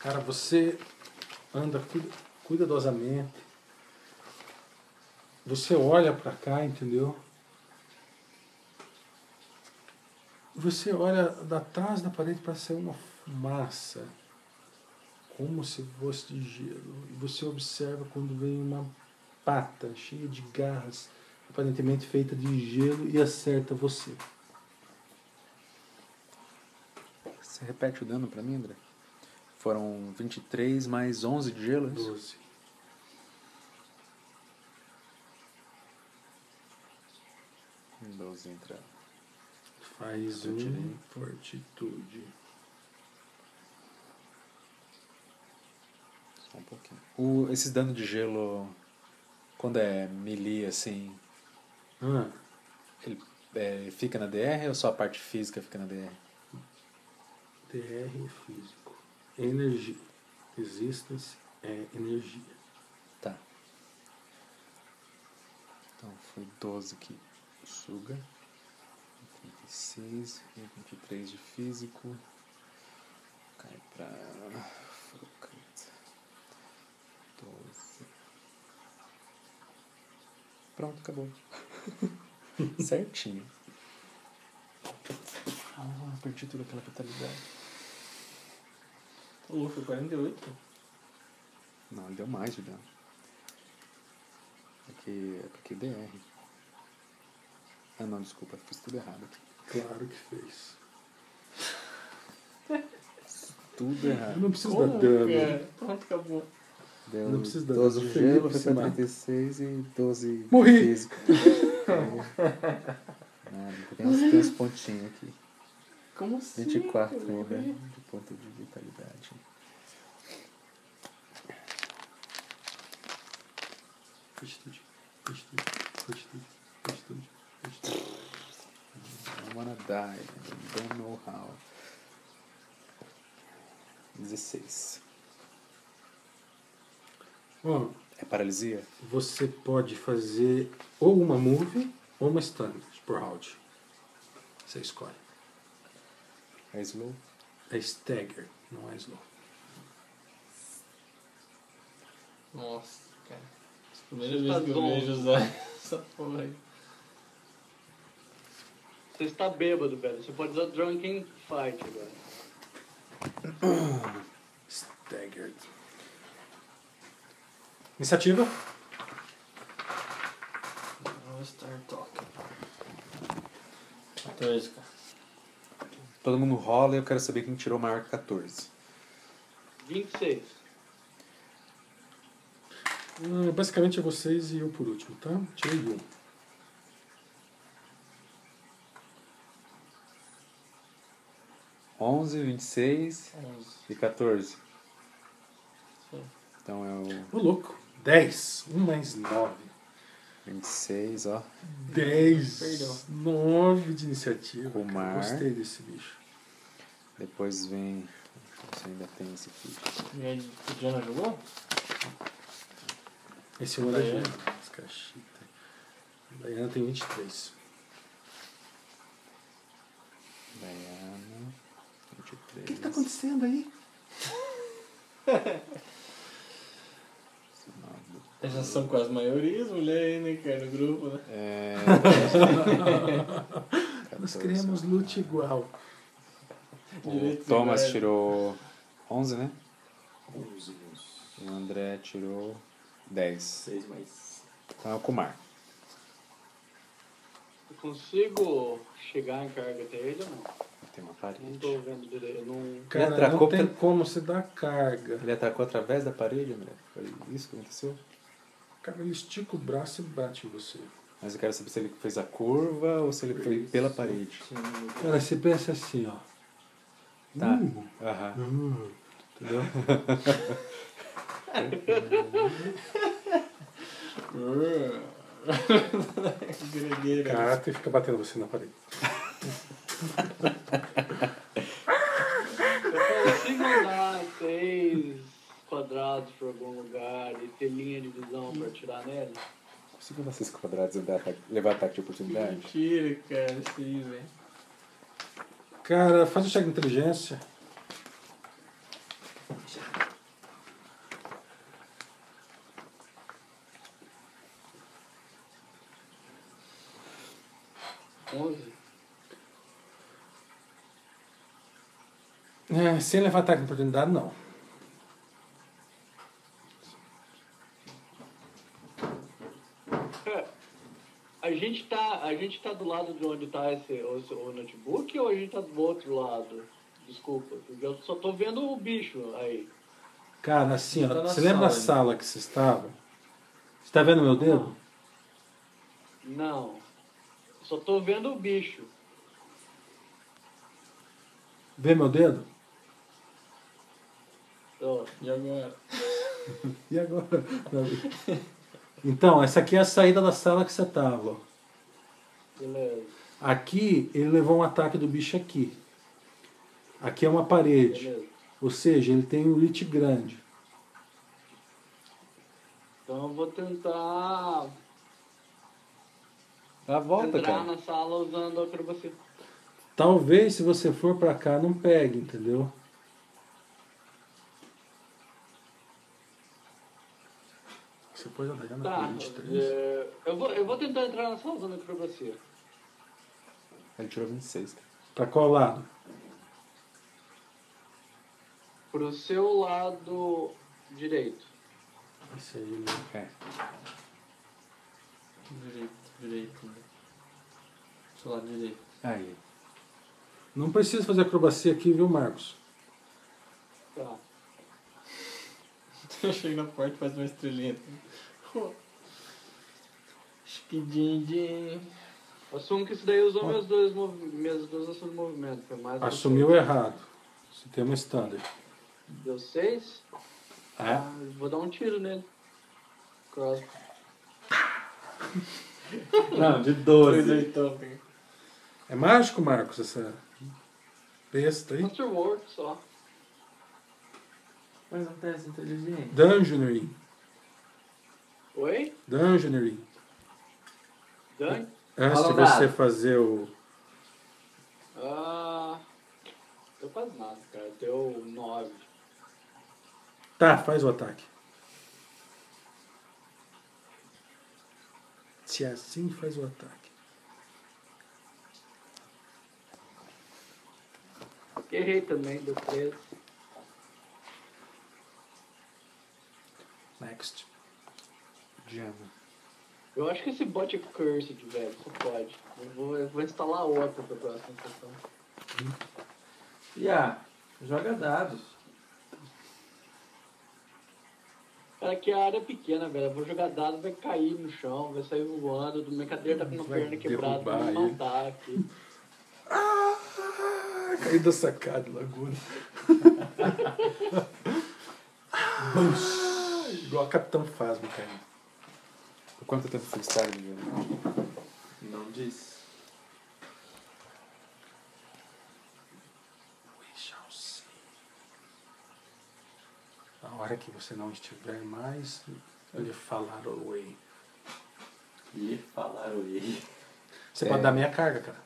Cara, você anda cu- cuidadosamente. Você olha pra cá, entendeu? Você olha da trás da parede para ser uma fumaça, como se fosse de gelo. E você observa quando vem uma pata cheia de garras, aparentemente feita de gelo, e acerta você. Você repete o dano pra mim, André? Foram 23 mais 11 de gelo? é isso? 12. Um 12 entra. Faz Eu tirei. um fortitude. Só um pouquinho. O, esses danos de gelo, quando é melee, assim, Ah, ele é, fica na DR ou só a parte física fica na DR? DR é físico. Energia. Existence é energia. Tá. Então foi 12 que suga. 36, 23 de físico. Cai pra. Focus. 12. Pronto, acabou. Certinho. Ah, perdi tudo aquela fatalidade. Ô, louco, 48? Não, ele deu mais de dano. Aqui, é porque DR. Ah, não, desculpa, fiz tudo errado aqui. Claro que fez. Tudo Eu errado. não preciso dar dano. É, pronto, acabou. Deu Não precisa dar 12 dano, de Felipe gelo, se foi pra mata. 36 e 12 Morri. de física. Nada, tem uns três pontinhos aqui. Como assim? 24 ainda né, de ponto de vitalidade. Fortitude, fortitude, fortitude, fortitude, fortitude. I wanna die, I don't know how. 16. Bom, É paralisia? você pode fazer ou uma move ou uma stun por round. Você escolhe. É slow? É stagger, não é slow. Nossa, cara. Primeira vez que eu vejo usar essa porra aí. Você está bêbado, velho. Você pode usar Drunken Fight agora. Staggered. Iniciativa? Vamos tá start talking. 14, cara. Todo mundo rola e eu quero saber quem tirou maior que 14. 26. Ah, Basicamente é vocês e eu por último, tá? Tirei um. onze vinte e seis 11. e 14. Sim. Então é o Ô louco. 10. 1 mais 9. 26, ó. 10. Perdão. 9 de iniciativa. Com cara. mar. Gostei desse bicho. Depois vem. Você ainda tem esse aqui. E aí, o Diana jogou? Esse é o da Daí é. Diana. As caxitas. A Diana tem 23. Diana. 23. tá acontecendo aí? 19. Já são quase maiorias, mulher aí, né, cara, no grupo, né? É. Nós 14, queremos ó. loot igual. O Thomas tirou 11, né? 11. E o André tirou 10. 6 mais. Então é o Kumar. Eu consigo chegar em carga até ele ou não? Tem uma Não parede. tô vendo direito. Eu não. Cara, atracou não tem pra- como você dar carga. Ele atacou através da parede, André? Foi isso que aconteceu? Cara, ele estica o braço e bate em você. Mas eu quero saber se ele fez a curva ou se ele foi pela parede. Cara, você pensa assim, ó. Tá. Uh, Aham. uh, entendeu? Gregueira. Cata e fica batendo você na parede. Eu consigo andar 6 quadrados lados por algum lugar e ter linha de visão pra atirar neles? Consigo andar 6 quadrados e dar ataque- levar ataque de oportunidade? Mentira, cara, isso aí, velho. Cara, faz o cheque de inteligência. É, sem levar ataque de oportunidade, não. A gente tá, a gente tá do lado de onde tá esse o, o notebook ou a gente tá do outro lado? Desculpa, porque eu só tô vendo o bicho aí. Cara, assim, ó, Tá na você lembra sala da ainda. sala que você estava? Você tá vendo meu dedo? Não. Só tô vendo o bicho. Vê meu dedo? Ó, E agora? E agora? Então, essa aqui é a saída da sala que você tava. ó. beleza. Aqui, ele levou um ataque do bicho aqui. Aqui é uma parede. Beleza. Ou seja, ele tem um lit grande. Então eu vou tentar Dá a volta, entrar cara. na sala usando a acrobacia. Talvez se você for pra cá, não pegue, entendeu? Você pode andar na Tá. parede. tá? é, eu, vou, eu vou tentar entrar na sala usando a acrobacia. Ele tirou 26, cara. Pra qual lado? Pro seu lado direito. Esse aí, né? É. Direito, direito, né? Deixa eu lá, direito. Aí. Não precisa fazer acrobacia aqui, viu, Marcos? Tá. Eu chego na porta e faz uma estrelinha. Espidinho. Assumo que isso daí usou meus dois, movi- minhas duas ações de movimento. Foi mais um do que- Assumiu errado. Você tem uma standard. Deu seis. É? Ah, vou dar um tiro nele. Cross. Não, de Dois 12. oitão, tem. É mágico, Marcos, essa besta aí? Monster World só. Mas não teste inteligente. Dungeonery. Oi? Dungeonery. Dani? Antes de Fala, você fazer o. Ah. Deu quase nada, cara. Deu nove. Tá, faz o ataque. Se é assim, faz o ataque. Errei também, deu três. Next. Diana. Eu acho que esse bot é cursed, velho. Só pode. Eu vou, eu vou instalar outro pra próxima sessão. Iá, ah, joga dados. Cara, que a área é pequena, velho. Eu vou jogar dado, vai cair no chão, vai sair voando. Minha cadeira tá com uma Vai perna quebrada, derrubar vai me ele. matar aqui. Ah, caí da sacada, laguna. Ah, Igual a Capitão Fasma, cara. Por quanto tempo você está ali? Não disse. We shall see. Na hora que você não estiver mais, ele falar "Oh, away. E falaram ele. Você É. pode dar minha carga, cara.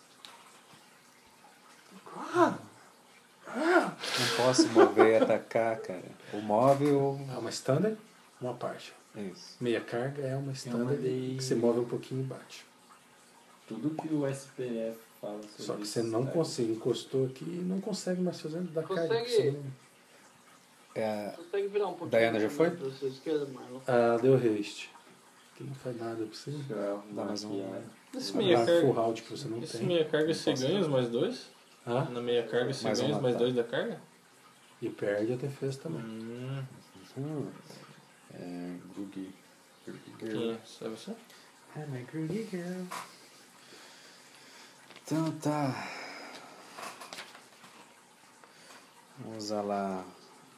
Não posso mover e atacar, cara. Ou move ou. É É uma standard, uma parte. Isso. Meia carga é uma standard lei. que você move um pouquinho e bate. Tudo que o SPF fala sobre Só que você isso, não tá? consegue, encostou aqui e não consegue mais fazer da carga. Consegue. que você não- É, Consegue virar um pouquinho. Diana já foi? Pra sua esquerda, Marlon. Ah, deu haste. Que não faz nada pra você. Deixa eu arrumar Dá mais aqui um. a- Esse meia Meia full carga. round que você não Esse tem. meia carga você ganha os mais dois? Hã? Na meia carga você Mais um ganha os mais ataque. dois da carga? E perde a defesa também. Hum, hum. é Gugi. quem é? Sabe você? I'm a Groovy Girl. Então tá. Vamos usar lá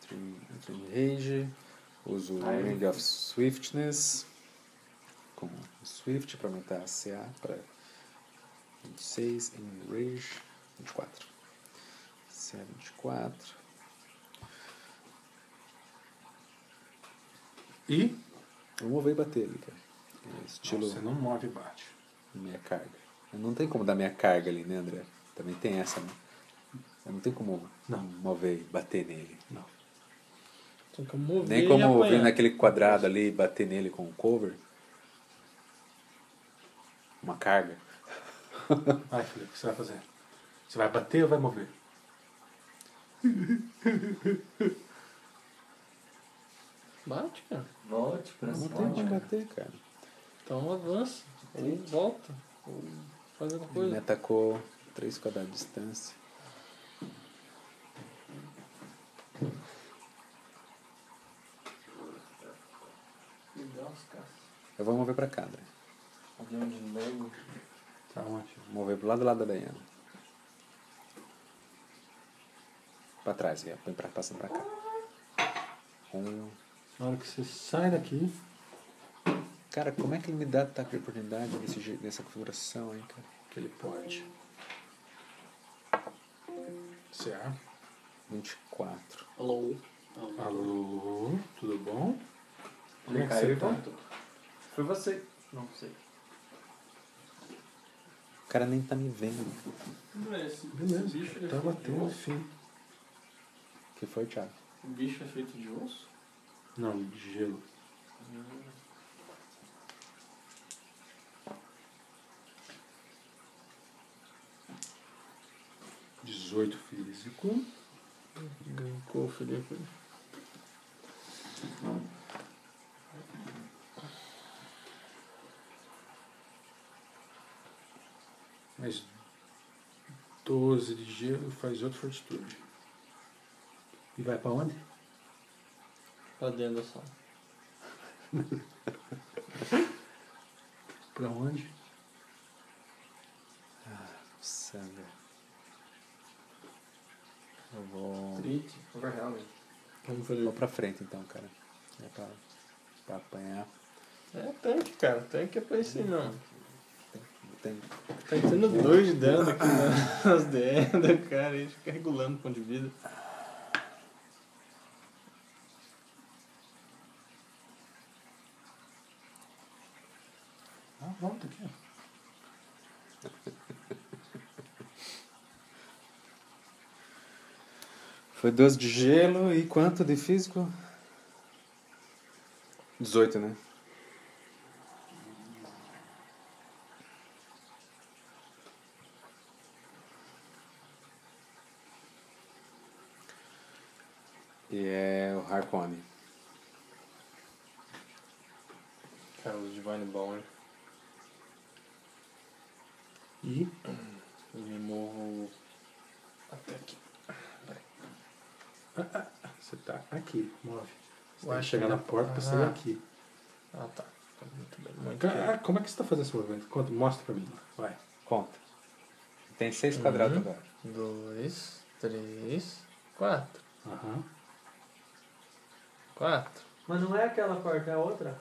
Dream, Dream Rage. Uso o Aí. Ring of Swiftness. Com o Swift para aumentar a CA para 26 em Rage 24. CA 24. E Eu vou ver e bater ali, cara. É Não, estilo você não move e bate. minha carga. Não tem como dar minha carga ali, né, André? Também tem essa, né? Eu não tem como Não. mover e bater nele. Tem como mover Nem e como apanhar. vir naquele quadrado ali e bater nele com o cover. Uma carga. Vai, filho, o que você vai fazer? Você vai bater ou vai mover? Bate, cara. Volte pra Não cima. tem como bater, cara. Então avança. Ou volta. Ou faz alguma Ele coisa. me atacou três quadrados de distância. Eu vou mover pra cá, André. Avião de novo. Tá onde? Vou mover pro lado do lado da Dayana. Pra trás, Guia. Põe pra, passando pra cá. Um. Na hora que você sai daqui, Cara, como é que ele me dá ataque de oportunidade nesse, je- nessa configuração aí, cara? que ele pode. Você abre. 24. Alô? Alô, tudo bom? Como é que caiu você e tá? Foi você. Não sei. O cara nem tá me vendo. esse, Beleza, bicho é tá batendo, fim. que foi, Thiago? O bicho é feito de osso? Não, de gelo. Dezoito físico. Gancou, Felipe. Mais 12 de gelo faz outro fortitude. E vai pra onde? Pra dentro da sala. Pra onde? Nossa, velho. Eu vou. Trite. Overwhelming. Vamos, Vou Felipe. pra frente então, cara. É pra, pra apanhar. É tanque, cara. Tanque é pra isso aí, não. Tem Tá tendo dois de dano aqui na- nas DM do cara. A gente fica regulando o ponto de vida. Ah, volta aqui. ó. Foi 12 de gelo e quanto de físico? 18, né? E é o Harpone. Cara, o Divine Bone. E Eu me morro até aqui. você tá aqui, move. Você Ué, tem que chegar na tá- porta pra sair ah. daqui. Ah, tá. Tá Muito bem. Muito Cara, bem. ah, como é que você tá fazendo esse movimento? Conta, mostra pra mim. Vai. Conta. Tem 6 quadrados Uhum. agora. Dois, três, quatro. Aham. Quatro. Mas não é aquela porta, é a outra.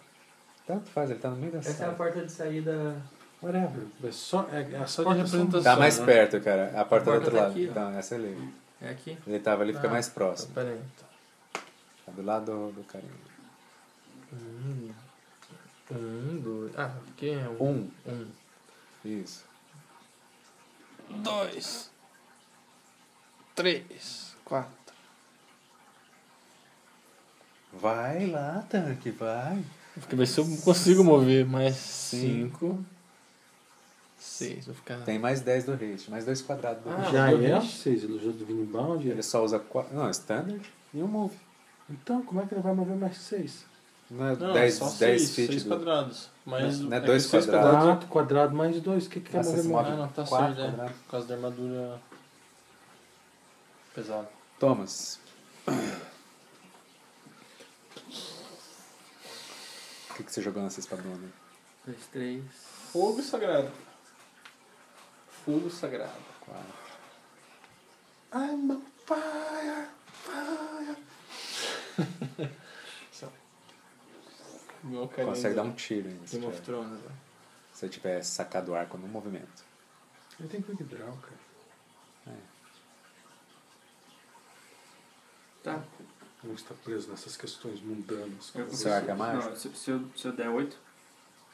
Tanto faz, ele tá no meio da Essa é a sala. porta de saída. Whatever. É só, é, é só de Porta representação. Tá mais né? perto, cara. A porta, A porta do outro tá lado. aqui, ó. então, essa é ele. É aqui? Ele tava ali, fica Ah, mais Então, próximo. pera aí. Tá do lado do- do carinha. Um, um, dois. Ah, aqui é um. Um. Um. Isso. Dois. Três. Quatro. Vai lá, tanque, vai. Porque vai ser eu consigo mover mais cinco. Seis. Vou ficar. Tem mais 10 do rate, mais dois quadrados do rate. Já Ah, é eu o 6, ele usou do Vinibound. Ele só usa 4. Não, é standard e um move. Então, como é que ele vai mover mais 6? Não é Não, 10, só 10 seis, feet seis do. quadrados. Mas Não é que dois seis quadrados. quadrados. 4 quadrado mais 2, o que que quer Ah, você mover se mais? move Ah, não, tá quatro certo, é. quadrados. Por causa da armadura pesada. Thomas. O que, que você jogou nessa espadona? Dois, três. Fogo sagrado. Fogo sagrado. 4. I'm a fire, fire. Meu carinho. Consegue do dar um tiro ainda. Se, Game of tiver, Thrones. né? se eu tiver sacado o arco no movimento. Ele tem quick draw, É. cara. Tá. Não está preso nessas questões mundanas. Eu Você arca mais? Não, se, se, eu, se eu der 8.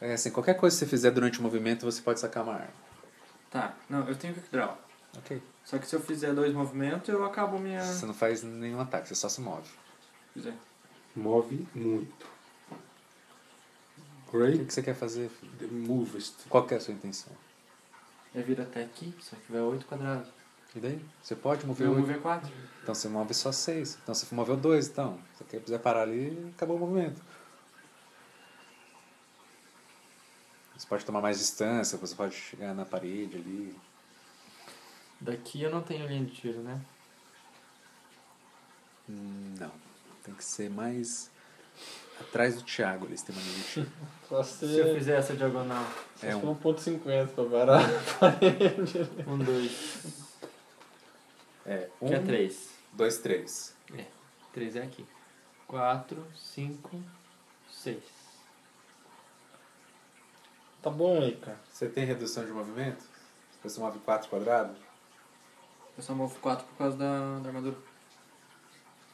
É assim, qualquer coisa que você fizer durante o movimento, você pode sacar uma arma. Tá, não, eu tenho que draw. Ok. Só que se eu fizer dois movimentos, eu acabo É. minha. Você não faz nenhum ataque, você só se move. Fizer. Move muito. O que, Great que você quer fazer? filho? the movest. Qual que é a sua intenção? É vir até aqui, só que vai 8 quadrados. E daí? Você pode mover Eu oito? vou ver 4. Então você move só seis. Então você moveu dois, então. Se você quiser parar ali, acabou o movimento. Você pode tomar mais distância, você pode chegar na parede ali. Daqui eu não tenho linha de tiro, né? Hum, Não. Tem que ser mais atrás do Thiago ali, se tem mania de tiro. Só Se eu se fizer essa diagonal. É um. 1.50 pra parar. Um, dois. É um, Que é 3. dois, três. 3 é aqui. 4, 5, 6. Tá bom aí, cara. Você tem redução de movimento? Você move quatro quadrados? Eu só movo 4 por causa da, da armadura.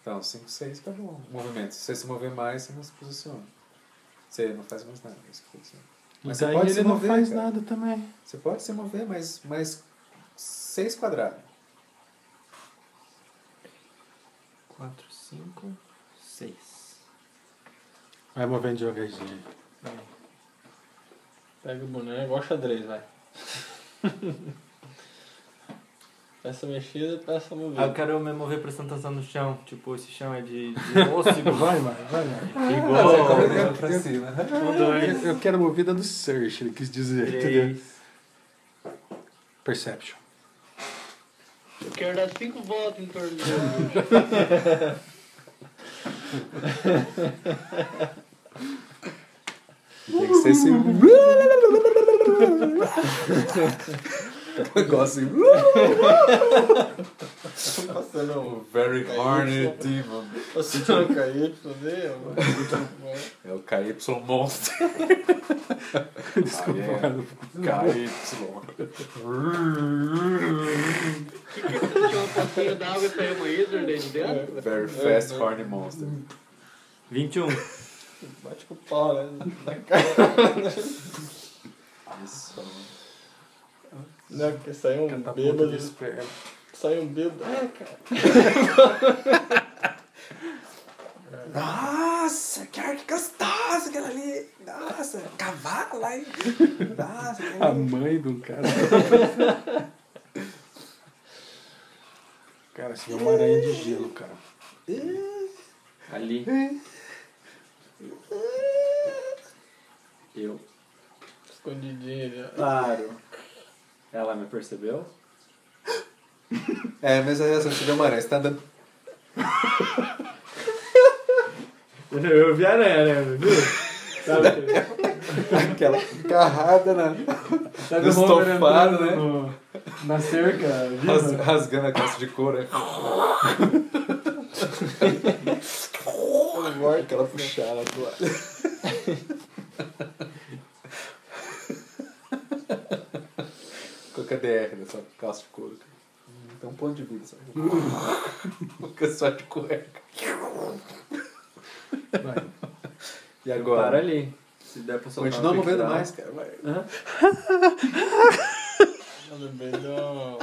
Então, 5, 6 tá bom. Movimento. Se você se mover mais, você não se posiciona. Você não faz mais nada. Isso que eu tô dizendo. Mas você Daí pode ele se não mover, faz cara. nada também. Você pode se mover mais, mais 6 quadrados. 4, 5, 6. Vai movendo devagarzinho. Pega o boneco, igual xadrez, vai. peça mexida, peça Ah, eu movida. quero me mover apresentação no chão. Tipo, esse chão é de, de osso igual. Vai, vai, vai. vai. Igual. Pra cima. Um, Eu, dois, eu quero a movida do Search, ele quis dizer. entendeu? três. Perception. Eu quero dar cinco voltas em torno dele. Tem que ser assim. Eu gosto assim. Passando um Very horny demon. Passando um KY, né? É o KY Monster. é Desculpa. KY. que que você tirou um pouquinho d'água e saiu uma Wizard aí de dentro? Very fast horny monster. 21. Bate com o pau, né? Isso. Não, porque saiu um bêbado. Saiu um bêbado. É, cara. Nossa, que arte gostosa aquela ali. Nossa, cavalo aí. Nossa, A mãe de um cara. cara, isso é uma aranha de gelo, cara. Ah, Ali. Eu. Escondidinho ali, ó. Claro. Ela me percebeu? É, mas a reação te deu uma aranha. Você tá andando. Eu vi a aranha, né? Viu? Sabe, Aquela carrada na, sabe no o Homer estofado, entrando né? no- na cerca, viu? Ras- rasgando a calça de couro. né? Aquela puxada do ar. Qual que é a DR dessa calça de couro? cara? Tem um ponto de vida, sabe? Fica só de cueca. E agora? Para ali. Se der pra soltar Continua um movendo pique-dá. mais, cara. Vai. Eu lembrei de um.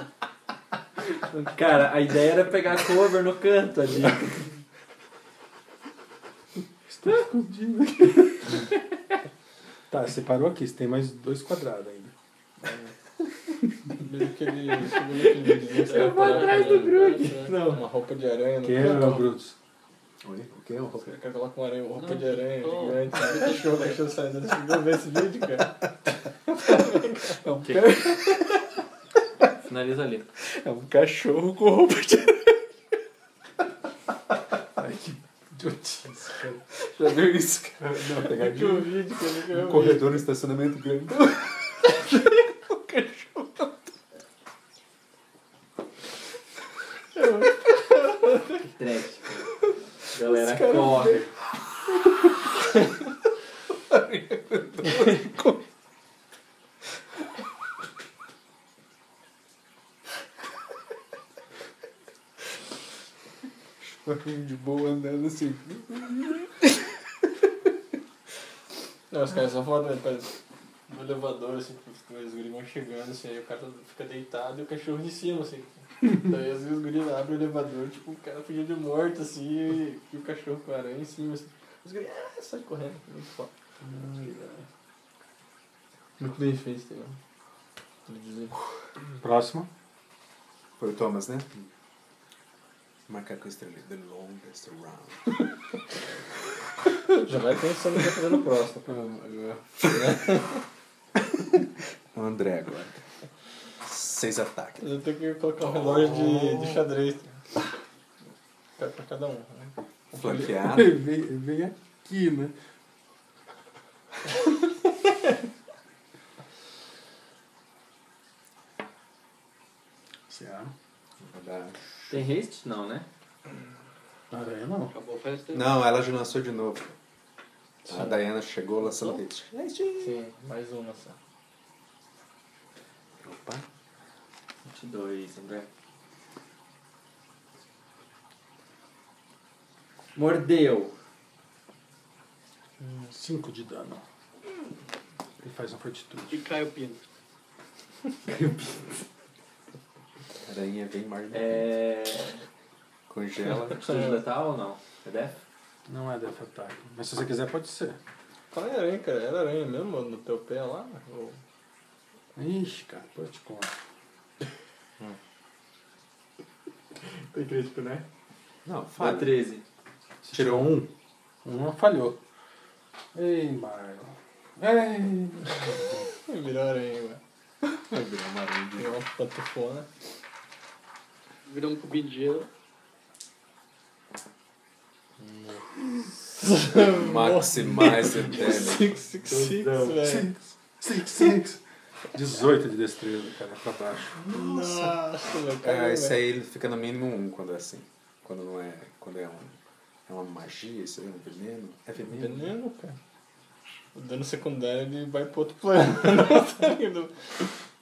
Cara, a ideia era pegar cover no canto ali. Tá, você parou aqui, você tem mais dois quadrados ainda. Lembrei daquele. Lembrei daquele desenho que Eu vou É, atrás do Grug. né? Não. Uma roupa de aranha no Quem é o Então. canto. Brutus? Oi? O que é o Os caras colocam uma aranha, uma roupa Não, de aranha tô- É, gigante. sabe? Cachorro, cachorro saindo. Você chegou a ver esse vídeo, cara? Finaliza ali. É um cachorro com roupa de Idiotice, cara. Já viu isso, cara? Não, Que pegadinha. o vídeo que eu nunca Um vi. corredor no estacionamento grande. Trash. Galera, corre. Corrinho de boa andando. assim. Não, os caras só foda, né? Parece no elevador, assim, os, os guris vão chegando, assim, aí o cara fica deitado e o cachorro em cima, assim. Daí às vezes os guris abrem o elevador, tipo, o cara fugindo de morto, assim, e, e o cachorro com a aranha em cima, assim. Os guris, ah, sai correndo, muito foda. Hum. né? Muito bem feito, tá ligado? Tudo dizer. Próximo. Foi o Thomas, né? Macaco estrelado. The longest round. Já vai pensando que vai fazer no próximo. André agora. Seis ataques. Eu tenho que colocar um Tá relógio de, de xadrez. tá? Pra- Pra cada um, né? Ah, Flanqueado. Vem, vem aqui, né? Será? Vou dar- Tem haste? Não, né? Aranha não. Acabou a festa. Não, ela já lançou de novo. A Diana chegou lançando hit. Sim, mais uma só. 22, André. Mordeu. 5 de dano. Ele faz uma fortitude. E Caio Pino. Aranha vem marginal. É. Congela. Atitude letal ou não? É def? Não é death attack. Mas se você quiser, pode ser. Fala em é aranha, cara. Era aranha mesmo no teu pé lá? Ou... Ixi, cara, depois eu te conto. Tem crítico, né? Não, Ah, Foi fala. 13. Tirou um? Um falhou. Ei, Marlon. Ei! Virou aranha, velho. Vai virar uma aranha de- Virou uma pantufona. Virou um cubinho de gelo. Maximize the damage. 666, velho. 6, 6. 18 de destreza, cara, pra baixo. Nossa, meu cara. É, esse aí ele fica no mínimo um quando é assim. Quando não é. Quando é um. É uma magia, isso aí é um veneno. É veneno? Veneno, cara. O dano secundário ele vai pro outro plano. tá ligado?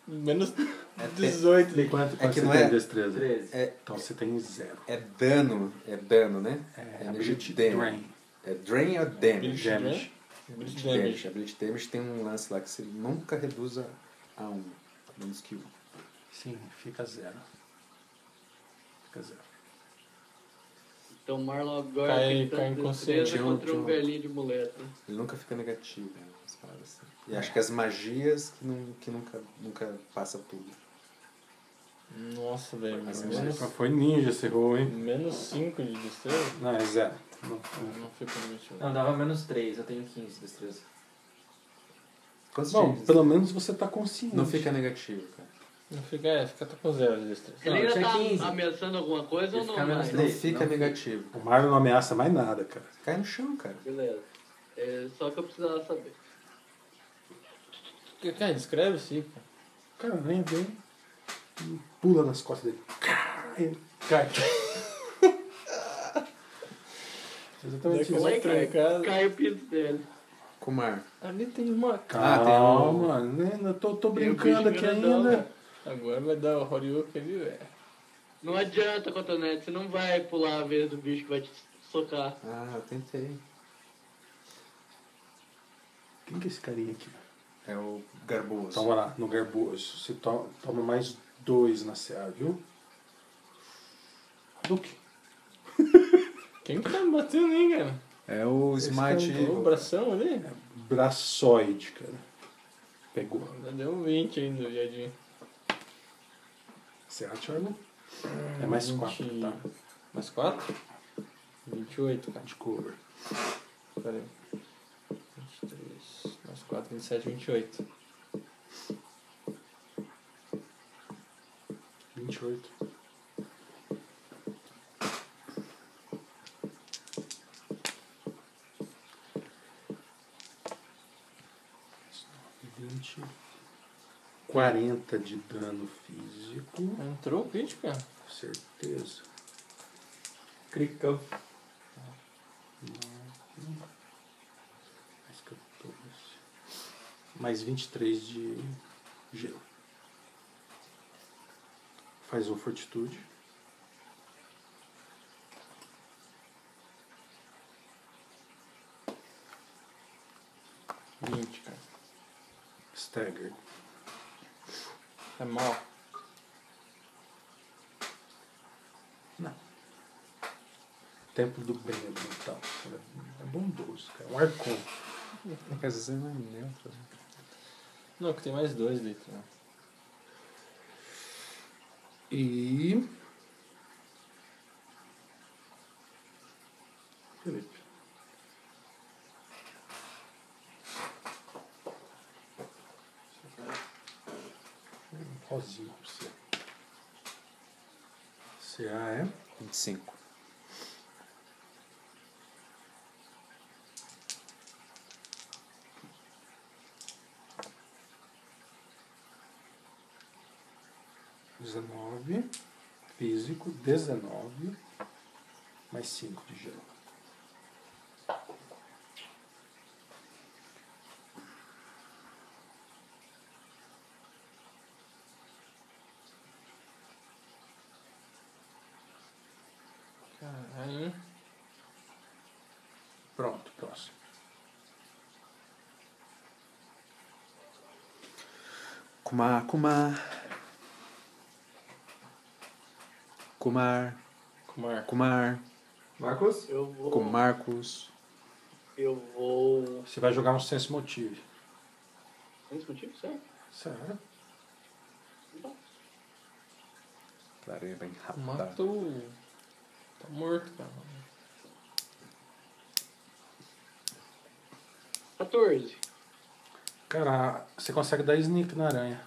Menos É 18. E quanto, quanto que você não tem é- de destreza? 13. É, Então você tem zero. é dano. É dano, né? É, energia de dano. É drain ou damage? Ability Damage. Ability Damage. damage. Ability damage tem um lance lá que você nunca reduz a a um. Menos que um. Sim, fica zero. Fica zero. Então Marlon agora Cai- tem cai tanta inconsciente. destreza contra Tchau, um tchau. velhinho de muleta. Ele nunca fica negativo, né? umas paradas assim. E acho que as magias que, não, que nunca, nunca passa tudo. Nossa, velho. Mas Menos, Só foi ninja esse rol, hein? menos 5 de destreza? Não, é zero. Não, não. Não fica no metido. Não, dava menos 3, eu tenho 15 de destreza. Quantos Bom, times? pelo menos você tá consciente. Não fica negativo, cara. Não fica, é, fica até com zero de destreza. Ele Não, ainda tinha tá 15. ameaçando alguma coisa Ia ou não? ficar menos mais? Não Três, fica não. negativo. O Marlon não ameaça mais nada, cara. Cai no chão, cara. Beleza. É, só que eu precisava saber. Cara, descreve sim, cara. Cara, nem vem. e Pula nas costas dele. Ele Cai. é Exatamente isso. Moleque, Outra em casa. Cai o pinto dele. Kumar. Ali tem uma Ah, um- tem Calma, né? Eu tô, tô Tem um brincando aqui bicho grandão. né? ainda. Agora vai dar o Horyuken ali, velho. Não adianta, Cotonete, você não vai pular a vez do bicho que vai te socar. Ah, eu tentei. Quem que é esse carinha aqui? É o Garboso. Então vai lá, no garboso. Você to- toma mais dois na CA, viu? Duque. Quem que tá me batendo aí, cara? É um o Smite. O Evil. bração ali? É Braçoide, cara. Pegou. Já deu um 20 ainda, viadinho. CA, Charlie? É mais quatro, Vinte- tá? Mais 4? 28, cara. De cover. Pera aí. 23, mais 4, 27, 28. 28. Vinte. 40 de dano físico, Entrou o crítico, cara. certeza. Cricão. Mais 14. Mais 23 de gelo. Faz um fortitude. 20, cara. Staggered. É mal. Templo do bem ambiental. cara. É bondoso, cara. Um arcon. Quer dizer, não é neutro. né? Não, que tem mais dois litros. Né? E. Felipe. Um rosinho pra você. CA é? 25. dezenove Físico, 19. Mais cinco de gelo. Caralho. hein? Pronto, próximo. Kumar, Kumar. Kumar, Kumar. Kumar, Marcos? Eu vou. com Marcos. Eu vou. Você vai jogar um sense motive. É isso contigo, certo? Então, Certo. Clarei bem rápido. Mato. Tá morto, cara. 14. Cara, você consegue dar sneak na aranha.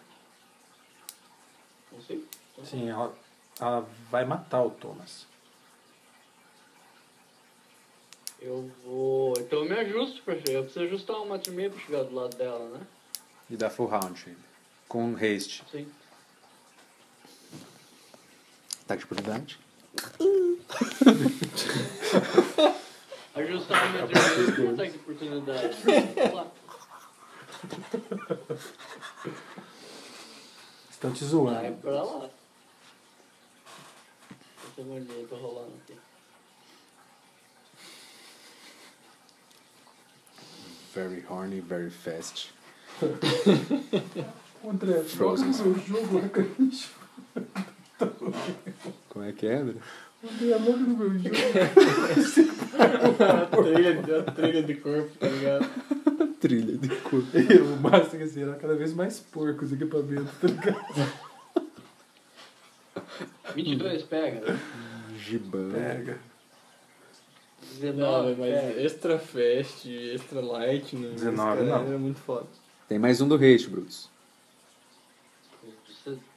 Não sei. Sim, ela, ela vai matar o Thomas. Eu vou. Então eu me ajusto, perfeito. Eu preciso ajustar um metro e meio pra chegar do lado dela, né? E dá full round ainda. Com haste. Sim. Ataque Tá de oportunidade. Ajustar um metro e meio não consegue oportunidade. Vamos lá. Estão te Vai zoando. É pra lá. Deixa eu ver onde eu tô rolando aqui. Very horny, very fast. André, Frozen. joga o meu jogo, né, Arcanjo. Como é que é, André? André, logo no meu jogo. Tá A trilha, a trilha de corpo, tá ligado? Trilha de cu. Eu, o Márcio, que será cada vez mais porco os equipamentos. 22 pega. Gibão. Pega. 19 Não, mas pega. extra fast, extra light, né? 19 Esse cara não. Era muito foda. Tem mais um do haste, Brutus.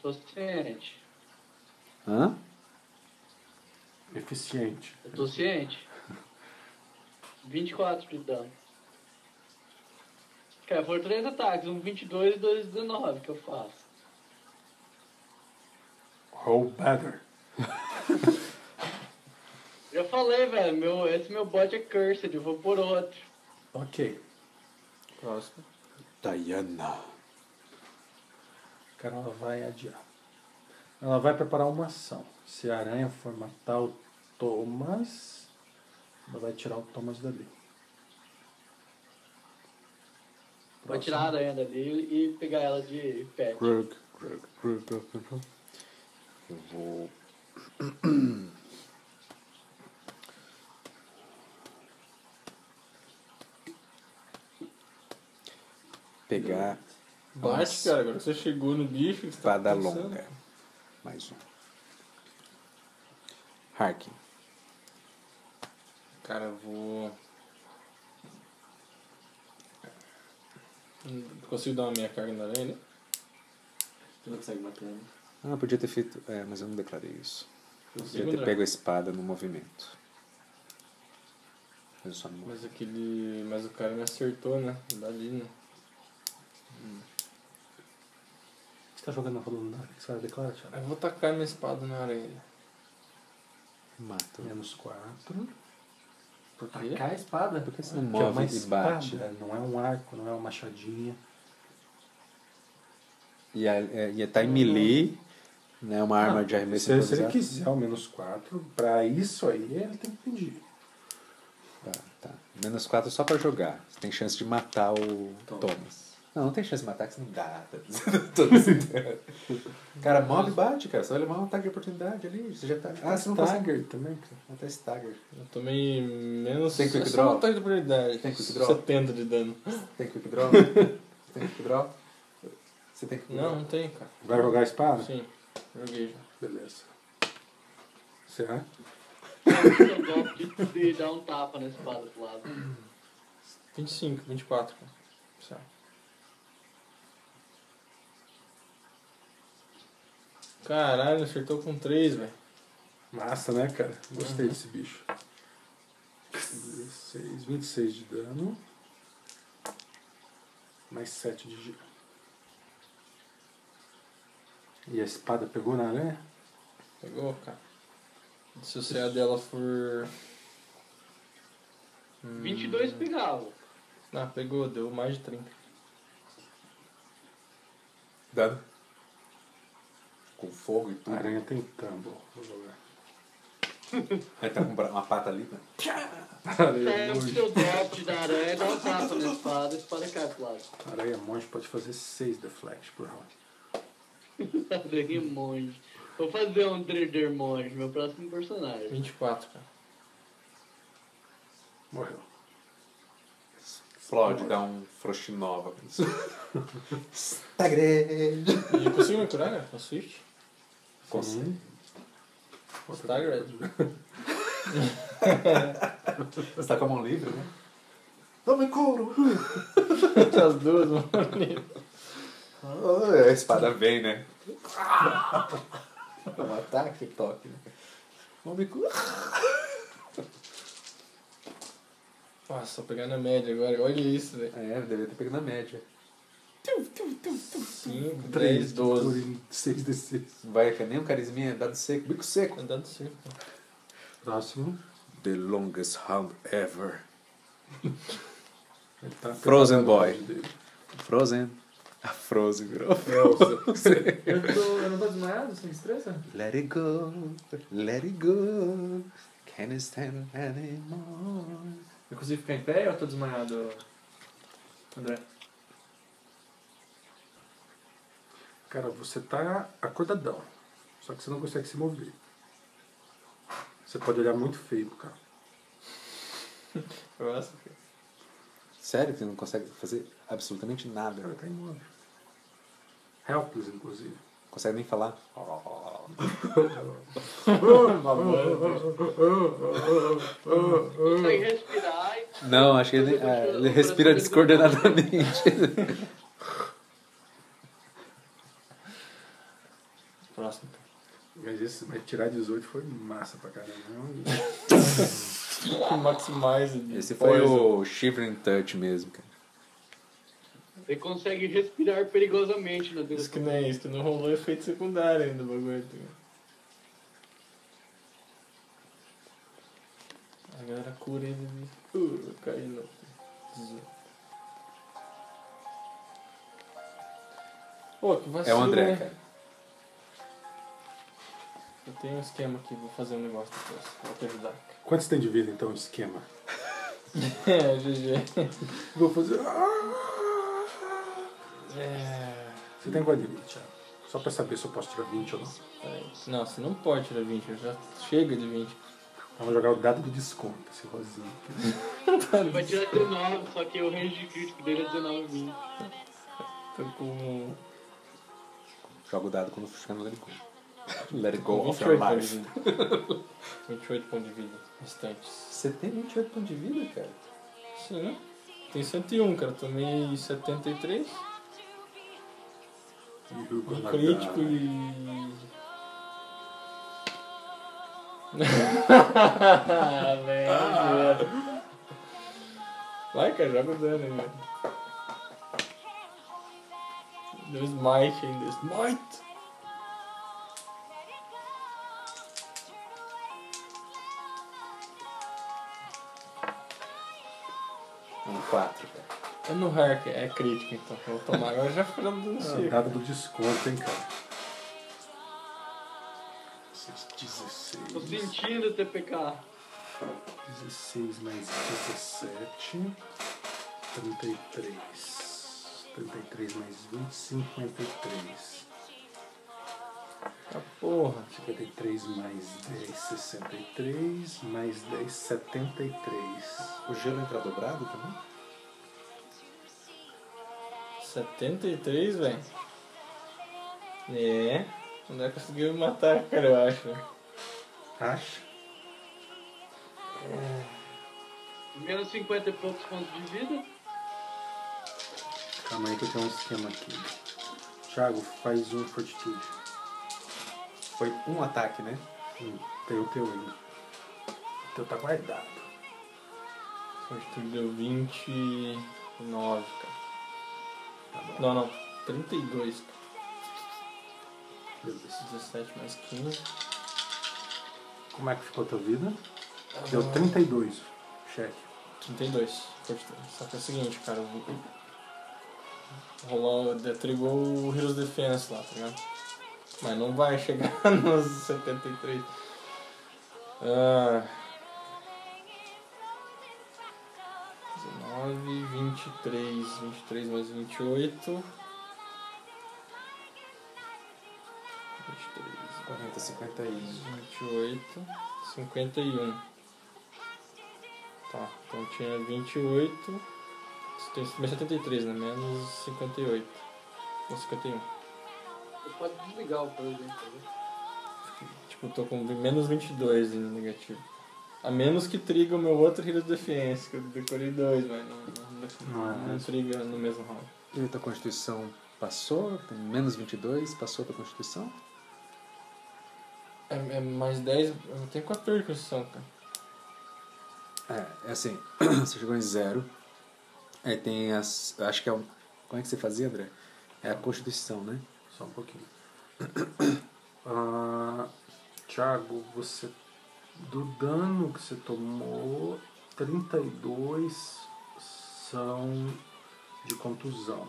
Tô ciente. Hã? Eficiente. Eu tô ciente. 24 de dano. Cara, foram três ataques, um 22 e dois 19 que eu faço. Roll better. Já falei, velho, meu, esse meu bot é cursed, eu vou por outro. Ok. Próximo. Diana. Cara, ela vai adiar. Ela vai preparar uma ação. Se a aranha for matar o Thomas, ela vai tirar o Thomas dali. Vou tirar a aranha dali e pegar ela de pet. Krug, Krug, Krug, Krug, Krug. Eu vou. Pegar Bate, Nossa. cara, agora que você chegou no bicho, que você tá espada pensando. longa. Mais um. Harkin. Cara, eu vou. Hum, Consigo dar uma meia carga na aranha, né? Você não consegue matar ele. Ah, podia ter feito. É, mas eu não declarei isso. Podia Consigo, né? ter André. pego a espada no movimento. Eu só não. Mas aquele. Mas o cara me acertou, né? Dali, né? Você tá jogando na coluna? O que você vai é declarar, Thiago? Eu vou tacar minha espada na aranha. Mato. Menos 4. Por quê? Tacar a espada? Por que você não Que é uma move e espada, bate? não é um arco, não é uma machadinha. E, a, é, e a Time Melee, né? Uma arma de arremesso Ah, Se, se ele improvisado. quiser o menos 4, pra isso aí ele tem que pedir. Tá. Tá. Menos 4 só pra jogar. Você tem chance de matar o Thomas. Thomas. Não, não tem chance de matar, que você não dá. tá Thomas. cara, mob bate, cara. Só levar um ataque de oportunidade ali. Você já tá. Ah, você não consegue. Stagger também, cara. Até stagger. Eu tomei menos. Tem quick só draw? um ataque de prioridade. Tem quick draw? 70 de dano. Tem quick draw? Você tem quick draw? Você tem quick draw? Não, não tem, cara. Vai jogar a espada? Sim. Joguei já. Beleza. Será? Eu gosto de dar um tapa na espada pro lado. 25, 24, cara. Sabe? Caralho, acertou com 3, velho. Massa, né, cara? Gostei desse bicho. 16, 26 de dano. Mais 7 de giro. E a espada pegou na aranha? Pegou, cara. Se o CA dela for. Hum, 22 pegava. Ah, pegou, deu mais de 30. Dano. Com fogo e A tudo. aranha tem tumble. Vou jogar. Aí tá com bra- uma pata ali, né? Pega Aranha o monge. seu drop da aranha, dá um tapa na espada, a espada cai pro lado. Aranha monge pode fazer 6 deflect por round. Aranha um monge. Vou fazer um Trader Monge, meu próximo personagem. 24, cara. Morreu. Explode, dá um frouxinho nova. Tá Staggered. E eu consigo me curar, cara? Com Swift? Consegue. Staggered. Você tá com a mão livre, né? Não me curo. As duas, mano. Ah, a espada vem, né? É um ataque, toque, né? Não me curo. Nossa, tô pegando a média agora. Olha isso, velho. É, deve ter pego na média. 5, 3, 10, 12. 6 de 6. Vai, que nem um carisminha, dado seco, bico seco. Andando certo. Próximo. The longest hump ever. Ele tá Frozen apertando Boy. o round dele. Frozen. A Frozen virou. Eu, tô, eu não tô desmaiado, sem estressa? Let it go, let it go. Can't stand anymore. Eu consigo ficar em pé ou eu tô desmaiado, André? Cara, você tá acordadão. Só que você não consegue se mover. Você pode olhar muito feio pro cara. Próximo. cara. Sério que não consegue fazer absolutamente nada. Cara, tá imóvel. Helpless, inclusive. Não consegue nem falar. Sem respirar e Não, acho que ele, ah, ele respira descoordenadamente. Próximo. Mas esse, mas tirar 18 foi massa pra caramba. Maximize. de Esse foi poison. o Shivering Touch mesmo, cara. Você consegue respirar perigosamente na Isso que direção. não é isso, que não rolou efeito secundário ainda o bagulho. tá ligado? Agora cura ele de. Uh, caiu não. Dezo- Pô, que vacilo, É o André, né? cara. Eu tenho um esquema aqui, vou fazer um negócio depois. Vou te ajudar. Quantos tem de vida, então, o esquema? é, GG. Vou fazer... ah, É... Você tem quanto de vida, Thiago? Só pra saber se eu posso tirar 20 ou não. peraí. Não, você não pode tirar 20, eu já chega de 20. Vamos jogar o dado do desconto, esse rosinho. Ele vai tirar 19, só que o range de crítico dele é 19 20. Tô com. Joga o dado quando fica no Let It Go. Let It Go of your 28 pontos de life. vida. 28 pontos de vida restantes. Você tem 28 pontos de vida, cara? Sim, né? tem 101, cara. Tomei 73. Um crítico e. Ah, velho. Vai, cara, joga o dano aí, velho. Deu smite ainda. Smite! Um 4, cara. É no hack, é crítico então. Eu vou tomar agora já foi dando Ah, seco. dado do desconto, hein, cara. Esses 16. Tô sentindo o TPK. 16 mais 17, 33. 33 mais 20, 53. Ah, porra, 53 mais 10, 63. Mais 10, 73. O gelo entra dobrado também? 73, velho? É. Não é conseguiu me matar, cara, eu acho. Acha? Menos 50 e poucos pontos de vida. Calma aí que eu tenho um esquema aqui. Thiago, faz um fortitude. Foi um ataque, né? Hum, tem o teu ainda. O teu tá guardado. Fortitude deu 29, cara. Não, não. 32, cara. Beleza. 17 mais 15. Como é que ficou a tua vida? Deu 32. Cheque. 32. Fortitude. Só que é o seguinte, cara. Eu vou rolar, o- trigou o Heroes Defense lá, tá ligado? Mas não vai chegar nos 73. Ah. 19, 23, 23 mais 28. 23, 40, 50 e... 28, 51. Tá, então tinha 28, tem mais 73, né? Menos 58. Ou 51. Você pode desligar o coisa, entendeu? Tipo, eu tô com vi- menos 22 no negativo. A menos que triga o meu outro Heroes Defense, que eu decorei dois, mas não, não, Não é, não, né? triga no mesmo round. E tua constituição passou? Tem menos 22, passou tua constituição? É, é mais 10, eu tenho 14 construção, cara. É, é assim, você chegou em zero. Aí tem as. Acho que é o. Como é que você fazia, André? É a constituição, né? Só um pouquinho. Ah, Thiago, você. Do dano que você tomou, 32 são de contusão.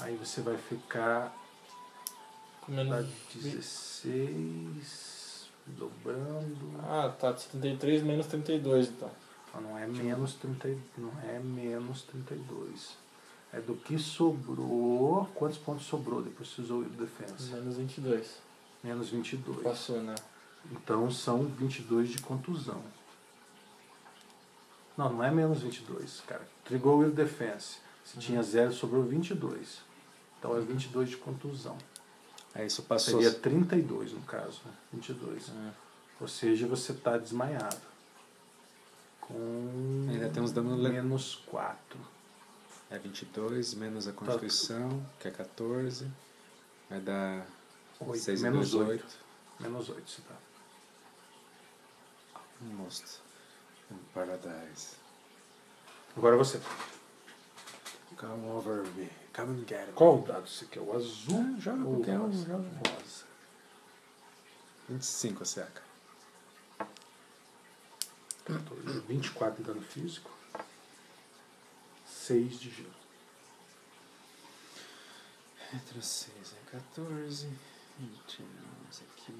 Aí você vai ficar Com na menos 16, dobrando. Ah, tá, 73 menos 32 então. Ah, Não é menos 30, e- não é menos 32. É do que sobrou. Quantos pontos sobrou depois que usou o defense? Menos 22. Menos 22. Passou, né? Então são 22 de contusão. Não, não é menos 22, cara. Trigou o Will Defense. Se tinha 0, sobrou 22. Então é 22 de contusão. Aí isso passou. Seria 32 no caso, né? 22. É. Ou seja, você tá desmaiado. Com Ainda tem uns danos le- menos 4. É 22 menos a constituição, que é 14. Vai dar Oito, 6 menos menos 8. 8. Menos 8 você tá. Most. In Um paradise. Agora você. Come over me. Come and get me. Qual o dado você quer? O azul já joga ou o qualquer um, rosa? joga. Rosa. 25, Seca. 14, 24 de dano físico. 6 de gelo. Entra 6 é 14. 29 isso aqui.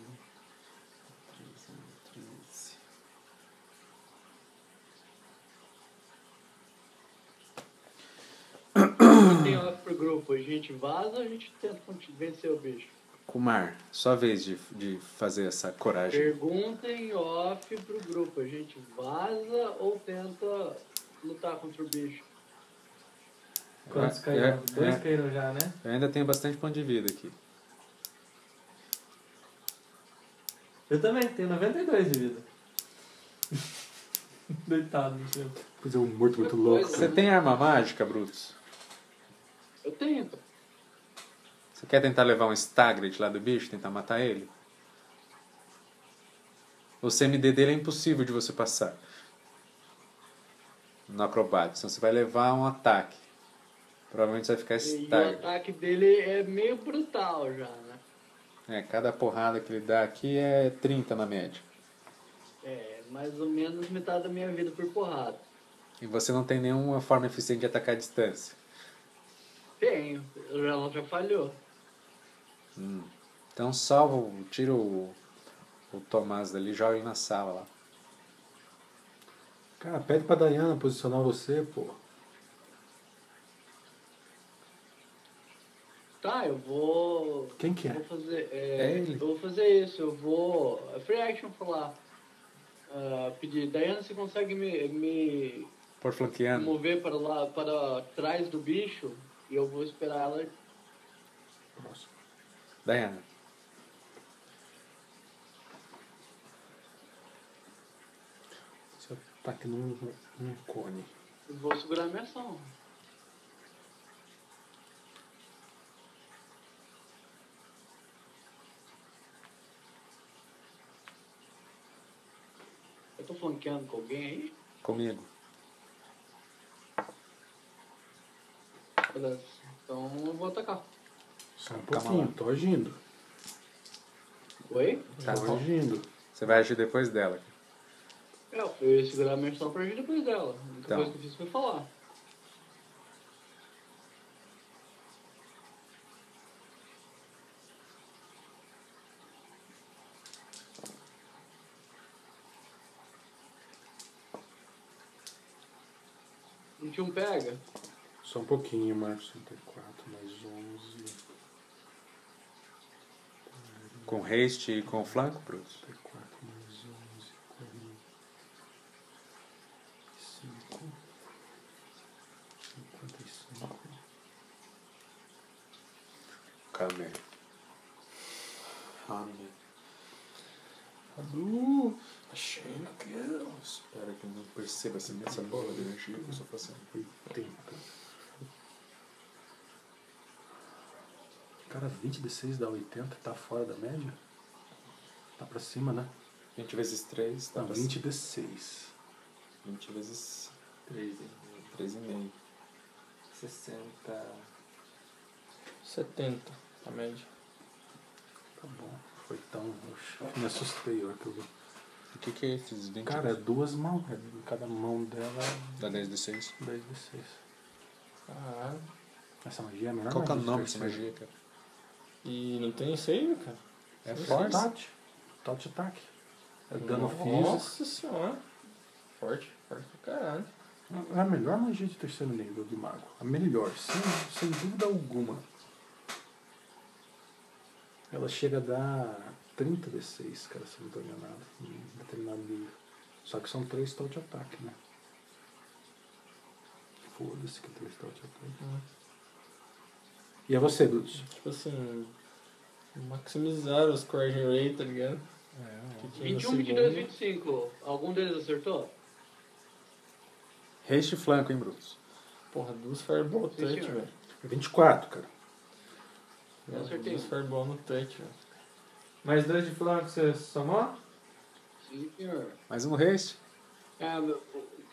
13 é 13. Tem hora pro grupo. A gente vaza, a gente tenta conti- vencer o bicho. Kumar, sua vez de, de fazer essa coragem. Perguntem off pro grupo. A gente vaza ou tenta lutar contra o bicho? Quantos É, caíram? é, Dois é. caíram já, né? Eu ainda tenho bastante ponto de vida aqui. Eu também, tenho 92 de vida. Deitado no chão. Pois é, um morto muito louco. Pois é. Você tem arma mágica, Brutus? Eu tento. Você quer tentar levar um Stagrid lá do bicho, tentar matar ele? O CMD dele é impossível de você passar. No acrobático, senão você vai levar um ataque. Provavelmente você vai ficar E o Stagrid. ataque dele é meio brutal já, né? É, cada porrada que ele dá aqui é 30 na média. É, mais ou menos metade da minha vida por porrada. E você não tem nenhuma forma eficiente de atacar à distância. Tenho. Ela já falhou. Então salva, o- tira o, o Tomás dali e joga ele na sala lá. Cara, pede pra Dayana posicionar você, pô. Tá, eu vou. Quem que é? Vou fazer, É é, ele. eu vou fazer isso, eu vou. é Free action falar. Ah, pedir. Diana, você consegue me, me Por flanqueando. mover para lá, para trás do bicho? E eu vou esperar ela. Diana. Você tá aqui num, num cone. Eu vou segurar a minha ação. Eu tô flanqueando com alguém aí? Comigo. Beleza. Então eu vou atacar. Só um Calma pouquinho, lá. tô agindo. Oi? Tá tô bom. agindo. Você vai agir depois dela. É, eu fui segurar a minha ação pra agir depois dela. A única Tá. coisa que eu fiz foi falar. Não tinha um pega? Só um pouquinho, Marcos. 64 mais 11. Com haste e com flanco, Brutus. 34 mais 11. 45. 55. Calma aí. Amém. Adu, tá achei incrível. Espero que não perceba essa imensa bola de energia que eu estou fazendo. 80. Cara, 20 de 6 dá 80, tá fora da média? Tá pra cima, né? 20 vezes 3 dá Tá Não, pra 20 de 6. 20 vezes 3, 3,5. 60. 70, a média. Tá bom. Foi tão. Oxe, me assustei, ó. Que eu... O que, que é esses 20? Cara, é duas mãos. né? Em cada mão dela Dá 10 de 6. é 10 de 6. Caralho. Essa magia é a melhor Qual que é o magia de nome dessa terceiro. magia, cara? E não tem save, cara. É Sim, forte. Tati. Tati ataque. É dano físico. Nossa senhora. Forte, forte pra caralho. É a melhor magia de terceiro nível do mago. A melhor, sem, sem dúvida alguma. Ela chega a dar 30 D6, cara, se eu não tô enganado. Em determinado nível. Só que são três tal de ataque, né? Foda-se que é três tal de ataque. Hum. E é você, Dudes. Tipo assim, maximizaram os Coragem Ray, tá ligado? É, 21, 22, 25. Algum deles acertou? é. Haste e flanco, hein, Brutus? Porra, duas Fireball no touch, senhor. velho. É 24, cara. Eu acertei. Duas Fireball no touch, velho. Mais dois de flanco você somou? Sim, senhor. Mais um haste. Ah, meu-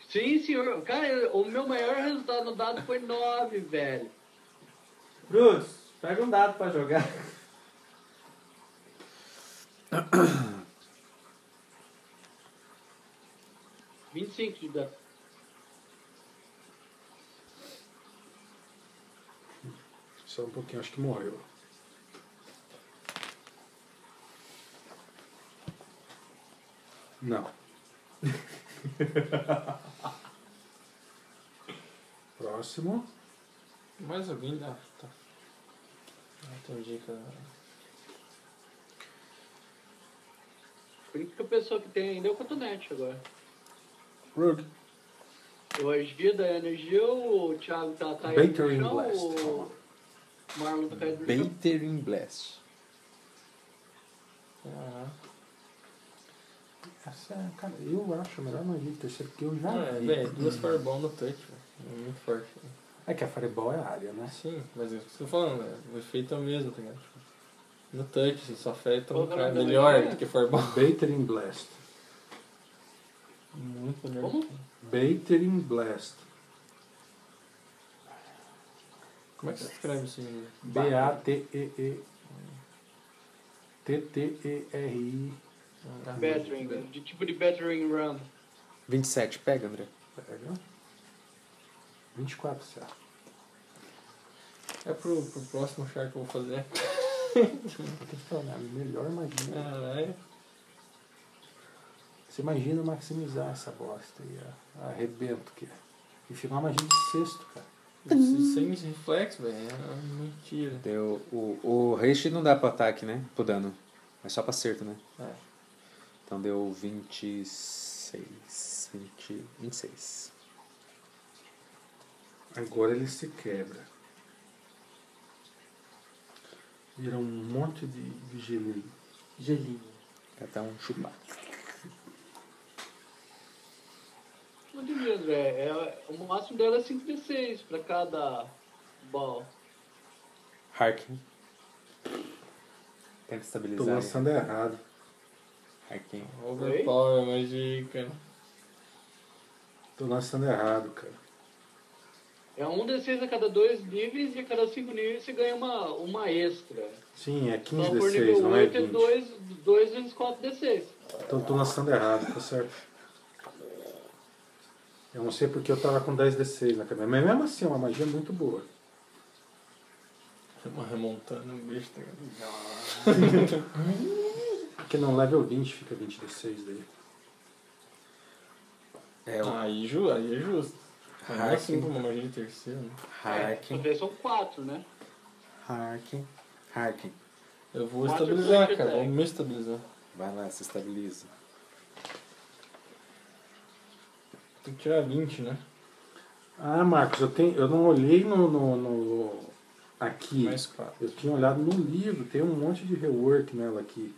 sim, senhor. Cara, o meu maior resultado no dado foi 9, velho. Bruce, pega um dado pra jogar. vinte e cinco de dano. Só um pouquinho, acho que morreu. Não. Próximo. Mais alguém dá? Tá. Ah, entendi, cara. Por isso que a pessoa que tem ainda é o cotonete agora. Rook. Eu agi da energia, o Thiago tá caindo Baker no in chão, Blast. o Marlon tá caindo no chão. Baitering Blast. Caraca. Essa, é, cara, eu acho a melhor magia de terceiro que eu já Ah, é, vi. velho, duas Fireball no touch, velho. É muito forte. velho. É que a Fireball é área, né? Sim, mas é isso que você tá falando, velho. o efeito é o mesmo, tá ligado? Tipo, No touch, você só afeta um Pô, cara não, não, melhor não. do que Fireball. Baitering Blast. Muito melhor. Como? Baitering Blast. Como é que você escreve isso aí? B-A-T-E-E. T-T-E-R-I. Ah, Battering, de tipo de battering ram. 27, pega, André. Pega. 24 CA. É pro, pro próximo char que eu vou fazer. Caralho, é melhor magia. Caralho. Você imagina maximizar essa bosta e a- arrebento que é. E fica uma magia de sexto, cara. Sem esse reflexo, velho. É mentira. Deu, o, o haste não dá pra ataque, né? Pro dano. É só pra acerto, né? É. Então deu 26. 20, 26. Agora ele se quebra. Vira um monte de, de gelinho. Gelinho. É até um chupar. Onde mesmo, é, é- O máximo dela é 5d6 pra cada bal. Harkin. Tenta Tô estabilizar. aí. lançando errado. Harkin. Overpower, magica. Tô lançando errado, cara. É um d6 a cada dois níveis e a cada cinco níveis você ganha uma, uma extra. Sim, é 15 Então por D6, nível não é 8 é 20. 2 dois vezes 4 d6. Então tô lançando errado, tá certo? Eu não sei porque eu tava com 10 D6 na cabeça. Mas mesmo assim, é uma magia muito boa. Uma remontando um bicho, tá ligado? Porque não level 20 fica 20 D6 daí. É o Aí, ju, aí é justo. Mas não é Hack. assim como uma magia de terceiro, né? Ah, é Harkin. Talvez são 4, né? Harkin. Harkin. Eu vou Quatro né? estabilizar, punch cara. attack. Vou me estabilizar. Vai lá, se estabiliza. Tem que tirar 20, né? Ah, Marcos, eu, tenho, eu não olhei no, no, no- aqui. Mais 4. Eu tinha olhado no livro, tem um monte de rework nela aqui.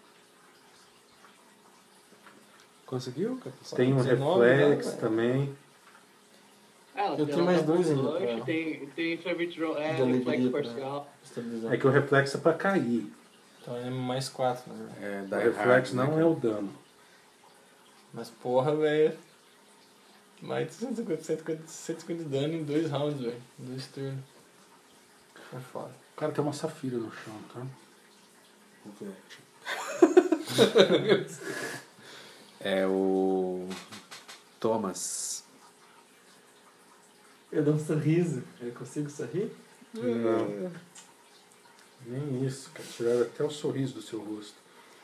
Conseguiu, cara? Tem um 19 reflex já, também. Ah, ela Eu tem- tenho ela mais tá dois com ainda blush, pra ela. Tem, tem Savage Roll, é, De alegria reflexo pra parcial. Estabilizar. É que o reflexo é pra cair. Então é mais 4, na verdade. É, O da reflexo não é o dano. Mas porra, velho. Mais de 150, 150, 150 de dano em dois rounds, velho. Em Dois turnos. É foda. Cara, tem uma safira no chão, tá? É o. Thomas. Eu dou um sorriso. Eu consigo sorrir? Não. Nem isso, cara. Tiraram até o sorriso do seu rosto.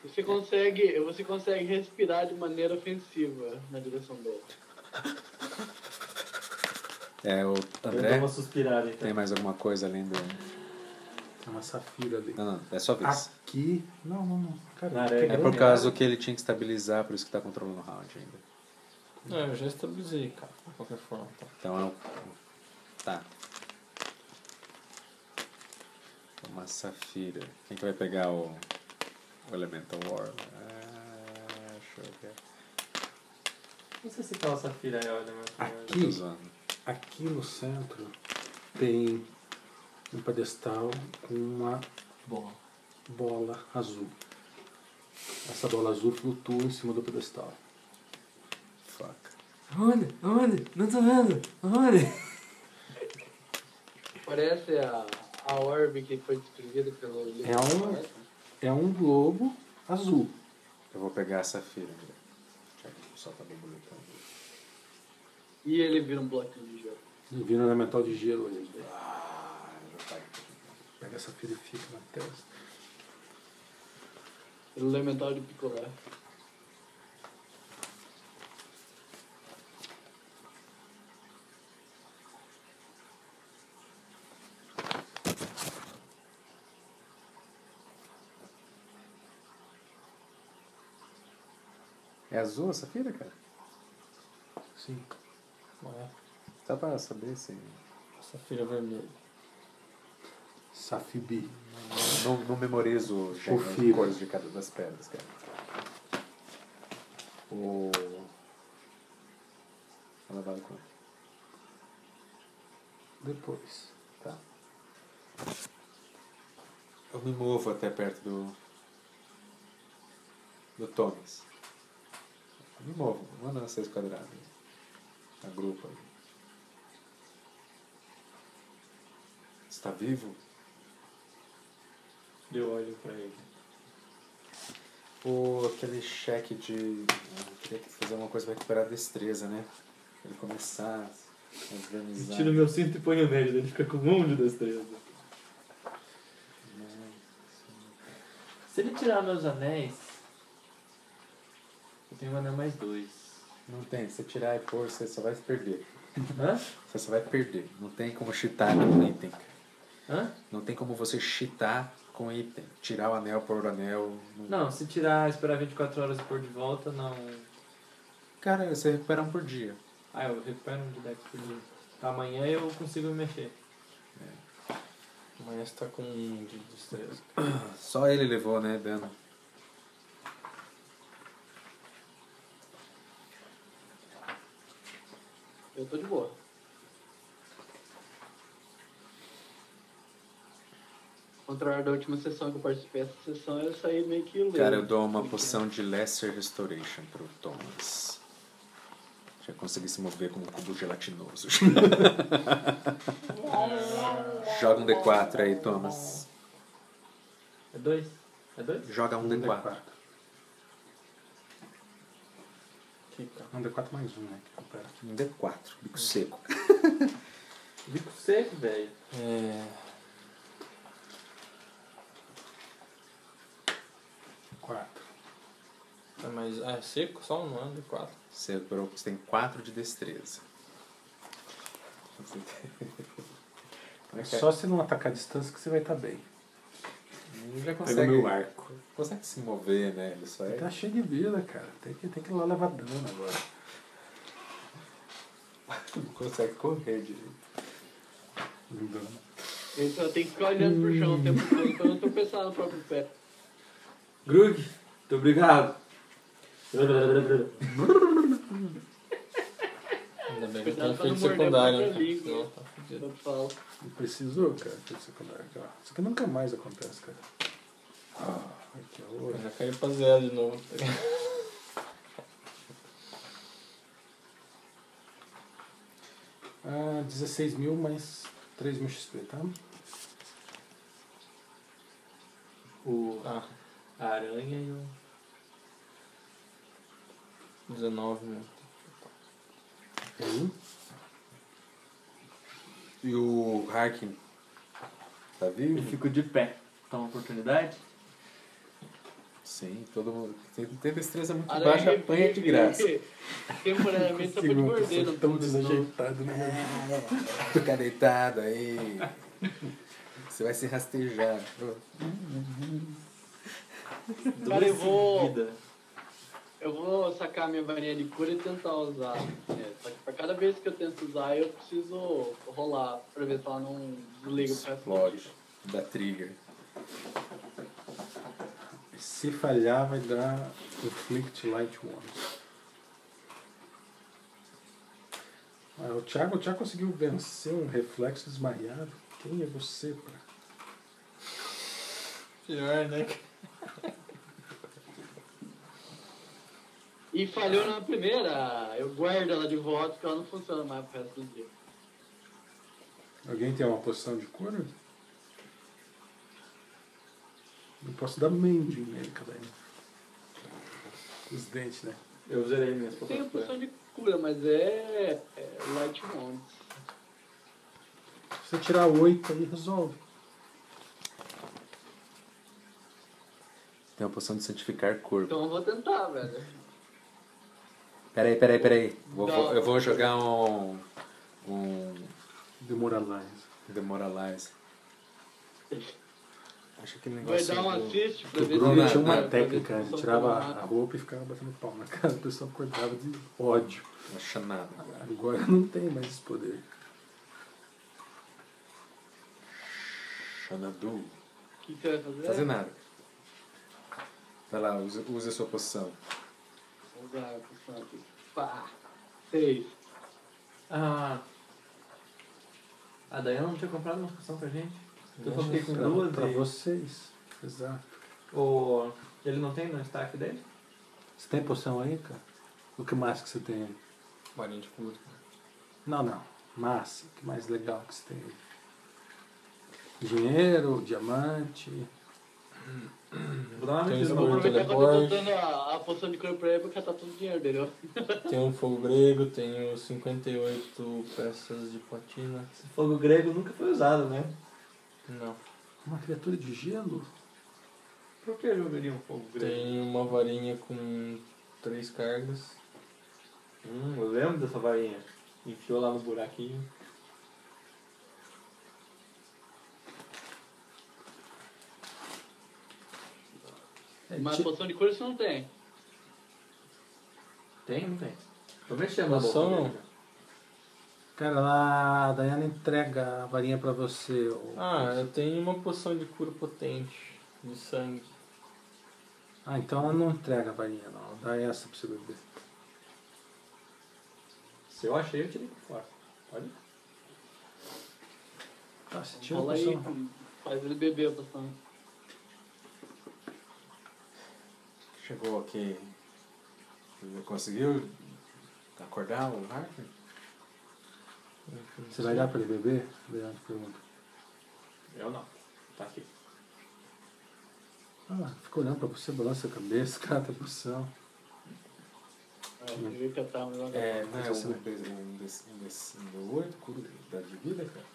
Você consegue, você consegue respirar de maneira ofensiva na direção dela. É o Eu dou André. uma suspirada então. Tem mais alguma coisa além do. Tem uma safira ali. Não, não, é sua vez. Aqui. Não, não, não. Na Ah, um Cara, areia. É por causa que ele tinha que estabilizar, por isso que tá controlando o round ainda. Não, eu já estabilizei, cara. De qualquer forma. Tá. Então é o. Tá. Uma safira. Quem que vai pegar o. O Elemental War? Ah, deixa eu ver. Não sei se aquela safira é, olha, mas. Aqui. Tô zoando. aqui no centro tem um pedestal com uma Bom. bola azul. Essa bola azul flutua em cima do pedestal. Fuck. Olha, olha, não tô vendo, olha. Parece a, a orbe que foi destruída pelo... É um- É um globo azul. Eu vou pegar né? a safira, André. Já que o sol tá bem bonitão. E ele vira um bloquinho de gelo. Ele vira um elemental de gelo. Ele Ah, eu vou pegar. pega essa filha e fica na testa. Pelo elemental de picolé. É azul a safira, cara? Sim. Ué, Só pra saber se. safira é vermelha. Safibi. Não, não memorizo já as Porfiro. cores de cada das pedras, cara. O. Ela vai com. Depois. Tá. Eu me movo até perto do. Do Thomas. Eu me movo, manda nas seis quadradas. A grupo ali. Está vivo? Eu olho pra ele. Pô, aquele cheque de. Eu queria fazer uma coisa pra recuperar a destreza, né? Pra ele começar a organizar. Tiro meu cinto e ponho nele, ele fica com um de destreza. Se ele tirar meus anéis, eu tenho um anel mais dois. Não tem, se você tirar e pôr, você só vai se perder. Hã? Você só vai perder. Não tem como cheatar com item. Hã? Não tem como você cheatar com item. Tirar o anel, pôr o anel. não- Não, se tirar, esperar 24 horas e pôr de volta, não. Cara, você recupera um por dia. Ah, eu recupero um de deck por dia. Amanhã eu consigo me mexer. Amanhã você tá com um de destreza. Só ele levou, né, dano. Eu tô de boa. Ao Contrário da última sessão que eu participei, essa sessão eu saí meio que lento. Cara, eu dou uma poção de Lesser Restoration pro Thomas. Já consegui se mover como um cubo gelatinoso. Joga um D4 aí, Thomas. É dois? É dois? Joga um D4. Um D4 mais um, né? que recupera. Um D4, bico seco. Bico seco, velho. É, Quatro. Ah, mas ah, é seco? Só um ano, quatro. Você, você tem 4 de destreza. É só se não atacar a distância que você vai estar bem. Ele já Pega consegue, meu arco. consegue se mover, né? Ele só é... Tá cheio de vida, cara. Tem que, tem que ir lá levar dano agora. não consegue correr direito. Ele só tem que ficar olhando pro chão o tempo todo pra não tropeçar no próprio pé. Grug, muito obrigado. Ainda bem que eu tenho Cuidado pra não feito morder a secundário, né? própria língua. Não, tá fudido. Eu falo. Não precisou, cara, ter secundário. Aqui, ó. Isso aqui nunca mais acontece, cara. Ah, que horror. Eu já caiu pra zero de novo. Ah, 16 mil mais 3 mil XP, tá? O, Ah, a aranha e o. 19 mil. E o Harkin? Tá Eu vivo? fico de pé. Toma oportunidade? Sim, todo mundo. Tem, tem destreza muito Aranha né? baixa, revive apanha de graça. Temporariamente só é pra te morder, não tão precisa não. desajeitado, né? Fica deitado aí. Você vai se rastejar. Cara, eu vou, Vida. eu vou sacar minha varinha de cura e tentar usar. É, só que pra cada vez que eu tento usar, eu preciso rolar pra ver se ela não desliga o pé. Explode. Da trigger. Se falhar, vai dar Inflict Light Wounds. Ah, o, Thiago, o Thiago conseguiu vencer um reflexo desmaiado. Quem é você, cara? Pior, né? E falhou na primeira, eu guardo ela de volta porque ela não funciona mais pro resto do dia. Alguém tem uma poção de cura? Não posso dar mending nele, cadê? um. Os dentes, né? Eu zerei minhas Tem a poucas poção de cura, mas é, é Light Wound. Se você tirar oito aí, resolve. Tem uma poção de santificar corpo. Então eu vou tentar, velho. Peraí, peraí, peraí. Vou- Não. vou- eu vou jogar um. Um. Demoralize. Demoralize. Acho que Vai negócio. é dar um assist pra O ver Bruno se tinha pra uma ver se técnica, ele funciona tirava mais. a roupa e ficava batendo pau na cara, o pessoal acordava de ódio. Não acha nada. Agora não tem mais esse poder. Xanadu. O que você vai fazer? Fazer nada. Vai lá, usa, usa a sua poção. Vou usar a poção aqui. Pá. Seis. Ah. A Dayana não tinha comprado uma poção pra gente? Eu só Né? fiquei com Pra- duas Pra e. vocês. Exato. O... Ele não tem no stack dele? Você tem poção aí, cara? O que mais que você tem aí? Varinha de cura. Não, não. Massa. O que mais legal que você tem aí? Dinheiro, diamante. Vou dar uma Tem mexida Eu vou no sabor. aproveitar quando eu tô teleporte. dando a, a poção de cura pra ele pra catar todo o dinheiro dele, ó. Tem um fogo grego, tenho 58 peças de platina. Esse fogo grego nunca foi usado, né? Não. Uma criatura de gelo? Por que jogaria um fogo grande? Tem uma varinha com três cargas. Hum, eu lembro dessa varinha. Enfiou lá no buraquinho. É, Mas poção de cura você não tem. Tem? Não tem. Tô mexendo na bolsa. Poção não. dele. Cara, lá a Dayana entrega a varinha pra você. ô. Ah, eu tenho uma poção de cura potente de sangue. Ah, então ela não entrega a varinha, não. Dá essa pra você beber. Se eu achei, eu tirei pra fora. Olha. Tá, você tira a Fala aí, poção. faz ele beber a poção. Chegou aqui. Conseguiu acordar o Harper? Você vai dar pra ele beber? Leandro pergunta. Eu não. Tá aqui. Ah, fica olhando pra você, balança a cabeça, cata a poção. É, devia catar, mas não É, não é Sim. um D8, um D- um D- um D8, cura da de vida, cara.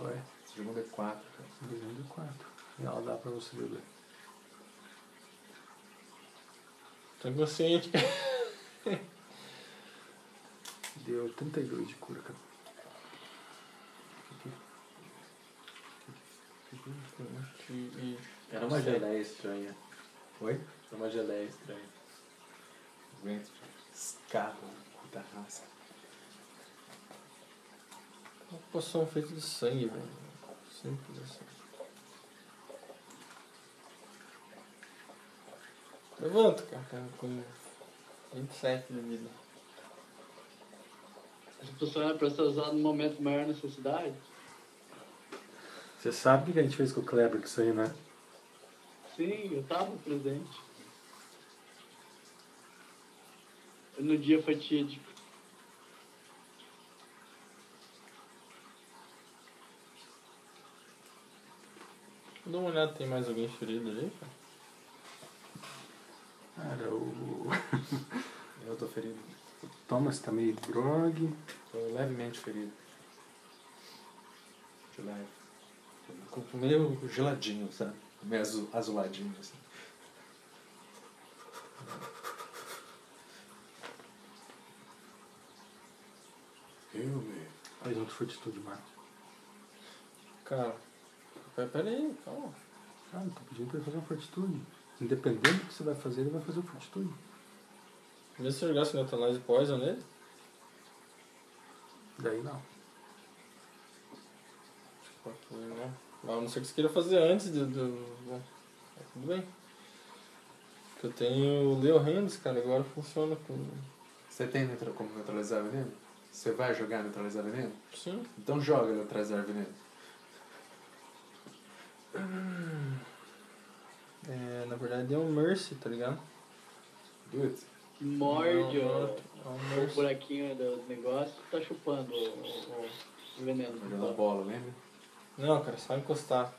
Olha, tá Você jogou um D4, cara. bebendo quatro. E ela dá pra você beber. Tô inconsciente, cara. Deu 32 de cura, cara. E- e- Era uma geleia estranha. Oi? Era uma geleia estranha. Vento, escarro, puta raça. Uma poção feita um de sangue, velho. Simples assim. Levanta, cara, cara, com 27 de vida. Essa poção era pra ser usada no momento de maior necessidade? Você sabe o que que a gente fez com o Kleber com isso aí, né? Sim, eu tava presente. No dia fatídico. Dá uma olhada, tem mais alguém ferido ali, cara? Cara, o Eu tô ferido. Thomas tá meio grog. Tô levemente ferido. De leve. Com- Meio geladinho, sabe? Meio azu- azuladinho, assim. Eu, meu. Faz outro fortitude, Marcos. Cara, pe- pera aí, calma. Cara, eu tô pedindo pra ele fazer uma fortitude. Independente do que você vai fazer, ele vai fazer uma fortitude. Vê se eu jogasse Neutralize Poison nele. Daí não. Tipo, aqui, né? Mas a não ser que você queira fazer antes do. do... Bom, tá tudo bem. Porque eu tenho o Leo Hands, cara, agora funciona com. Você tem neutra- como neutralizar veneno? Você vai jogar neutralizar veneno? Sim. Então joga neutralizar veneno. É, na verdade é um Mercy, tá ligado? Do it. Morde Não, ó, É um o Mercy. buraquinho do negócio, tá chupando o, o- o veneno. Jogando a bola, lembra? Não, cara, só encostar.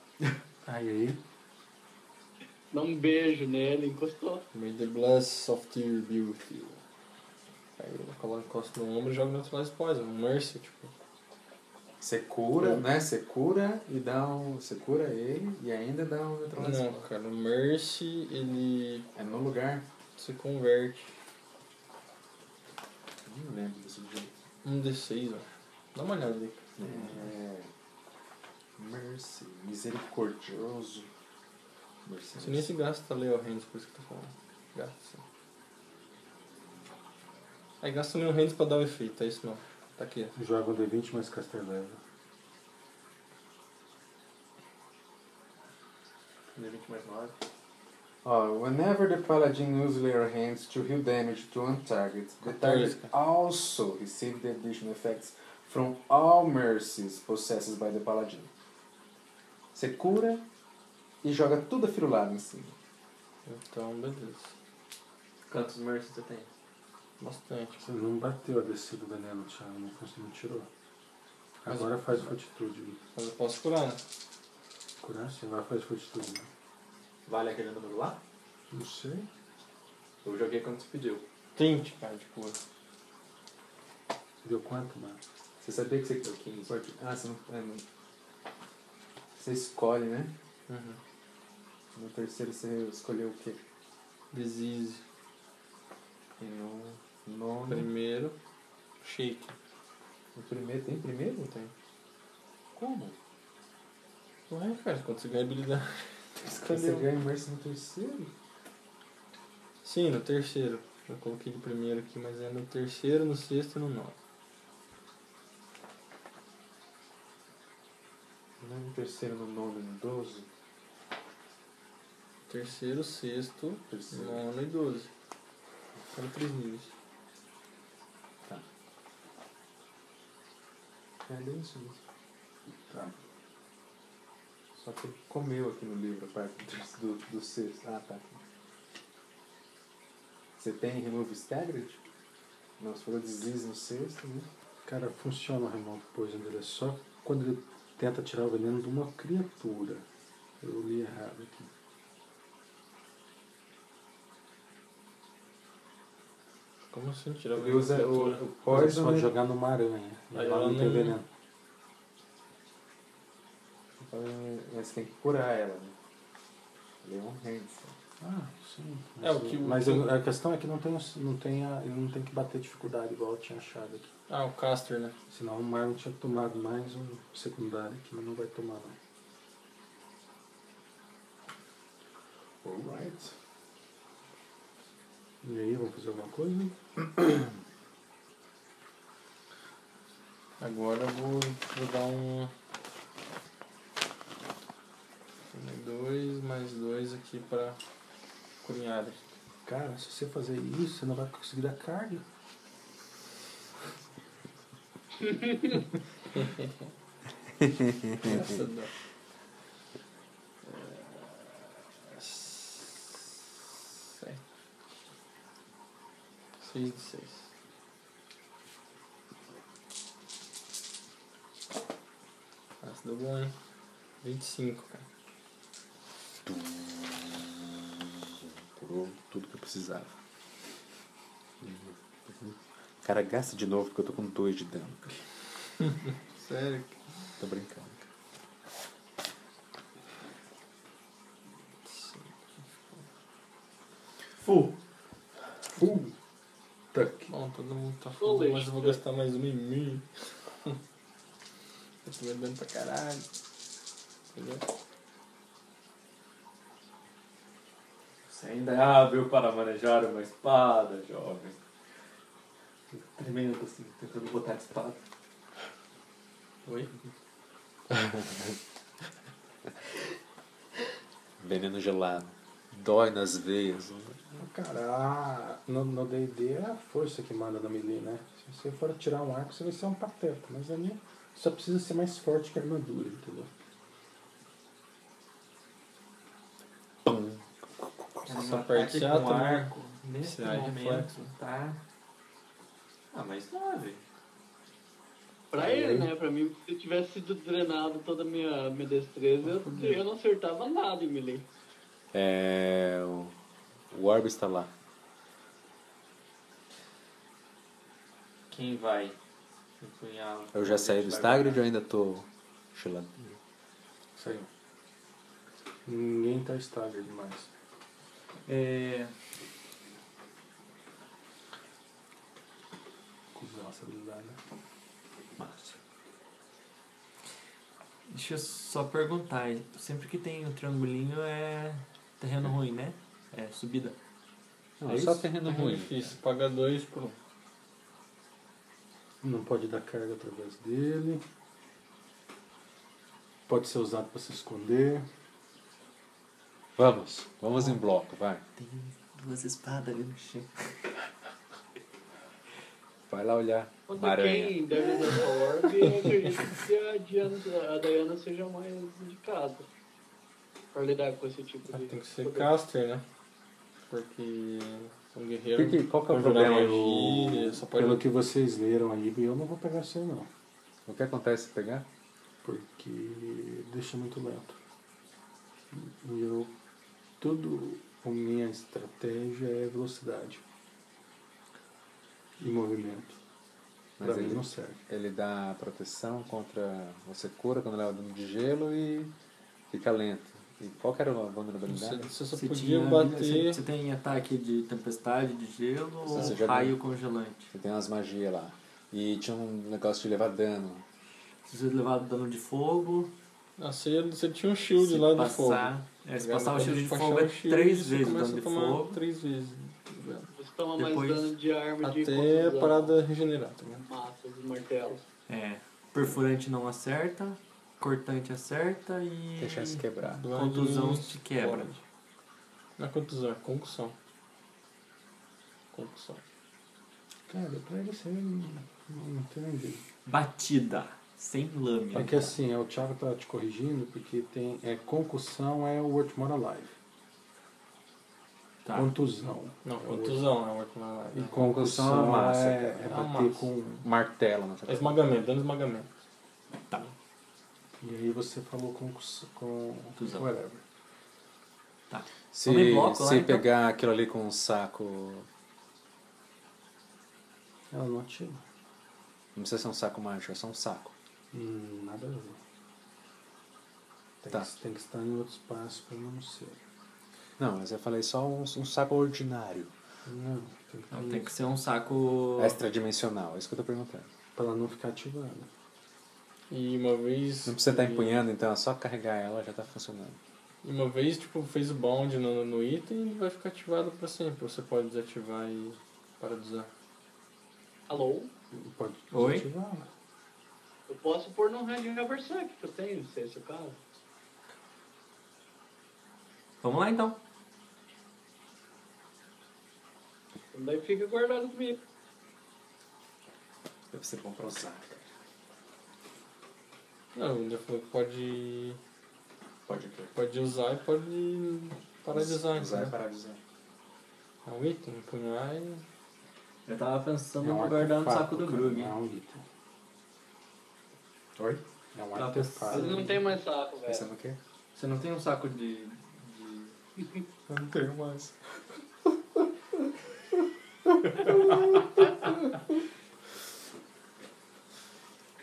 Aí aí. Dá um beijo nele, encostou. May the bless of your beauty. Aí eu coloco encosto no ombro e jogo Neutralize Poison. Um Mercy, tipo. Você cura, né? Você cura e dá um. Você cura ele e ainda dá um neutralização. Não, cara, o Mercy ele É no lugar. se converte. Não lembro desse jeito. Um D6, ó. Dá uma olhada aí. É. Mercy. Misericordioso. Mercy. Você nem tá se gasta Leo Hands, por isso que eu tô falando. Gasta. sim. Aí gasta o Leo Hands pra dar o efeito, é isso não. Tá aqui. Joga um D20 mais Casteleva. D20 mais 9. Ó, whenever the paladin uses layer hands to heal damage to one target, the target Característica. also receives the additional effects from all mercies possessed by the paladin. Você cura e joga tudo afirulado em cima. Então, beleza. Quantos mercy você tem? Bastante. Você não bateu a DC do veneno, Thiago. Não, cons- não tirou. Mas- Agora faz fortitude, Gui. Mas eu posso curar, né? Curar, você vai fazer fortitude. né? Vale aquele número lá? Não sei. Eu joguei quando você pediu. 20, cara, de cura. Você deu quanto, mano? Você sabia que você é, Deu 15. Porque- Ah, você não, é, não. Você escolhe, né? Uhum. No terceiro você escolheu o quê? Disease. E no Uhum. nono. Primeiro, shake. No primeiro tem primeiro? Tem. Como? Ué, é, cara, quando você ganha habilidade. Você Escolheu. ganha imerso no terceiro? Sim, no terceiro. Eu coloquei de primeiro aqui, mas é no terceiro, no sexto e no nono. Não é no terceiro, no nono, no doze? Terceiro, sexto, Terceiro. nono e doze. São três níveis. É bem isso mesmo. Tá. Só que ele comeu aqui no livro a parte do, do, do sexto. Ah, tá. Você tem Remove Staggered? Não, você falou Disease no sexto, né? Cara, funciona o remote poison dele. É só quando ele tenta tirar o veneno de uma criatura. Eu li errado aqui. Como assim tirar Ele usa o, o Mas Você Poison, pode né? jogar numa aranha. E Aí é- ela ela não tem nem- veneno. Ah, Mas tem que curar ela, né? Ele é um Hands. Ah, sim. É, o que o- Mas eu- a questão é que não tem, os- não tem a, ele não tem que bater dificuldade igual eu tinha achado aqui. Ah, o caster, né? Senão o Marlon tinha tomado mais um secundário aqui, mas não vai tomar não. Alright. E aí, vamos fazer alguma coisa? Agora eu vou, vou dar um. um, Dois mais dois aqui pra cunhada. Cara, se você fazer isso, você não vai conseguir dar carga. Essa dá. É, Sete. Seis de seis. Ah, se deu bom, hein? 25, cara. Curou tudo que eu precisava. Cara, gasta de novo porque eu tô com dois de dano. Sério? Tô brincando. cara. Fu! Bom, todo mundo tá Ô, full, mas Leite, eu vou cara. gastar mais uma em mim. Tô tomando dano pra caralho. Entendeu? Você ainda é hábil para manejar uma espada, jovem. Tremendo assim, tentando botar a espada. Oi? Veneno gelado. Dói nas veias. Cara, a- no no D&D é a força que manda na melee, né? Se você for tirar um arco, você vai ser um pateta. Mas ali só precisa ser mais forte que a armadura, entendeu? Pum. Essa parte chata, É um com né? arco, nesse Esse aí é momento, tá? Ah, mas nove. Pra ele, né? Pra mim, se eu tivesse sido drenado toda a minha, minha destreza, eu, eu não acertava nada em melee. É. o- O Orb está lá. Quem vai um empunhá-lo? Eu já saí do Stagrid ou ainda tô gelado? Saiu. Ninguém tá estável demais. É, Com nossa habilidade, né? deixa eu só perguntar. Sempre que tem o triangulinho é terreno Hum. ruim, né? É subida. É Não, só terreno Muito ruim. É difícil. Paga dois por um. Não pode dar carga através dele. Pode ser usado pra se esconder. Vamos, vamos em bloco, vai. Duas espadas ali no chão. Vai lá olhar. Quanto Uma aranha. quem deve usar essa orb, eu acredito que a, Diana, a Diana seja mais indicada pra lidar com esse tipo de. Ah, Tem que ser poder. caster, né? Porque são guerreiros. Por que? Qual que é o Conjurar problema? magia, só pode... Pelo que vocês leram aí, eu não vou pegar isso aí não. O que acontece se pegar? Porque deixa muito lento. E eu. Tudo. A minha estratégia é velocidade. E movimento. Mas Pra mim ele- não serve. Ele dá proteção contra. Você cura quando leva dano de gelo e fica lento. E qual que era o bônus da Você, habilidade? você só Você, podia tinha- você- bater. você tem ataque de tempestade, de gelo Você ou já raio congelante. Você tem umas magias lá. E tinha um negócio de levar dano. Se você levar dano de fogo, Ah, você, você tinha um shield se lá do fogo. Tá passar, é, se passar o Quando shield de passar fogo o é um shield, três você vezes o começa dano a de tomar fogo. Três vezes. né? Você toma mais Depois- dano de arma de Até a contusão, parada regenerar, tá ligado? massas e martelos. É, perfurante não acerta, cortante acerta e Deixar se quebrar. Blind contusão is te quebra. forward. Não é contusão, é concussão. Concussão. Cara, pra ele você não, não entende. Batida, sem lâmina. É que assim, é, o Thiago tá te corrigindo porque tem. É, concussão é o World More Alive. Tá. Contusão. Não, É o contusão é o Work My E Life. concussão é, é massa, é, É uma bater massa. com. um. Martelo na É esmagamento, dando esmagamento. E aí você falou concussão. Com, Contusão. whatever. Se, Tomei bloco lá, se então. pegar aquilo ali com um saco. Ela não ativa. Não precisa ser um saco mágico, é só um saco. Hum, nada a ver. Tem, Tá. que, tem que estar em outro espaço para não ser. Não, mas eu falei só um, um saco ordinário. Não, tem que estar Não, tem que ser um saco. Extradimensional, é isso que eu tô perguntando. para ela não ficar ativada. E uma vez. Não precisa estar e- empunhando, então, é só carregar ela já tá funcionando. E uma vez, tipo, fez o bound no, no item e ele vai ficar ativado pra sempre. Você pode desativar e para de usar. Alô? Pode Oi? desativar. né? Eu posso pôr num Red Haversack que eu tenho, se é esse o caso. Vamos lá então. Então daí fica guardado comigo. Deve ser bom pra um saco. Não, ele já falou que pode. Pode o quê? Pode usar e pode parar de usar. Usar e né? parar de usar. É um item, empunhar e. Eu tava pensando É um em guardar no artefato, saco do cara, Grug. não é um item. Oi? É um Tá artefato. Ah, Mas não tem mais saco, velho. Pensando o quê? Você não tem um saco de. de... Eu não tenho mais.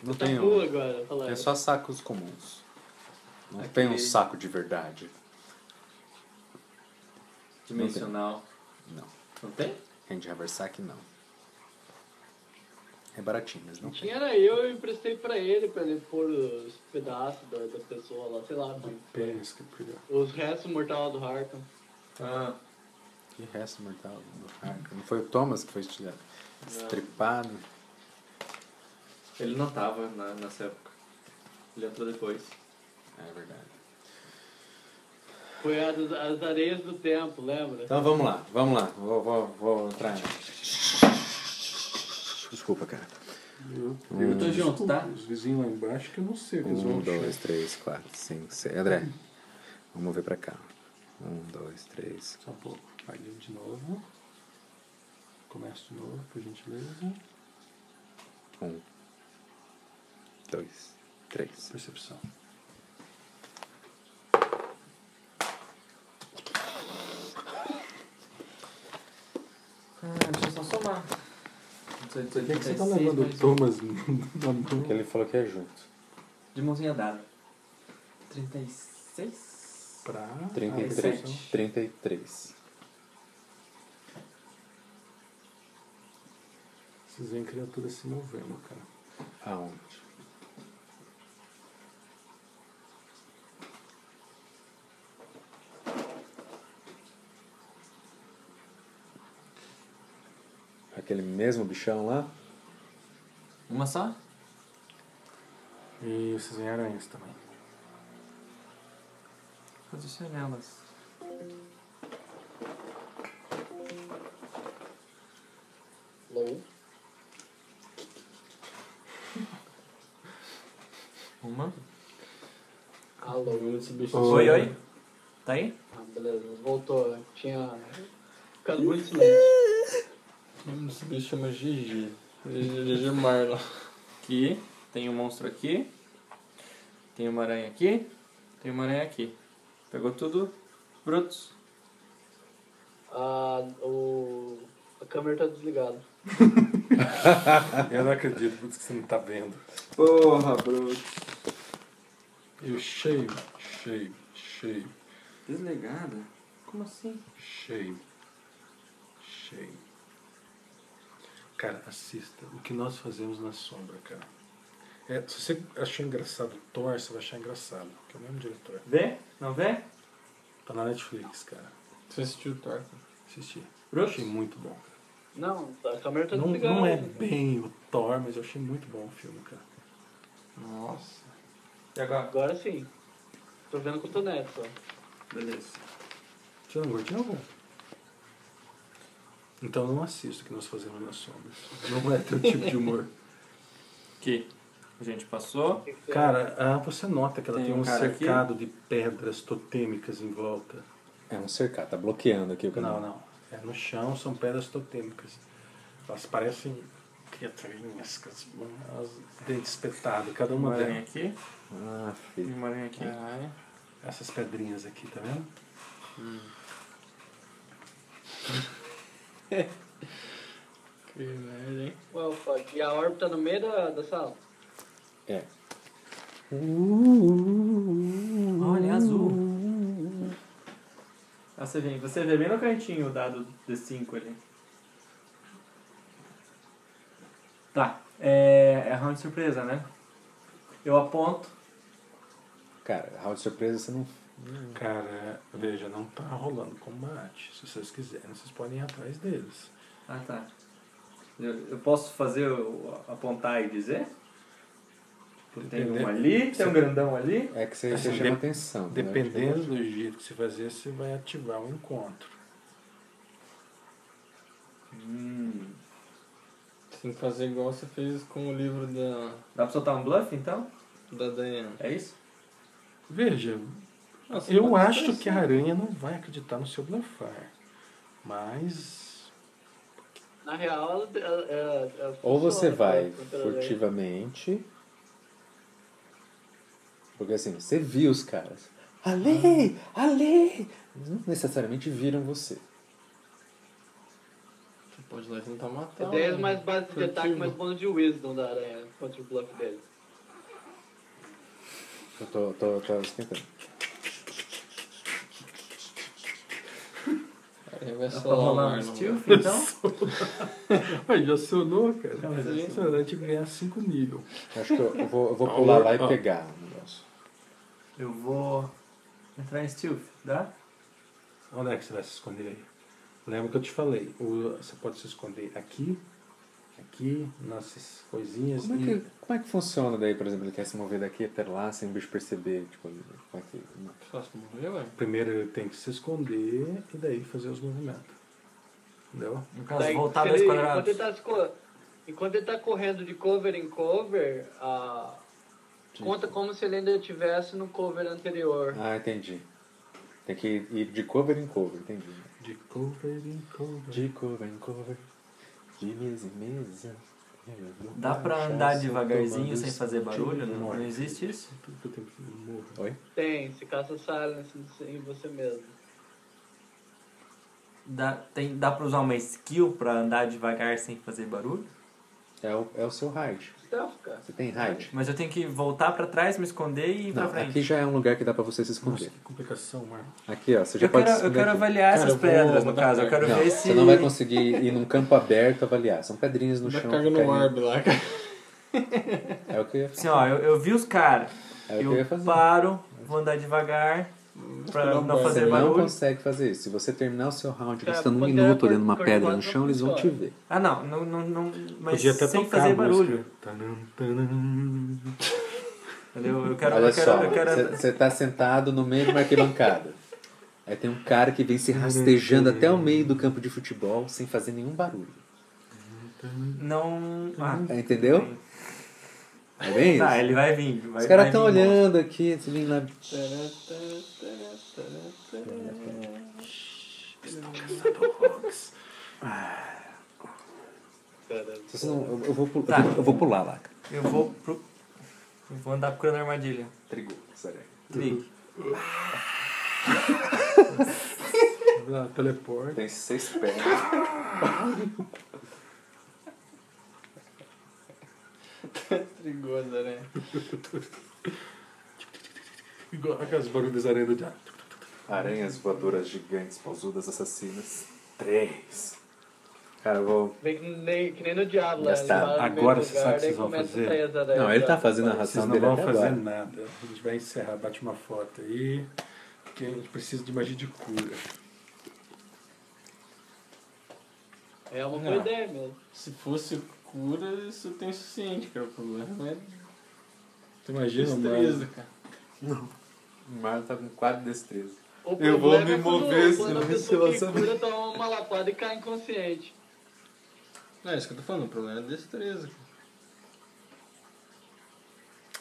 não Tá nu tenho. agora, falar. É só sacos comuns. Não tem um saco de verdade. Dimensional. Não. Não tem? Hand Haversack não. É baratinho, mas não tem. Tinha era eu eu emprestei pra ele, pra ele pôr os pedaços da, da pessoa lá, sei lá. Pênis que pegou. Os restos mortais do Harkon. Ah, Que resto mortal do Harker. Não foi o Thomas que foi estilhado. Estripado. ele não tava na, nessa época. Ele entrou depois. É verdade. Foi as, as areias do tempo, Tá. lembra? Então vamos lá, vamos lá. Vou, vou, vou entrar. Desculpa, cara. Eu tô junto, tá? Uhum. Os vizinhos lá embaixo que eu não sei o que eles Um, vão achar. dois, três, quatro, cinco, seis. André, vamos mover pra cá. Um, dois, três. Só um pouco. Vai de novo. Começa de novo, por gentileza. Um, dois, três. Percepção. Ah, deixa eu só somar. Por que, que você tá levando um. o Thomas na mão? Porque ele falou que é junto. um. De mãozinha dada. 36? Pra... Ah, 33. 33. Vocês veem criatura se movendo, cara. Aonde? Aquele mesmo bichão lá? Uma só? E vocês veem aranhas também. Posicione elas. Low. Uma. Alô. Esse bicho Oi, oi. Tá aí? Ah, beleza, voltou. né? Tinha ficado muito silêncio. O nome desse bicho chama é GG. GG Marlon. Aqui. Tem um monstro aqui. Tem uma aranha aqui. Tem uma aranha aqui. Pegou tudo. Brutos. Ah, o... A câmera tá desligada. Eu não acredito, putz, que você não tá vendo. Porra, Brutos. Eu cheio, cheio, cheio, Deslegada? Como assim? Shame. Shame. Cara, assista. O que nós fazemos na sombra, cara. É, se você achou engraçado Thor, você vai achar engraçado. Que é o mesmo diretor. Vê? Não vê? Tá na Netflix, cara. Você assistiu o Thor? Assisti. Bruxo? Achei muito bom. cara. Não, a câmera tá Não, desligada. não é bem o Thor, mas eu achei muito bom o filme, cara. Nossa. E agora? Agora sim. Tô vendo com o Toneto só. Beleza. Você não curtiu algum? Então não assista o que nós fazemos nas sombras. Não é teu tipo de humor. Que a gente passou. Cara, ah, você nota que ela É. Tem tem, um um cara aqui? cercado de pedras totêmicas em volta. É um cercar, tá bloqueando aqui o Não, canal. não. É no chão, são pedras totêmicas. Elas parecem criaturinhas, com as elas dentes espetados, cada Uma uma aranha delas. aqui Ah, e filho. uma aranha aqui. Caralho. Essas pedrinhas aqui, tá vendo? Que merda, hein? Well, fuck. E a órbita no meio da, da sala. É. Olha, é azul. Ah, você vê, você vê bem no cantinho o dado D5 ali. Tá, é, é round de surpresa, né? Eu aponto. Cara, round de surpresa você não. Cara, veja, não tá rolando combate. Se vocês quiserem, vocês podem ir atrás deles. Ah, tá. Eu, eu posso fazer, o- apontar e dizer? Tipo, tem um Depende- ali, tem um grandão ali. É que você, Assim, você chama de- atenção. né? é entendeu? Dependendo do jeito que você fazer, você vai ativar o encontro. Hum. Você tem que fazer igual você fez com o livro da, Dá pra soltar um bluff, então? da Diana. É isso? Veja, Nossa, eu mas acho foi que a assim. aranha não vai acreditar no seu blefar. Mas Na real, ela. ela, ela, ela Ou você funciona, né, vai cara, contra a lei. furtivamente. Porque assim, você viu os caras. Ali! Ali! Eles não necessariamente viram você. Você pode lá tentar matar. É 10 né? mais base de ataque, Furtivo. mais bônus de wisdom da aranha contra o bluff dele. Eu tô, tô, tô esquentando. Aí vai Dá só pra lá rolar um mano. stealth, então? Mas já acionou, cara. Não, mas é impressionante ganhar 5 nível. Eu Acho que eu, eu vou, eu vou pular lá e pegar o negócio. Eu vou entrar em stealth, dá? Onde é que você vai se esconder aí? Lembra que eu te falei, o- você pode se esconder aqui, aqui, nessas coisinhas. Como é, e- que, como é que funciona daí, por exemplo, ele quer se mover daqui até lá sem o bicho perceber? Tipo, como é que. Só se morrer, ué. Primeiro ele tem que se esconder e daí fazer os movimentos. Entendeu? No caso, Daí, voltar se 10 ele- Enquanto ele, quadrados. tá, se co- enquanto ele tá correndo de cover em cover, ah, conta como se ele ainda estivesse no cover anterior. Ah, entendi. Tem que ir de cover em cover, entendi. De cover em cover. De cover em cover, de mesa em mesa. Dá pra Cachaça, andar devagarzinho tomando sem fazer barulho? sentido Não, morte. não existe isso? Tudo que eu tenho que morrer. Tem, se caça silence em você mesmo. Dá, tem, dá pra usar uma skill pra andar devagar sem fazer barulho? É o, é o seu hide. Stealth, cara. Você tem hide? Mas eu tenho que voltar pra trás, me esconder e ir pra Não, frente. aqui já é um lugar que dá pra você se esconder. Nossa, que complicação, Marco. Aqui, ó, você já Eu pode é quero, se eu esconder quero aqui. avaliar Cara, essas eu vou pedras, no mandar caso. Eu quero Não, ver se. você não vai conseguir ir num campo aberto avaliar. São pedrinhas no Dá um chão. carga que no caem. orb lá, cara. É o que eu ia, Assim, ó, eu, eu vi os caras. é o que eu eu ia fazer. paro, vou andar devagar pra Não, não, mas- Você fazer não barulho. consegue fazer isso. Se você terminar o seu round Cara, gastando um pode- minuto pode- olhando uma pode- pedra pode- no chão, eles vão te pode- ver. Ah, não, não, não, não mas Podia até sem tocar fazer a barulho. música. Tanam, tanam. Entendeu? Eu quero, Olha eu quero, só, eu quero você tá sentado no meio de uma arquibancada. Aí tem um cara que vem se rastejando até o meio do campo de futebol sem fazer nenhum barulho. não, ah, Entendeu? É bem tá, isso? ele vai vir, vai, Os caras vai estão vir, irmão. olhando aqui, esse menino lá. Se você não- eu, eu vou, pul- eu Tá. vou- eu vou pular lá. cara. Eu vou pro eu vou andar procurando a armadilha. Trigo. Ah, Teleporte. Tem seis pernas. Trigosa, né? Igual aquelas barulhos das aranhas do diabo. Aranhas voadoras gigantes, pausudas assassinas. Três. Cara, eu vou. Vem que nem, que nem no diabo lá. Gastar. ele vai no Agora mesmo você sabe o que lugar, vocês daí vão começa fazer. presa, daí Não, ele já- tá fazendo a Vocês ração não dele vão até fazer agora. nada. A gente vai encerrar. Bate uma foto aí. Porque a gente precisa de magia de cura. É uma boa Não. ideia mesmo. Se fosse cura, isso tem o suficiente, cara. O problema é Tu imagina o destreza, Mario? cara. O Mario tá com quatro destrezas. O Eu vou problema me é quando- mover, quando a senão pessoa esse que lançamento- cura toma uma lapada e cai inconsciente. Não, é isso que eu tô falando, o problema é a destreza,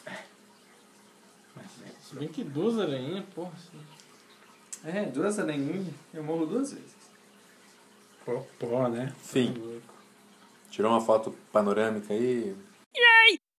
cara. é, Se bem que duas aranhas, porra. assim, É, duas aranhinhas. Eu morro duas vezes. Pó, pó, né? Fim. Tirou uma foto panorâmica aí.